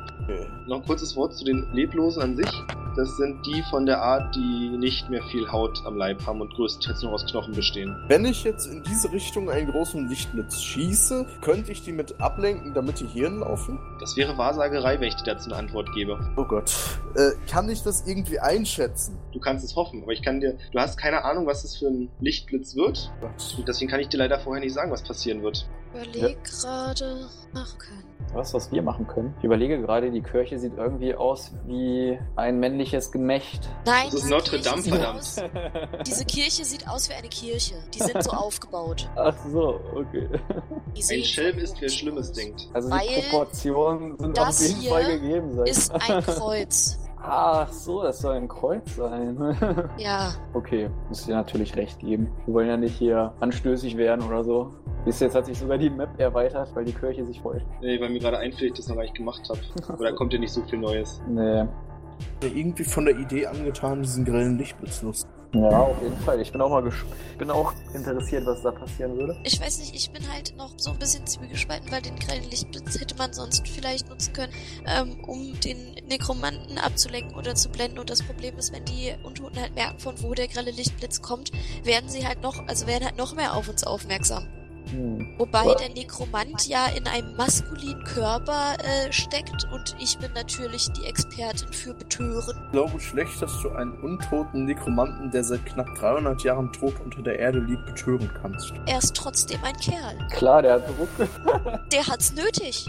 Noch ein kurzes Wort zu den Leblosen an sich. Das sind die von der Art, die nicht mehr viel Haut am Leib haben und größtenteils nur aus Knochen bestehen. Wenn ich jetzt in diese Richtung einen großen Lichtblitz schieße, könnte ich die mit ablenken, damit die hierhin laufen? Das wäre Wahrsagerei, wenn ich dir dazu eine Antwort gebe. Oh Gott. Äh, kann ich das irgendwie einschätzen? Du kannst es hoffen, aber ich kann dir. Du hast keine Ahnung, was das für ein Lichtblitz wird. Oh Gott. Und deswegen kann ich dir leider vorher nicht sagen, was passieren wird. Überleg gerade. Ach, können. Was, was wir machen können? Ich überlege gerade, die Kirche sieht irgendwie aus wie ein männliches Gemächt. Nein, Das ist diese Notre Kirche Dame, sieht verdammt. aus- Diese Kirche sieht aus wie eine Kirche. Die sind so aufgebaut. Ach so, okay. Die Ein sehen Schelm von ist, wer oben Schlimmes aus. denkt. Also Weil die Proportionen sind auf das jeden hier Fall gegeben. sag ich. Ist ein Kreuz. Ach so, das soll ein Kreuz sein. Ja. okay, muss dir natürlich recht geben. Wir wollen ja nicht hier anstößig werden oder so. Bis jetzt hat sich sogar die Map erweitert, weil die Kirche sich freut. Nee, weil mir gerade einfällt, dass ich das noch gar nicht gemacht habe. Aber da kommt ja nicht so viel Neues. Nee. Ja, irgendwie von der Idee angetan, diesen grellen Lichtblitz nutzen. Ja, auf jeden Fall. Ich bin auch mal ges bin auch interessiert, was da passieren würde. Ich weiß nicht, ich bin halt noch so ein bisschen zwiegespalten, weil den grellen Lichtblitz hätte man sonst vielleicht nutzen können, ähm, um den Nekromanten abzulenken oder zu blenden. Und das Problem ist, wenn die Untoten halt merken, von wo der grelle Lichtblitz kommt, werden sie halt noch, also werden halt noch mehr auf uns aufmerksam. Hm. Wobei Ja. der Nekromant ja in einem maskulinen Körper äh, steckt und ich bin natürlich die Expertin für Betören. Ich glaube schlecht, dass du einen untoten Nekromanten, der seit knapp 300 Jahren tot unter der Erde liegt, betören kannst. Er ist trotzdem ein Kerl. Klar, der hat Druck. Der hat's nötig.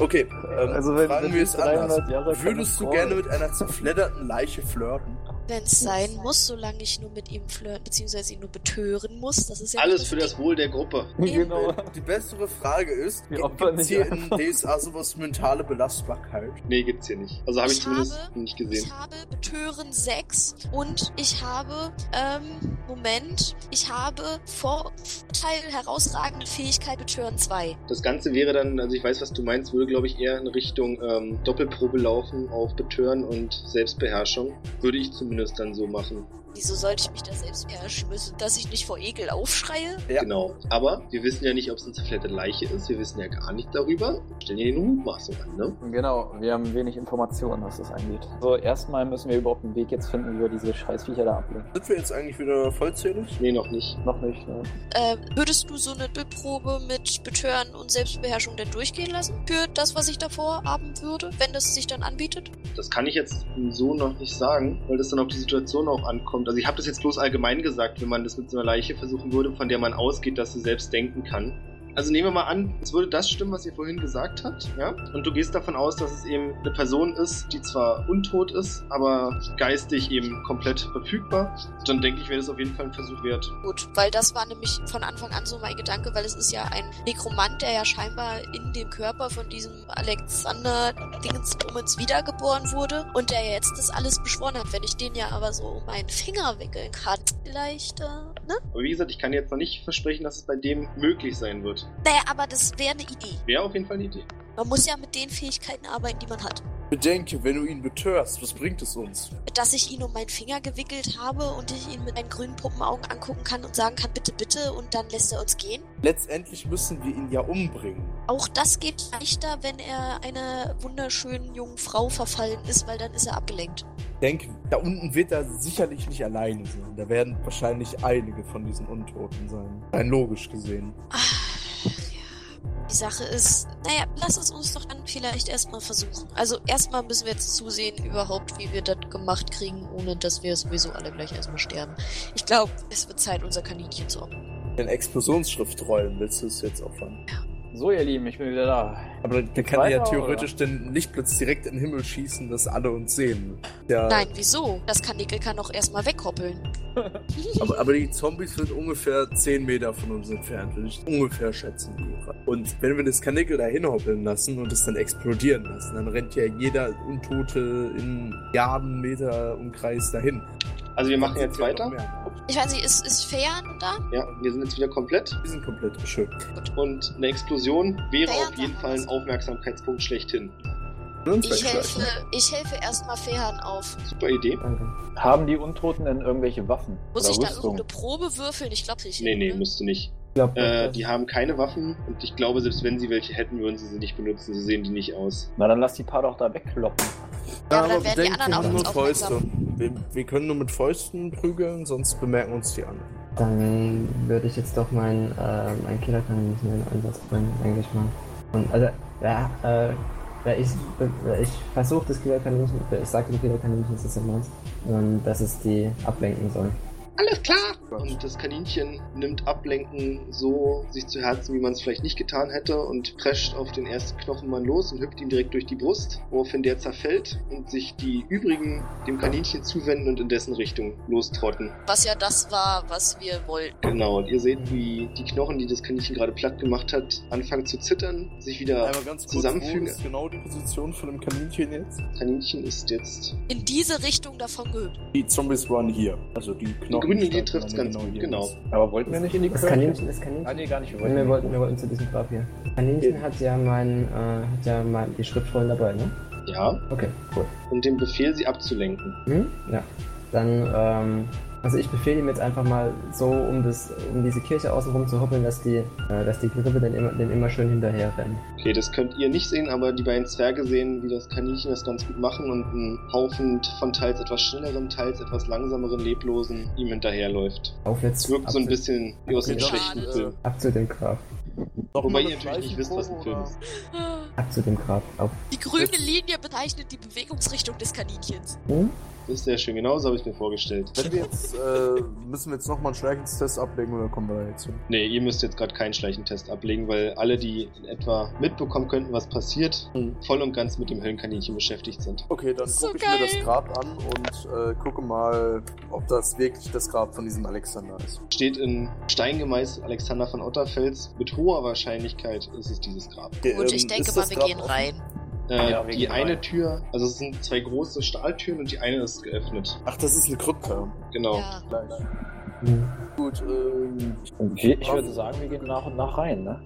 Okay, ähm, Also wenn- fragen wenn wir die es anders. 300 Jahre keine Würdest du Frau- gerne mit einer zerfledderten Leiche flirten? Wenn's sein muss, solange ich nur mit ihm flirten bzw. ihn nur betören muss, das ist ja Alles nicht für das Wohl der Gruppe. genau. Äh, Die bessere Frage ist, Wir gibt opfern nicht es hier in DSA sowas mentale Belastbarkeit? Nee, gibt's hier nicht. Also habe ich, Ich zumindest habe- nicht Ich gesehen. habe Betören 6 und ich habe, ähm, Moment, ich habe Vorteil, herausragende Fähigkeit Betören 2. Das Ganze wäre dann, also ich weiß, was du meinst, würde, glaube ich, eher in Richtung ähm, Doppelprobe laufen auf Betören und Selbstbeherrschung. Würde ich zumindest dann so machen. Wieso sollte ich mich da selbst beherrschen müssen, dass ich nicht vor Ekel aufschreie? Ja. Genau. Aber wir wissen ja nicht, ob es eine zerfledderte Leiche ist. Wir wissen ja gar nicht darüber. Stellen ja die Mutmaßung an, ne? Genau, wir haben wenig Informationen, was das angeht. So, erstmal müssen wir überhaupt einen Weg jetzt finden, wie wir diese Scheißviecher da ablenken. Sind wir jetzt eigentlich wieder vollzählig? Nee, noch nicht. Noch nicht, ne? Ähm, würdest du so eine Doppelprobe mit Betören und Selbstbeherrschung denn durchgehen lassen? Für das, was ich davor haben würde, wenn das sich dann anbietet? Das kann ich jetzt so noch nicht sagen, weil das dann auf die Situation auch ankommt. Also ich habe das jetzt bloß allgemein gesagt, wenn man das mit so einer Leiche versuchen würde, von der man ausgeht, dass sie selbst denken kann. Also nehmen wir mal an, es würde das stimmen, was ihr vorhin gesagt habt, ja? Und du gehst davon aus, dass es eben eine Person ist, die zwar untot ist, aber geistig eben komplett verfügbar. Dann denke ich, wäre das auf jeden Fall ein Versuch wert. Gut, weil das war nämlich von Anfang an so mein Gedanke, weil es ist ja ein Nekromant, der ja scheinbar in dem Körper von diesem Alexander Dingensbummens wiedergeboren wurde und der ja jetzt das alles beschworen hat. Wenn ich den ja aber so um einen Finger wickeln kann, vielleicht, äh, ne? Aber wie gesagt, ich kann jetzt noch nicht versprechen, dass es bei dem möglich sein wird. Naja, aber das wäre eine Idee. Wäre auf jeden Fall eine Idee. Man muss ja mit den Fähigkeiten arbeiten, die man hat. Bedenke, wenn du ihn betörst, was bringt es uns? dass ich ihn um meinen Finger gewickelt habe und ich ihn mit meinen grünen Puppenaugen angucken kann und sagen kann, bitte, bitte, und dann lässt er uns gehen. Letztendlich müssen wir ihn ja umbringen. Auch das geht leichter, wenn er einer wunderschönen jungen Frau verfallen ist, weil dann ist er abgelenkt. Denke, da unten wird er sicherlich nicht alleine sein. Da werden wahrscheinlich einige von diesen Untoten sein. Rein logisch gesehen. Ah, ja. Die Sache ist, naja, lass es uns doch dann vielleicht erstmal versuchen. Also erstmal müssen wir jetzt zusehen überhaupt, wie wir das gemacht kriegen, ohne dass wir sowieso alle gleich erstmal sterben. Ich glaube, es wird Zeit, unser Kaninchen zu opfern. Den Explosionsschrift rollen willst du es jetzt opfern? So, ihr Lieben, ich bin wieder da. Aber der kann ja Weiter, theoretisch den Lichtblitz direkt in den Himmel schießen, dass alle uns sehen. Ja, Nein, wieso? Das Kanickel kann doch erstmal weghoppeln. Aber, aber die Zombies sind ungefähr 10 Meter von uns entfernt, würde ich ungefähr schätzen. Und wenn wir das Kanickel da hinhoppeln lassen und es dann explodieren lassen, dann rennt ja jeder Untote in Milliarden Meter Umkreis dahin. Also wir machen Dann sind jetzt weiter. noch mehr. Ich weiß nicht, ist, ist Fern da? Ja, wir sind jetzt wieder komplett. Wir sind komplett schön. Und eine Explosion wäre Ja, ja, auf jeden klar. Fall ein Aufmerksamkeitspunkt schlechthin. Uns Ich wegschleichen. helfe, ich helfe erstmal Fern auf. Super Idee. Haben die Untoten denn irgendwelche Waffen? Muss oder ich da Rüstung? irgendeine Probe würfeln? Ich glaube nicht. Nee, nee, ne? musst du nicht. Ich glaub, Äh, die haben keine Waffen und ich glaube, selbst wenn sie welche hätten, würden sie sie nicht benutzen. So sehen die nicht aus. Na, dann lass die paar doch da wegkloppen. Ja, aber aber dann werden die bedenkt, wir anderen haben auf nur uns aufmerksam. Fäuste. Wir, wir können nur mit Fäusten prügeln, sonst bemerken uns die anderen. Dann würde ich jetzt doch meinen äh, mein Killerkaninchen in Einsatz bringen, denke ich mal. Und also, ja, äh, ja, ich, äh, ich versuche das Killerkaninchen, äh, ich sage dem Killerkaninchen, es ist im Mars, ähm, dass es die ablenken soll. Alles klar! Und das Kaninchen nimmt Ablenken so sich zu Herzen, wie man es vielleicht nicht getan hätte und prescht auf den ersten Knochenmann los und hüpft ihm direkt durch die Brust, woraufhin der zerfällt und sich die übrigen dem Kaninchen zuwenden und in dessen Richtung lostrotten. Was ja das war, was wir wollten. Genau, und ihr seht, wie die Knochen, die das Kaninchen gerade platt gemacht hat, anfangen zu zittern, sich wieder Einmal ganz kurz, zusammenfügen. wo ist genau die Position von dem Kaninchen jetzt? Kaninchen ist jetzt. In diese Richtung davon gehüpft. Die Zombies waren hier. Also die Knochen. grüne Linie standen trifft's dann ganz gut, hier. genau. Aber wollten wir nicht in die Das Kirche? Kaninchen, das Kaninchen. Ah, nee, gar nicht. Wir Also, Nein, wollten wir in die wollten, wir wollten zu diesem Grab hier. Kaninchen hat ja mein, äh, hat ja mein, die Schriftrollen dabei, ne? Ja. Okay, cool. Und dem Befehl, sie abzulenken. Hm? Ja. Dann, ähm, also ich befehle ihm jetzt einfach mal so, um das, um diese Kirche außenrum zu hoppeln, dass die, äh, dass die Grippe dann immer, dann immer schön hinterher rennen. Okay, das könnt ihr nicht sehen, aber die beiden Zwerge sehen, wie das Kaninchen das ganz gut machen und ein Haufen von teils etwas schnelleren, teils etwas langsameren Leblosen ihm hinterherläuft. Auf jetzt. Es wirkt so ein ab- bisschen wie aus einem Schade. schlechten Film. Ab zu dem Grab. Noch Wobei mal ihr eine natürlich nicht wisst, was ein Film ist. Ab zu dem Grab. Auf. Die grüne Linie bezeichnet die Bewegungsrichtung des Kaninchens. Das ist sehr schön, genauso habe ich mir vorgestellt. Wenn wir jetzt, äh, müssen wir jetzt nochmal einen Schleichungstest ablegen oder kommen wir da jetzt hin? Nee, ihr müsst jetzt gerade keinen Schleichentest ablegen, weil alle, die in etwa mitbekommen könnten, was passiert, voll und ganz mit dem Höllenkaninchen beschäftigt sind. Okay, dann So gucke ich geil. mir das Grab an und äh, gucke mal, ob das wirklich das Grab von diesem Alexander ist. Steht in Stein gemeißelt Alexander von Otterfels. Mit hoher Wahrscheinlichkeit ist es dieses Grab. Okay, Gut, ähm, ich denke ist mal, das wir Grab gehen offen? rein. Äh, Ja, wir die gehen eine rein. Tür, also es sind zwei große Stahltüren und die eine ist geöffnet. Ach, das ist eine Krypta. Genau. Ja. Gleich. Hm. Gut, ähm, Und wir, ich würde sagen, wir gehen nach und nach rein, ne?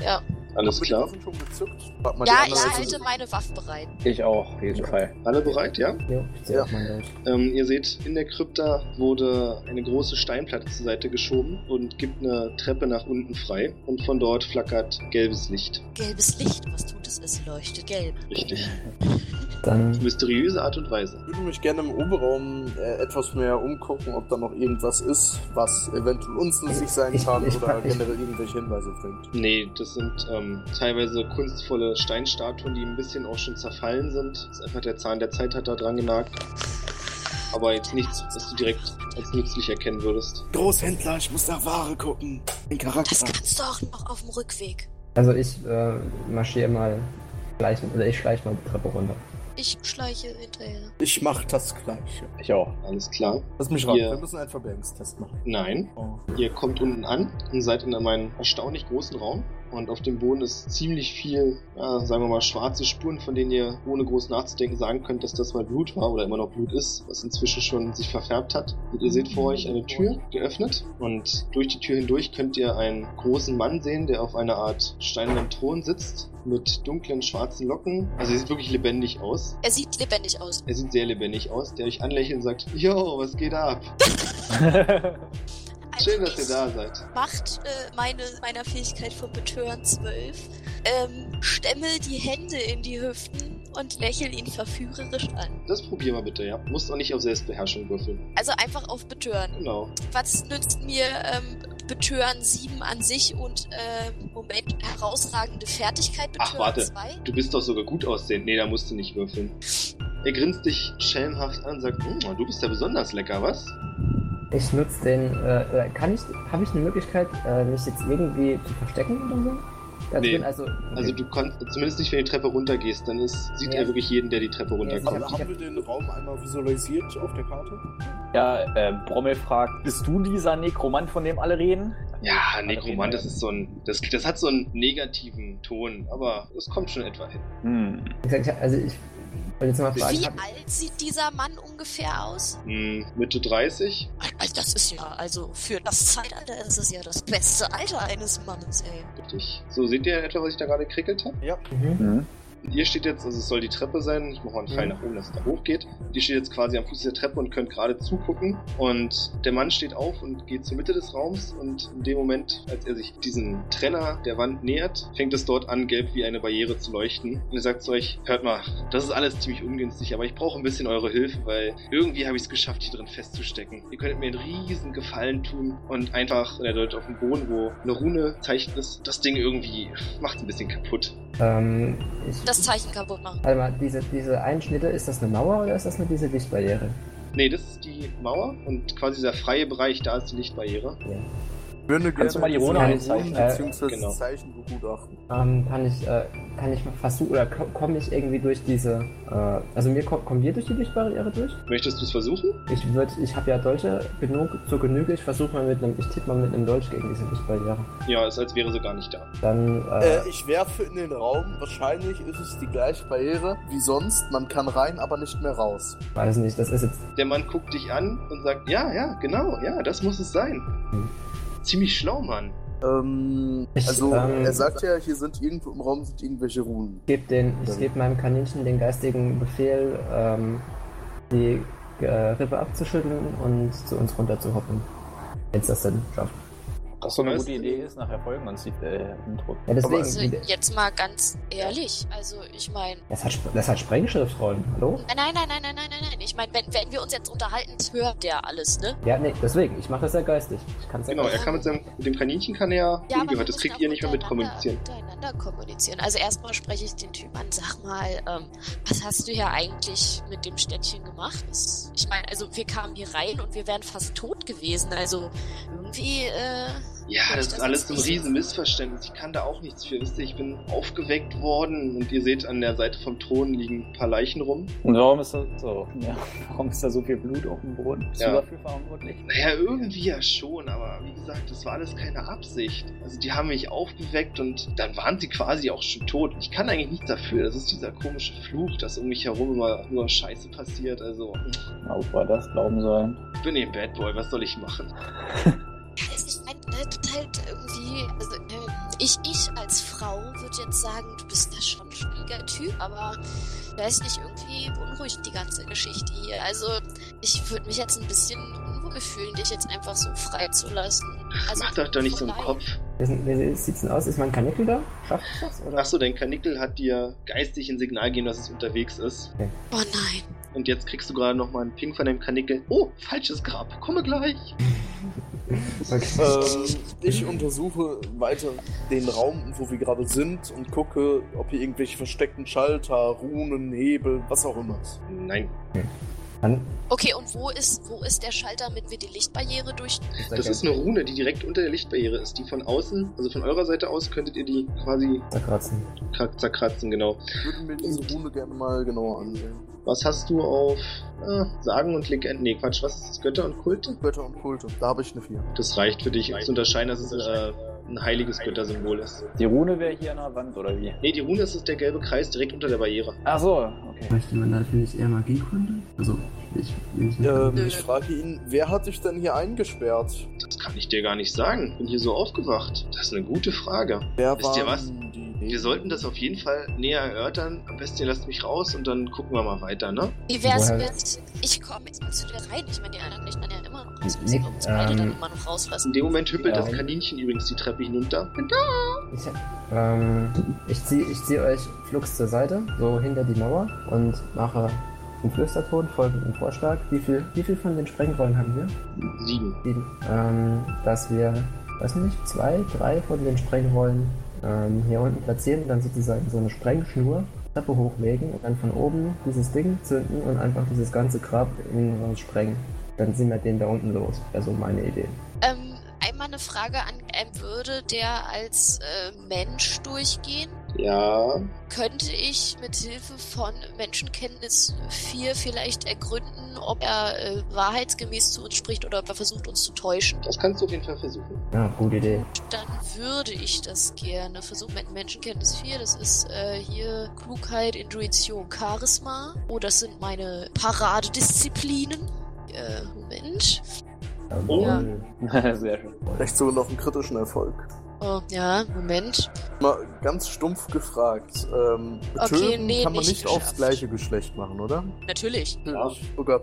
Alles haben wir die klar. Waffen schon gezückt? Warte mal, die Ja, anderen ich sind- halte meine Waffe bereit. Ich auch, auf jeden Fall. Alle bereit, ja? Jo, ich zieh Ja. auch mein Deutsch. Ähm, ihr seht, in der Krypta wurde eine große Steinplatte zur Seite geschoben und gibt eine Treppe nach unten frei. Und von dort flackert gelbes Licht. Gelbes Licht, was tut es? Es leuchtet gelb. Richtig. Auf Dann. mysteriöse Art und Weise. Ich würde mich gerne im Oberraum äh, etwas mehr umgucken, ob da noch irgendwas ist, was eventuell uns nützlich sein Ich- kann ich- oder ich- generell irgendwelche Hinweise bringt. Nee, das sind ähm, teilweise kunstvolle Steinstatuen, die ein bisschen auch schon zerfallen sind. Das ist einfach der Zahn der Zeit hat da dran genagt. Aber jetzt nichts, was du direkt als nützlich erkennen würdest. Großhändler, ich muss nach Ware gucken. Den Das Ah. Charakter. kannst du auch noch auf dem Rückweg. Also ich äh, marschiere mal gleich, oder ich schleiche mal die Treppe runter. Ich schleiche hinterher. Ich mach das Gleiche. Ich auch. Alles klar. Lass mich ran. Ja. Wir müssen einen Verbängungstest machen. Nein. Oh. Ihr kommt unten an und seid in einem erstaunlich großen Raum. Und auf dem Boden ist ziemlich viel, ja, sagen wir mal, schwarze Spuren, von denen ihr ohne groß nachzudenken sagen könnt, dass das mal Blut war oder immer noch Blut ist, was inzwischen schon sich verfärbt hat. Und ihr seht vor euch eine Tür geöffnet. Und durch die Tür hindurch könnt ihr einen großen Mann sehen, der auf einer Art steinernen Thron sitzt, mit dunklen schwarzen Locken. Also er sieht wirklich lebendig aus. Er sieht lebendig aus. Er sieht sehr lebendig aus, der euch anlächelt und sagt, Yo, was geht ab? Also Schön, dass ich ihr da seid. Macht äh, meine, meiner Fähigkeit von Betören 12. Ähm, stemme die Hände in die Hüften und lächel ihn verführerisch an. Das probier mal bitte, ja. Musst auch nicht auf Selbstbeherrschung würfeln. Also einfach auf Betören. Genau. Was nützt mir ähm, Betören 7 an sich und äh, Moment, herausragende Fertigkeit Ach, Betören warte. 2? Du bist doch sogar gut aussehend. Nee, da musst du nicht würfeln. Er grinst dich schelmhaft an und sagt, "Hm, du bist ja besonders lecker, was? Ich nutze den. Äh, äh, kann ich. Habe ich eine Möglichkeit, äh, mich jetzt irgendwie zu verstecken oder so? Da Nee. drin, also, Also du kannst, zumindest nicht, wenn du die Treppe runtergehst, dann ist, sieht Ja. er wirklich jeden, der die Treppe runterkommt. Aber haben wir den Raum einmal visualisiert auf der Karte? Ja, äh, Brommel fragt, bist du dieser Nekromant, von dem alle reden? Ja, Nekromant, das ist so ein, das, das hat so einen negativen Ton, aber es kommt schon etwa hin. Hm. wie gesagt, ich- also ich wollte jetzt mal fragen, Wie hab- alt sieht dieser Mann ungefähr aus? Hm, Mitte 30? Also das ist ja, also für das Zeitalter ist es ja das beste Alter eines Mannes, ey. Richtig. So, seht ihr etwa, was ich da gerade gekrickelt habe? Hm. Mhm. Ihr steht jetzt, also es soll die Treppe sein, ich mache mal einen Pfeil nach oben, dass es da hochgeht. Ihr steht jetzt quasi am Fuß der Treppe und könnt gerade zugucken. Und der Mann steht auf und geht zur Mitte des Raums und in dem Moment, als er sich diesem Trenner der Wand nähert, fängt es dort an, gelb wie eine Barriere zu leuchten. Und er sagt zu euch, hört mal, das ist alles ziemlich ungünstig, aber ich brauche ein bisschen eure Hilfe, weil irgendwie habe ich es geschafft, hier drin festzustecken. Ihr könntet mir einen riesen Gefallen tun und einfach, und er deutet auf den Boden, wo eine Rune zeichnet ist, das Ding irgendwie macht ein bisschen kaputt. ähm, ich, Das Zeichen kaputt machen. warte mal, diese, diese Einschnitte, ist das eine Mauer oder ist das nur diese Lichtbarriere? Nee, das ist die Mauer und quasi dieser freie Bereich, da ist die Lichtbarriere. Ich würde gerne Kannst du mal die Rune das einzeichnen? Runen- beziehungsweise Äh, genau. das Zeichen begutachten. Ähm, kann ich, äh, kann ich mal versuchen, oder ko- komme ich irgendwie durch diese, äh, also mir ko- kommen wir durch die Lichtbarriere durch? Möchtest du es versuchen? Ich würde, ich habe ja Dolche genug zur Genüge, ich versuche mal mit einem, ich tippe mal mit einem Dolch gegen diese Lichtbarriere. Ja, ist als wäre sie gar nicht da. Dann, äh, Äh, ich werfe in den Raum, wahrscheinlich ist es die gleiche Barriere wie sonst. Man kann rein, aber nicht mehr raus. weiß nicht, das ist jetzt, Der Mann guckt dich an und sagt, ja, ja, genau, ja, das muss es sein. Ziemlich schlau, Mann. Ähm, Ich, also, ähm, er sagt ja, hier sind irgendwo im Raum sind irgendwelche Runen. ich gebe den, ich gebe meinem Kaninchen den geistigen Befehl, ähm, die äh, Rippe abzuschütteln und zu uns runter zu hoppen. Wenn's das denn schafft. Auch so eine Weißt gute du- Idee ist, nachher folgen uns die äh, Intro. Ja, deswegen, Also jetzt mal ganz ehrlich, also ich meine, das hat, Sp- das hat Sprengschriftrollen, hallo? nein, nein, nein, nein, nein, nein, nein. Ich meine, wenn, wenn wir uns jetzt unterhalten, das hört der alles, ne? Ja, nee, deswegen, ich mache das ja geistig. Ich kann's ja Genau, er geistig. kann mit, seinem, mit dem Kaninchen kann er Ja, ungehört, das müssen kriegt auch ihr nicht mehr mit untereinander- kommunizieren. Untereinander kommunizieren. Also erstmal spreche ich den Typ an, sag mal, ähm, was hast du hier eigentlich mit dem Städtchen gemacht? Das, ich meine, also wir kamen hier rein und wir wären fast tot gewesen. Also irgendwie, äh, Ja, das Das ist alles ist ein nicht- riesen Missverständnis. Ich kann da auch nichts für. Wisst ihr, ich bin aufgeweckt worden und ihr seht, an der Seite vom Thron liegen ein paar Leichen rum. Und warum ist da so? Ja, warum ist da so viel Blut auf dem Boden? Bist Ja. du dafür verantwortlich? Naja, irgendwie ja schon, aber wie gesagt, das war alles keine Absicht. Also die haben mich aufgeweckt und dann waren sie quasi auch schon tot. Ich kann eigentlich nichts dafür. Das ist dieser komische Fluch, dass um mich herum immer nur Scheiße passiert. Also, Na, ob wir das glauben sollen. ich bin eben Bad Boy, was soll ich machen? ja, also ich meine, ne, das ist halt irgendwie, also äh, ich, ich als Frau würde jetzt sagen, du bist ja schon ein schwieriger Typ, aber ich weiß nicht, irgendwie beunruhigt die ganze Geschichte hier. Also ich würde mich jetzt ein bisschen unwohl fühlen, dich jetzt einfach so freizulassen. Also, Macht euch doch nicht so einen vorbei. Kopf. Wie sind- Wie sieht's denn aus? Ist mein Kanickel da? Schafft ich das? Oder? Achso, dein Kanickel hat dir geistig ein Signal gegeben, dass es unterwegs ist. Oh nein. Und jetzt kriegst du gerade nochmal einen Ping von deinem Kanickel. Oh, falsches Grab, komme gleich. Okay. Ähm, ich untersuche weiter den Raum, wo wir gerade sind und gucke, ob hier irgendwelche versteckten Schalter, Runen, Hebel, was auch immer. ist. Nein, Dann, äh, Okay, und wo ist, wo ist der Schalter, damit wir die Lichtbarriere durch. das ist eine Rune, die direkt unter der Lichtbarriere ist. Die von außen, also von eurer Seite aus, könntet ihr die quasi Zerkratzen. kra- zerkratzen, genau. Ich würde mir diese Rune gerne mal genauer ansehen. Was hast du auf äh, Sagen und Legenden? Nee, Quatsch, was ist das? Götter und Kulte? Götter und Kulte, da habe ich eine 4. Das reicht für dich, um zu unterscheiden, dass es äh, ein heiliges Göttersymbol ist. Die Rune wäre hier an der Wand, oder wie? Nee, die Rune ist, ist der gelbe Kreis direkt unter der Barriere. Ach so, okay. Möchte man natürlich eher Magiekunde? Also, ich. ich Ähm, ich frage ihn, wer hat dich denn hier eingesperrt? Das kann ich dir gar nicht sagen. Bin hier so aufgewacht. Das ist eine gute Frage. Wer Wisst ihr waren was? Die Wir sollten das auf jeden Fall näher erörtern. Am besten ihr lasst mich raus und dann gucken wir mal weiter, ne? Wie wär's Woher- mit. Ich komme jetzt mal zu dir rein. Ich meine, die anderen Lichtern ja immer noch raus. Nick, Müssen wir uns beide ähm, dann immer noch In rauslassen. dem Moment hüppelt Ja. das Kaninchen übrigens die Treppe hinunter. Ich, ähm, ich ziehe ich zieh euch flugs zur Seite, so hinter die Mauer und mache einen Flüsterton, folgenden Vorschlag. Wie viel, wie viel von den Sprengrollen haben wir? Sieben. Sieben. Ähm, dass wir, weiß nicht, zwei, drei von den Sprengrollen ähm, hier unten platzieren, dann sozusagen so eine Sprengschnur Treppe hochlegen und dann von oben dieses Ding zünden und einfach dieses ganze Grab innen raus sprengen. Dann sind wir den da unten los. Also meine Idee. Ähm, einmal eine Frage an M. Würde der als äh, Mensch durchgehen? Ja. Könnte ich mit Hilfe von Menschenkenntnis 4 vielleicht ergründen, ob er äh, wahrheitsgemäß zu uns spricht oder ob er versucht, uns zu täuschen? Das kannst du auf jeden Fall versuchen. Ja, gute Idee. Dann würde ich das gerne versuchen mit Menschenkenntnis 4. Das ist äh, hier Klugheit, Intuition, Charisma. Oh, das sind meine Paradedisziplinen. Äh, Moment. Ja. Sehr schön. Vielleicht sogar noch einen kritischen Erfolg. Oh, ja, Moment. Mal ganz stumpf gefragt. Ähm, Okay, Betören nee, kann man nicht nicht aufs geschafft. gleiche Geschlecht machen, oder? Natürlich. Ja. Oh Gott.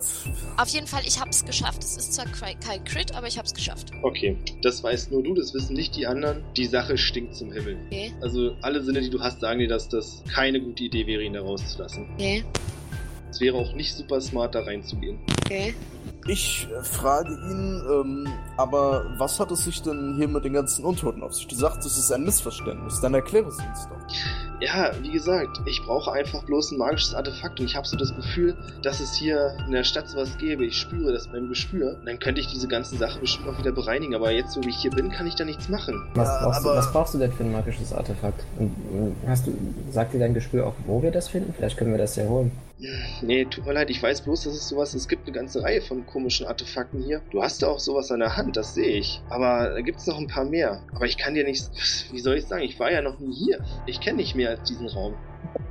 Auf jeden Fall, ich hab's geschafft. Es ist zwar cri- kein Crit, aber ich hab's geschafft. Okay, das weißt nur du, das wissen nicht die anderen. Die Sache stinkt zum Himmel. Okay, Also alle Sinne, die du hast, sagen dir, dass das keine gute Idee wäre, ihn da rauszulassen. okay, Es wäre auch nicht super smart, da reinzugehen. okay. Ich äh, frage ihn, ähm, aber was hat es sich denn hier mit den ganzen Untoten auf sich? Du sagst, es ist ein Missverständnis. Dann erkläre es uns doch. Ja, wie gesagt, ich brauche einfach bloß ein magisches Artefakt und ich habe so das Gefühl, dass es hier in der Stadt sowas gäbe. Ich spüre das mit meinem Gespür. Und Dann könnte ich diese ganze Sache bestimmt auch wieder bereinigen, aber jetzt, wo ich hier bin, kann ich da nichts machen. Was, Ja, brauchst, du, aber- was brauchst du denn für ein magisches Artefakt? Und, und hast du, sagt dir dein Gespür auch, wo wir das finden? Vielleicht können wir das ja holen. Nee, tut mir leid, ich weiß bloß, dass es sowas, es gibt eine ganze Reihe von komischen Artefakten hier. Du hast da auch sowas an der Hand, das sehe ich. Aber da gibt's noch ein paar mehr. Aber ich kann dir nicht, wie soll ich sagen, ich war ja noch nie hier. Ich kenne nicht mehr als diesen Raum.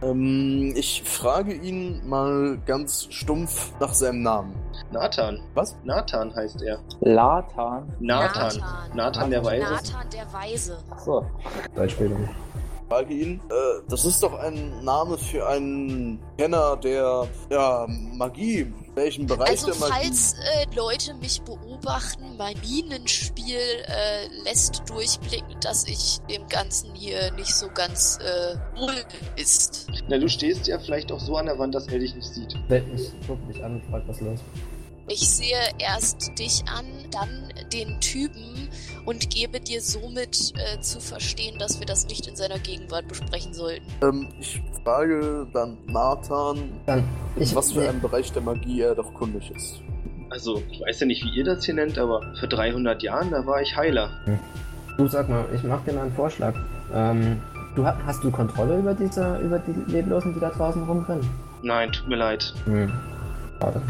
Ähm, ich frage ihn mal ganz stumpf nach seinem Namen. Nathan. Was? Nathan heißt er. Latan. Nathan. Nathan der Weise. Nathan der Weise. Achso. Deutschbildung. frage ihn. Äh, das ist doch ein Name für einen Kenner der ja, Magie. Welchen Bereich Also der Magie? falls äh, Leute mich beobachten, mein Minenspiel äh, lässt durchblicken, dass ich dem Ganzen hier nicht so ganz äh, wohl ist. Na, du stehst ja vielleicht auch so an der Wand, dass er dich nicht sieht. Ich guck mich an und frag, was los. Ich sehe erst dich an, dann den Typen und gebe dir somit äh, zu verstehen, dass wir das nicht in seiner Gegenwart besprechen sollten. Ähm, ich frage dann Nathan, Dann, in ich, was für einen Bereich der Magie er doch kundig ist. Also, ich weiß ja nicht, wie ihr das hier nennt, aber vor 300 Jahren, da war ich Heiler. Du sag mal, ich mach dir mal einen Vorschlag. Ähm, du, ha- hast du Kontrolle über diese, über die Leblosen, die da draußen rumrennen? Nein, tut mir leid. Hm. Schade.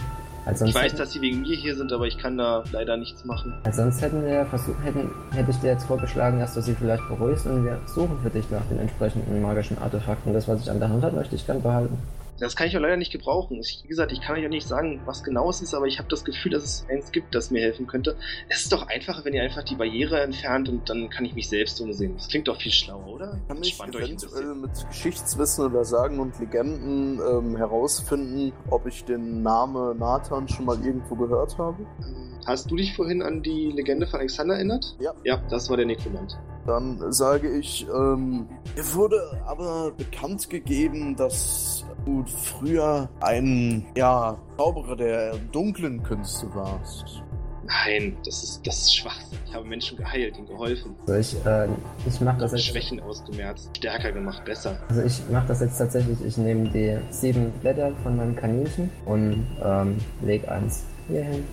Also Ich weiß, dass sie wegen mir hier sind, aber ich kann da leider nichts machen. Weil sonst hätten wir ja versucht, hätten, hätte ich dir jetzt vorgeschlagen, dass du sie vielleicht beruhigst und wir suchen für dich nach den entsprechenden magischen Artefakten. Das, was ich an der Hand habe, möchte ich gern behalten. Das kann ich auch leider nicht gebrauchen. Ich, wie gesagt, ich kann euch auch nicht sagen, was genau es ist, aber ich habe das Gefühl, dass es eins gibt, das mir helfen könnte. Es ist doch einfacher, wenn ihr einfach die Barriere entfernt und dann kann ich mich selbst umsehen. Das klingt doch viel schlauer, oder? Kann ich Entspannt euch ein eventuell bisschen. mit Geschichtswissen oder Sagen und Legenden ähm, herausfinden, ob ich den Namen Nathan schon mal irgendwo gehört habe? ähm, Hast du dich vorhin an die Legende von Alexander erinnert? Ja. Ja, das war der Nekromant. Dann sage ich, ähm, mir wurde aber bekannt gegeben, dass du früher ein, ja, Zauberer der dunklen Künste warst. Nein, das ist, das ist Schwachsinn. Ich habe Menschen geheilt, ihnen geholfen. Also ich, äh, ich mache das Ihre jetzt. Schwächen ausgemerzt, stärker gemacht, besser. Also ich mache das jetzt tatsächlich. Ich nehme die sieben Blätter von meinem Kaninchen und ähm, leg eins hier hin,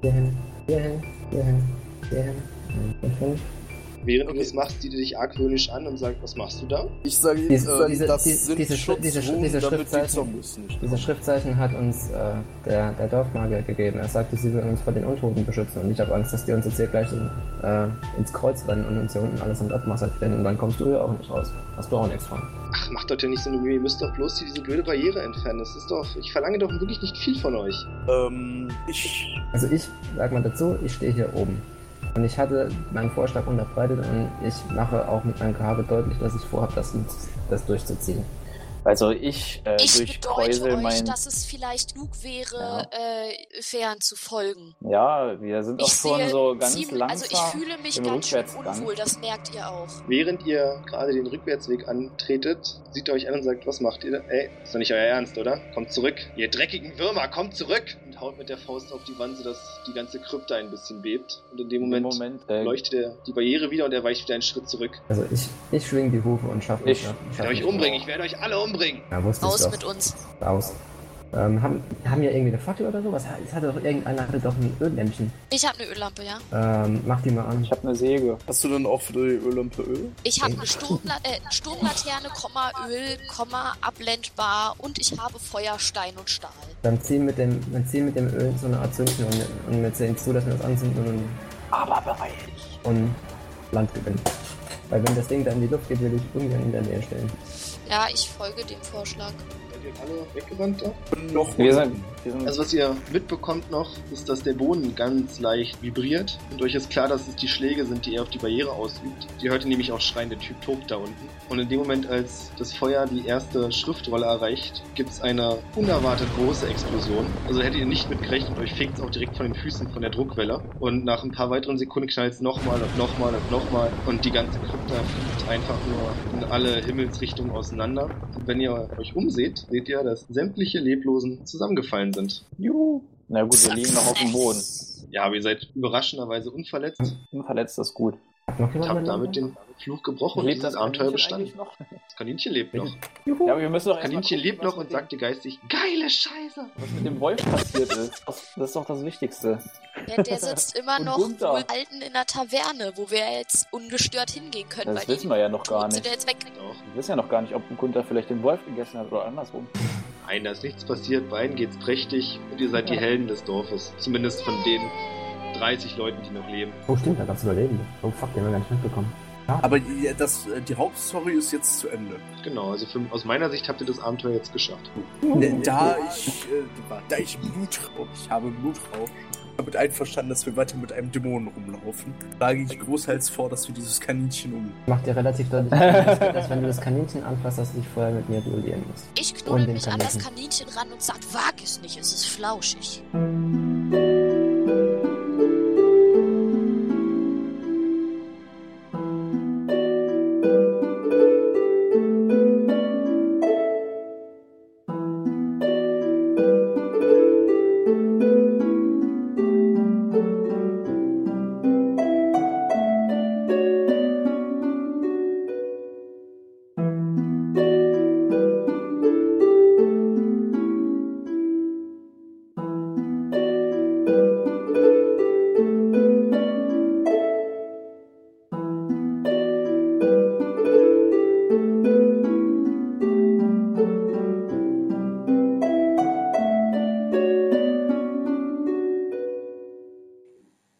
hier hin, hier hin, hier hin, hier hin. Und fünf. Während Okay. du das machst, sieht er dich argwöhnisch an und sagt, was machst du da? Ich sage Ihnen, Diese- ähm, diese- das die- sind diese- Schutzruhen, diese- diese damit die Schriftzeichen. Zombies nicht Diese Schriftzeichen hat uns äh, der, der Dorfmagier gegeben. Er sagte, sie würden uns vor den Untoten beschützen. Und ich habe Angst, dass die uns jetzt hier gleich in, äh, ins Kreuz rennen und uns hier unten alles in Abmassert werden. Und dann kommst du ja auch nicht raus. Hast du auch nichts von. Ach, macht doch ja nicht so eine Mühe, ihr müsst doch bloß diese blöde Barriere entfernen. Das ist doch, ich verlange doch wirklich nicht viel von euch. Ähm, ich Also ich, sag mal dazu, ich stehe hier oben. Und ich hatte meinen Vorschlag unterbreitet und ich mache auch mit meinem Gehabe deutlich, dass ich vorhabe, das, das durchzuziehen. Also ich, äh, Ich durchkräusel bedeute euch, mein. dass es vielleicht klug wäre, äh, fern zu folgen. Ja, wir sind auch Ich schon sehe so ganz ziemlich- langsam. also ich fühle mich im ganz schön Rückwärtsgang. unwohl, das merkt ihr auch. Während ihr gerade den Rückwärtsweg antretet, sieht er euch an und sagt, was macht ihr da? Ey, ist doch nicht euer Ernst, oder? Kommt zurück, ihr dreckigen Würmer, kommt zurück! Und haut mit der Faust auf die Wand, sodass die ganze Krypta ein bisschen bebt. Und in dem Im Moment, Moment äh, leuchtet er die Barriere wieder und er weicht wieder einen Schritt zurück. Also ich, ich schwing die Hufe und schaffe Ich- Ich werde euch umbringen, ich werde euch alle umbringen! Ja, wusste ich Raus doch. mit uns. Raus. Ähm, haben, haben wir irgendwie eine Fackel oder sowas? Es hatte doch irgendeiner hatte doch ein Öllämpchen. Ich habe eine Öllampe, ja. Ähm, mach die mal an. Ich habe eine Säge. Hast du dann auch für die Öllampe Öl? Ich habe eine Sturmla äh, Sturmlaterne, Komma, Öl, Komma, abblendbar und ich habe Feuer, Stein und Stahl. Dann ziehen mit dem, dann ziehen mit dem Öl so eine Art Zündchen und, und wir sehen zu, dass wir das anzünden und, Aber beeil. und Land gewinnen. Weil wenn das Ding dann in die Luft geht, will ich irgendwann in der Nähe stellen. Ja, ich folge dem Vorschlag. Seid ihr alle weggerannt da? Noch Wir sind, wir sind Also was ihr mitbekommt noch, ist, dass der Boden ganz leicht vibriert und euch ist klar, dass es die Schläge sind, die er auf die Barriere ausübt. Ihr hört nämlich auch schreien, der Typ tobt da unten. Und in dem Moment, als das Feuer die erste Schriftrolle erreicht, gibt es eine unerwartet große Explosion. Also hättet ihr nicht mit gerechnet, euch fegt es auch direkt von den Füßen von der Druckwelle. Und nach ein paar weiteren Sekunden knallt es nochmal und nochmal und nochmal und die ganze Krypta fliegt einfach nur in alle Himmelsrichtungen auseinander. Und wenn ihr euch umseht, seht ihr, dass sämtliche Leblosen zusammengefallen sind. Juhu. Na gut, wir liegen noch auf dem Boden. Ja, aber ihr seid überraschenderweise unverletzt. Verletzt ist gut. Hat noch Ich jemand habe meine damit Nummer? den Fluch gebrochen und dieses Abenteuer bestanden. eigentlich noch? Das Kaninchen lebt noch. Ja, aber wir müssen doch erstmal Kaninchen gucken, lebt was noch und mit sagt dir geistig, geile Scheiße. dem- was mit dem Wolf passiert ist. Das das ist doch das Wichtigste. Der, der sitzt immer Und noch Gunther. wohl alten in der Taverne, wo wir jetzt ungestört hingehen können, Das weil wissen wir ja noch gar sind nicht. ja jetzt weg. Doch. Wir wissen ja noch gar nicht, ob Gunther vielleicht den Wolf gegessen hat oder andersrum. Nein, da ist nichts passiert, beiden geht's prächtig und ihr seid die Helden des Dorfes. Zumindest von den 30 Leuten, die noch leben. Oh stimmt, da gab's Überlebende. Oh fuck, den haben wir gar nicht mitbekommen. Aber die- das, äh, die Hauptstory ist jetzt zu Ende. Genau, also für, aus meiner Sicht habt ihr das Abenteuer jetzt geschafft. Da ich, äh, da ich Blutrausch, ich habe Blutrausch, damit einverstanden, dass wir weiter mit einem Dämonen rumlaufen, schlage ich großteils vor, dass wir dieses Kaninchen um. Macht dir relativ deutlich, dass wenn du das Kaninchen anfasst, dass du dich vorher mit mir duellieren musst. Ich knuddel Und den mich an das Kaninchen. Kaninchen ran und sag, wag es nicht, es ist flauschig.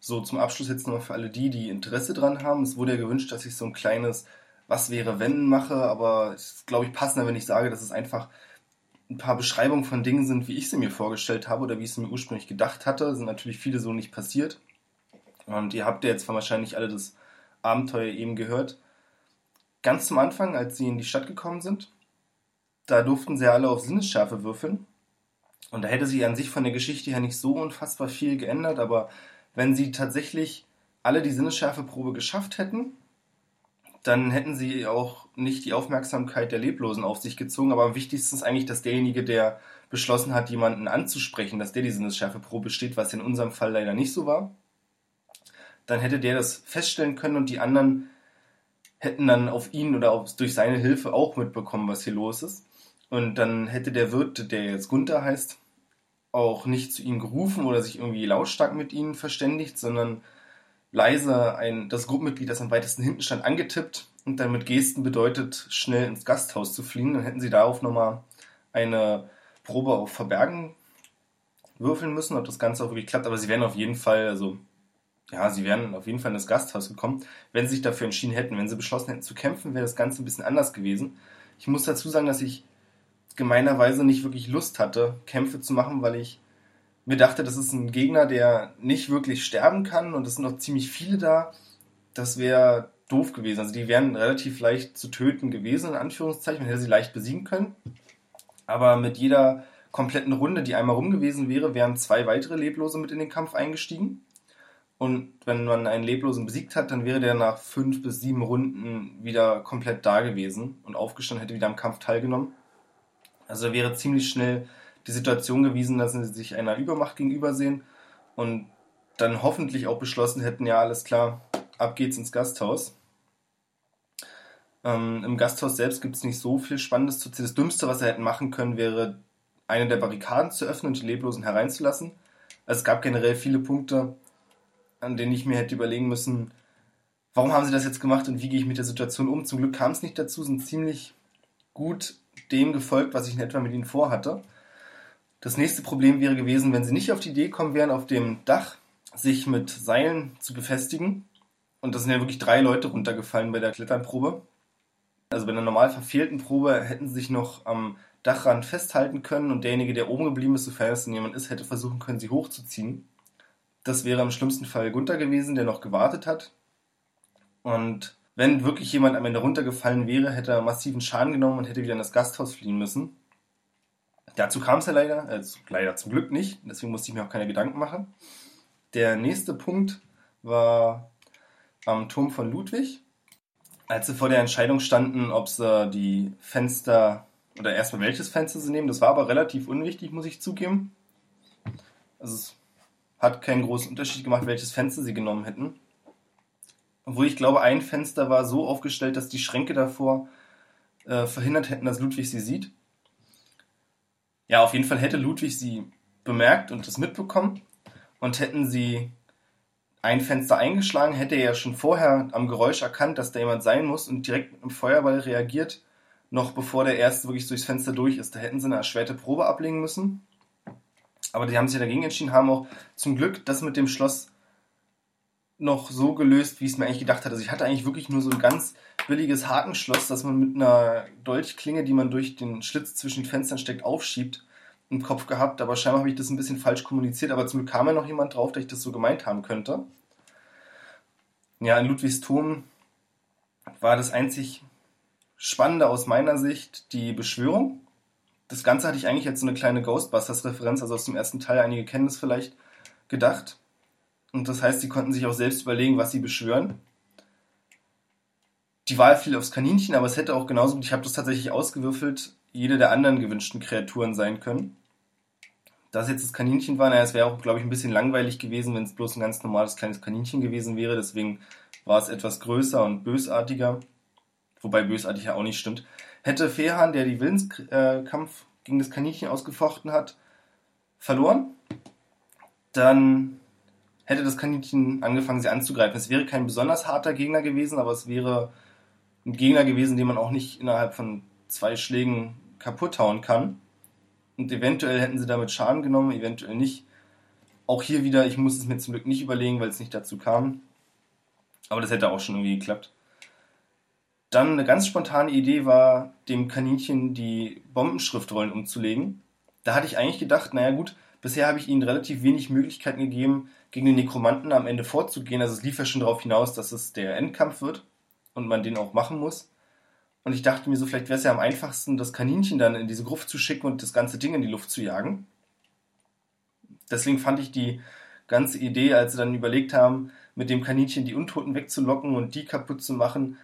So, zum Abschluss jetzt nochmal für alle die, die Interesse dran haben. Es wurde ja gewünscht, dass ich so ein kleines Was wäre wenn mache, aber es ist, glaube ich, passender, wenn ich sage, dass es einfach ein paar Beschreibungen von Dingen sind, wie ich sie mir vorgestellt habe oder wie ich sie mir ursprünglich gedacht hatte. Es sind natürlich viele so nicht passiert. Und ihr habt ja jetzt wahrscheinlich alle das Abenteuer eben gehört. Ganz zum Anfang, als sie in die Stadt gekommen sind, da durften sie ja alle auf Sinnesschärfe würfeln. Und da hätte sich an sich von der Geschichte her nicht so unfassbar viel geändert, aber wenn sie tatsächlich alle die Sinnesschärfeprobe geschafft hätten, dann hätten sie auch nicht die Aufmerksamkeit der Leblosen auf sich gezogen. Aber am wichtigsten ist eigentlich, dass derjenige, der beschlossen hat, jemanden anzusprechen, dass der die Sinnesschärfeprobe steht, was in unserem Fall leider nicht so war. Dann hätte der das feststellen können und die anderen hätten dann auf ihn oder auf, durch seine Hilfe auch mitbekommen, was hier los ist. Und dann hätte der Wirt, der jetzt Gunther heißt, auch nicht zu ihnen gerufen oder sich irgendwie lautstark mit ihnen verständigt, sondern leise ein, das Gruppenmitglied, das am weitesten hinten stand, angetippt und dann mit Gesten bedeutet, schnell ins Gasthaus zu fliehen. Dann hätten sie darauf nochmal eine Probe auf Verbergen würfeln müssen, ob das Ganze auch wirklich klappt. Aber sie wären auf jeden Fall, also ja, sie wären auf jeden Fall in das Gasthaus gekommen, wenn sie sich dafür entschieden hätten. Wenn sie beschlossen hätten zu kämpfen, wäre das Ganze ein bisschen anders gewesen. Ich muss dazu sagen, dass ich gemeinerweise nicht wirklich Lust hatte, Kämpfe zu machen, weil ich mir dachte, das ist ein Gegner, der nicht wirklich sterben kann und es sind noch ziemlich viele da. Das wäre doof gewesen. Also die wären relativ leicht zu töten gewesen, in Anführungszeichen. Man hätte sie leicht besiegen können. Aber mit jeder kompletten Runde, die einmal rum gewesen wäre, wären zwei weitere Leblose mit in den Kampf eingestiegen. Und wenn man einen Leblosen besiegt hat, dann wäre der nach fünf bis sieben Runden wieder komplett da gewesen und aufgestanden hätte wieder am Kampf teilgenommen. Also wäre ziemlich schnell die Situation gewesen, dass sie sich einer Übermacht gegenübersehen und dann hoffentlich auch beschlossen hätten, ja, alles klar, ab geht's ins Gasthaus. Ähm, Im Gasthaus selbst gibt's nicht so viel Spannendes zu erzählen. Das Dümmste, was sie hätten machen können, wäre eine der Barrikaden zu öffnen und die Leblosen hereinzulassen. Also es gab generell viele Punkte, an denen ich mir hätte überlegen müssen, warum haben sie das jetzt gemacht und wie gehe ich mit der Situation um. Zum Glück kam es nicht dazu, sind ziemlich gut dem gefolgt, was ich in etwa mit ihnen vorhatte. Das nächste Problem wäre gewesen, wenn sie nicht auf die Idee kommen wären, auf dem Dach sich mit Seilen zu befestigen. Und da sind ja wirklich drei Leute runtergefallen bei der Kletternprobe. Also bei einer normal verfehlten Probe hätten sie sich noch am Dachrand festhalten können und derjenige, der oben geblieben ist, sofern es denn jemand ist, hätte versuchen können, sie hochzuziehen. Das wäre im schlimmsten Fall Gunther gewesen, der noch gewartet hat. Und wenn wirklich jemand am Ende runtergefallen wäre, hätte er massiven Schaden genommen und hätte wieder in das Gasthaus fliehen müssen. Dazu kam es ja leider, äh, leider zum Glück nicht, deswegen musste ich mir auch keine Gedanken machen. Der nächste Punkt war am Turm von Ludwig. Als sie vor der Entscheidung standen, ob sie die Fenster oder erstmal welches Fenster sie nehmen, das war aber relativ unwichtig, muss ich zugeben. Also es hat keinen großen Unterschied gemacht, welches Fenster sie genommen hätten. Obwohl ich glaube, ein Fenster war so aufgestellt, dass die Schränke davor äh, verhindert hätten, dass Ludwig sie sieht. Ja, auf jeden Fall hätte Ludwig sie bemerkt und das mitbekommen. Und hätten sie ein Fenster eingeschlagen, hätte er ja schon vorher am Geräusch erkannt, dass da jemand sein muss und direkt mit einem Feuerball reagiert, noch bevor der erste wirklich durchs Fenster durch ist. Da hätten sie eine erschwerte Probe ablegen müssen. Aber die haben sich ja dagegen entschieden, haben auch zum Glück das mit dem Schloss noch so gelöst, wie ich es mir eigentlich gedacht hatte. Also ich hatte eigentlich wirklich nur so ein ganz billiges Hakenschloss, das man mit einer Dolchklinge, die man durch den Schlitz zwischen den Fenstern steckt, aufschiebt, im Kopf gehabt. Aber scheinbar habe ich das ein bisschen falsch kommuniziert. Aber zum Glück kam ja noch jemand drauf, dass ich das so gemeint haben könnte. Ja, in Ludwigs Turm war das einzig Spannende aus meiner Sicht die Beschwörung. Das Ganze hatte ich eigentlich als so eine kleine Ghostbusters-Referenz, also aus dem ersten Teil, einige kennen das vielleicht, gedacht. Und das heißt, sie konnten sich auch selbst überlegen, was sie beschwören. Die Wahl fiel aufs Kaninchen, aber es hätte auch genauso, ich habe das tatsächlich ausgewürfelt, jede der anderen gewünschten Kreaturen sein können. Da es jetzt das Kaninchen war, naja, es wäre auch, glaube ich, ein bisschen langweilig gewesen, wenn es bloß ein ganz normales kleines Kaninchen gewesen wäre. Deswegen war es etwas größer und bösartiger. Wobei bösartig ja auch nicht stimmt. Hätte Fehan, der die Willenskampf gegen das Kaninchen ausgefochten hat, verloren, dann hätte das Kaninchen angefangen, sie anzugreifen. Es wäre kein besonders harter Gegner gewesen, aber es wäre ein Gegner gewesen, den man auch nicht innerhalb von zwei Schlägen kaputt hauen kann. Und eventuell hätten sie damit Schaden genommen, eventuell nicht. Auch hier wieder, ich muss es mir zum Glück nicht überlegen, weil es nicht dazu kam. Aber das hätte auch schon irgendwie geklappt. Dann eine ganz spontane Idee war, dem Kaninchen die Bombenschriftrollen umzulegen. Da hatte ich eigentlich gedacht, naja gut, bisher habe ich ihnen relativ wenig Möglichkeiten gegeben, gegen den Nekromanten am Ende vorzugehen. Also es lief ja schon darauf hinaus, dass es der Endkampf wird und man den auch machen muss. Und ich dachte mir so, vielleicht wäre es ja am einfachsten, das Kaninchen dann in diese Gruft zu schicken und das ganze Ding in die Luft zu jagen. Deswegen fand ich die ganze Idee, als sie dann überlegt haben, mit dem Kaninchen die Untoten wegzulocken und die kaputt zu machen,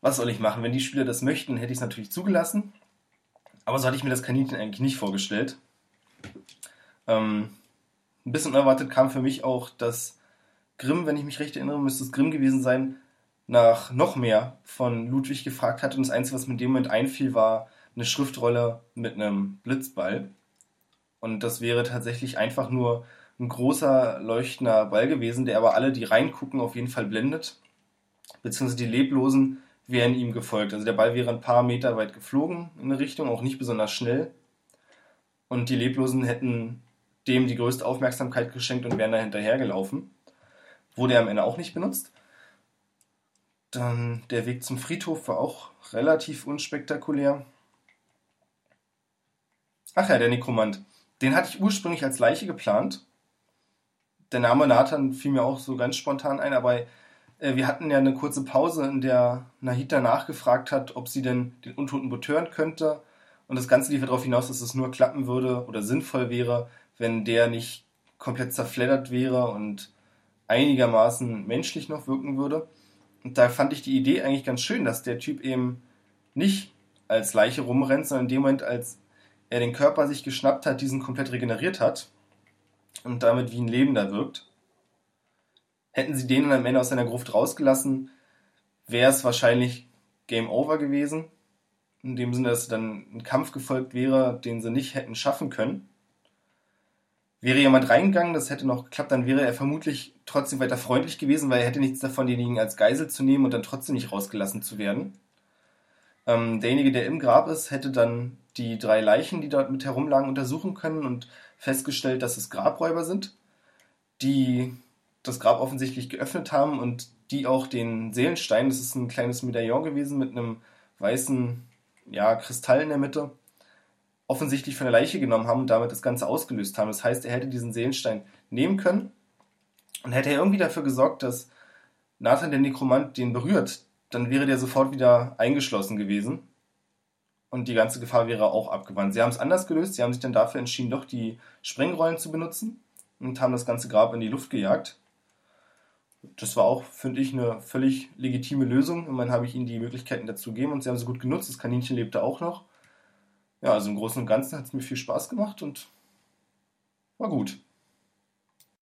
was soll ich machen? Wenn die Spieler das möchten, dann hätte ich es natürlich zugelassen. Aber so hatte ich mir das Kaninchen eigentlich nicht vorgestellt. Ähm, ein bisschen unerwartet kam für mich auch, dass Grimm, wenn ich mich recht erinnere, müsste es Grimm gewesen sein, nach noch mehr von Ludwig gefragt hat. Und das Einzige, was mir in dem Moment einfiel, war eine Schriftrolle mit einem Blitzball. Und das wäre tatsächlich einfach nur ein großer leuchtender Ball gewesen, der aber alle, die reingucken, auf jeden Fall blendet. Beziehungsweise die Leblosen wären ihm gefolgt. Also der Ball wäre ein paar Meter weit geflogen in eine Richtung, auch nicht besonders schnell und die Leblosen hätten dem die größte Aufmerksamkeit geschenkt und wären da hinterhergelaufen. Wurde er am Ende auch nicht benutzt. Dann der Weg zum Friedhof war auch relativ unspektakulär. Ach ja, der Nekromant. Den hatte ich ursprünglich als Leiche geplant. Der Name Nathan fiel mir auch so ganz spontan ein, aber äh, wir hatten ja eine kurze Pause, in der Nahita nachgefragt hat, ob sie denn den Untoten betören könnte. Und das Ganze lief ja darauf hinaus, dass es nur klappen würde oder sinnvoll wäre, wenn der nicht komplett zerfleddert wäre und einigermaßen menschlich noch wirken würde. Und da fand ich die Idee eigentlich ganz schön, dass der Typ eben nicht als Leiche rumrennt, sondern in dem Moment, als er den Körper sich geschnappt hat, diesen komplett regeneriert hat und damit wie ein Lebender wirkt. Hätten sie den am Ende aus seiner Gruft rausgelassen, wäre es wahrscheinlich Game Over gewesen In dem Sinne, dass dann ein Kampf gefolgt wäre, den sie nicht hätten schaffen können. Wäre jemand reingegangen, das hätte noch geklappt, dann wäre er vermutlich trotzdem weiter freundlich gewesen, weil er hätte nichts davon, denjenigen als Geisel zu nehmen und dann trotzdem nicht rausgelassen zu werden. Ähm, derjenige, der im Grab ist, hätte dann die drei Leichen, die dort mit herumlagen, untersuchen können und festgestellt, dass es Grabräuber sind, die das Grab offensichtlich geöffnet haben und die auch den Seelenstein, das ist ein kleines Medaillon gewesen mit einem weißen ja, Kristall in der Mitte, offensichtlich von der Leiche genommen haben und damit das Ganze ausgelöst haben. Das heißt, er hätte diesen Seelenstein nehmen können und hätte er irgendwie dafür gesorgt, dass Nathan der Nekromant den berührt, dann wäre der sofort wieder eingeschlossen gewesen und die ganze Gefahr wäre auch abgewandt. Sie haben es anders gelöst, sie haben sich dann dafür entschieden, doch die Sprengrollen zu benutzen und haben das ganze Grab in die Luft gejagt. Das war auch, finde ich, eine völlig legitime Lösung. Und dann habe ich ihnen die Möglichkeiten dazu gegeben und sie haben sie gut genutzt. Das Kaninchen lebte auch noch. Ja, also im Großen und Ganzen hat es mir viel Spaß gemacht und war gut.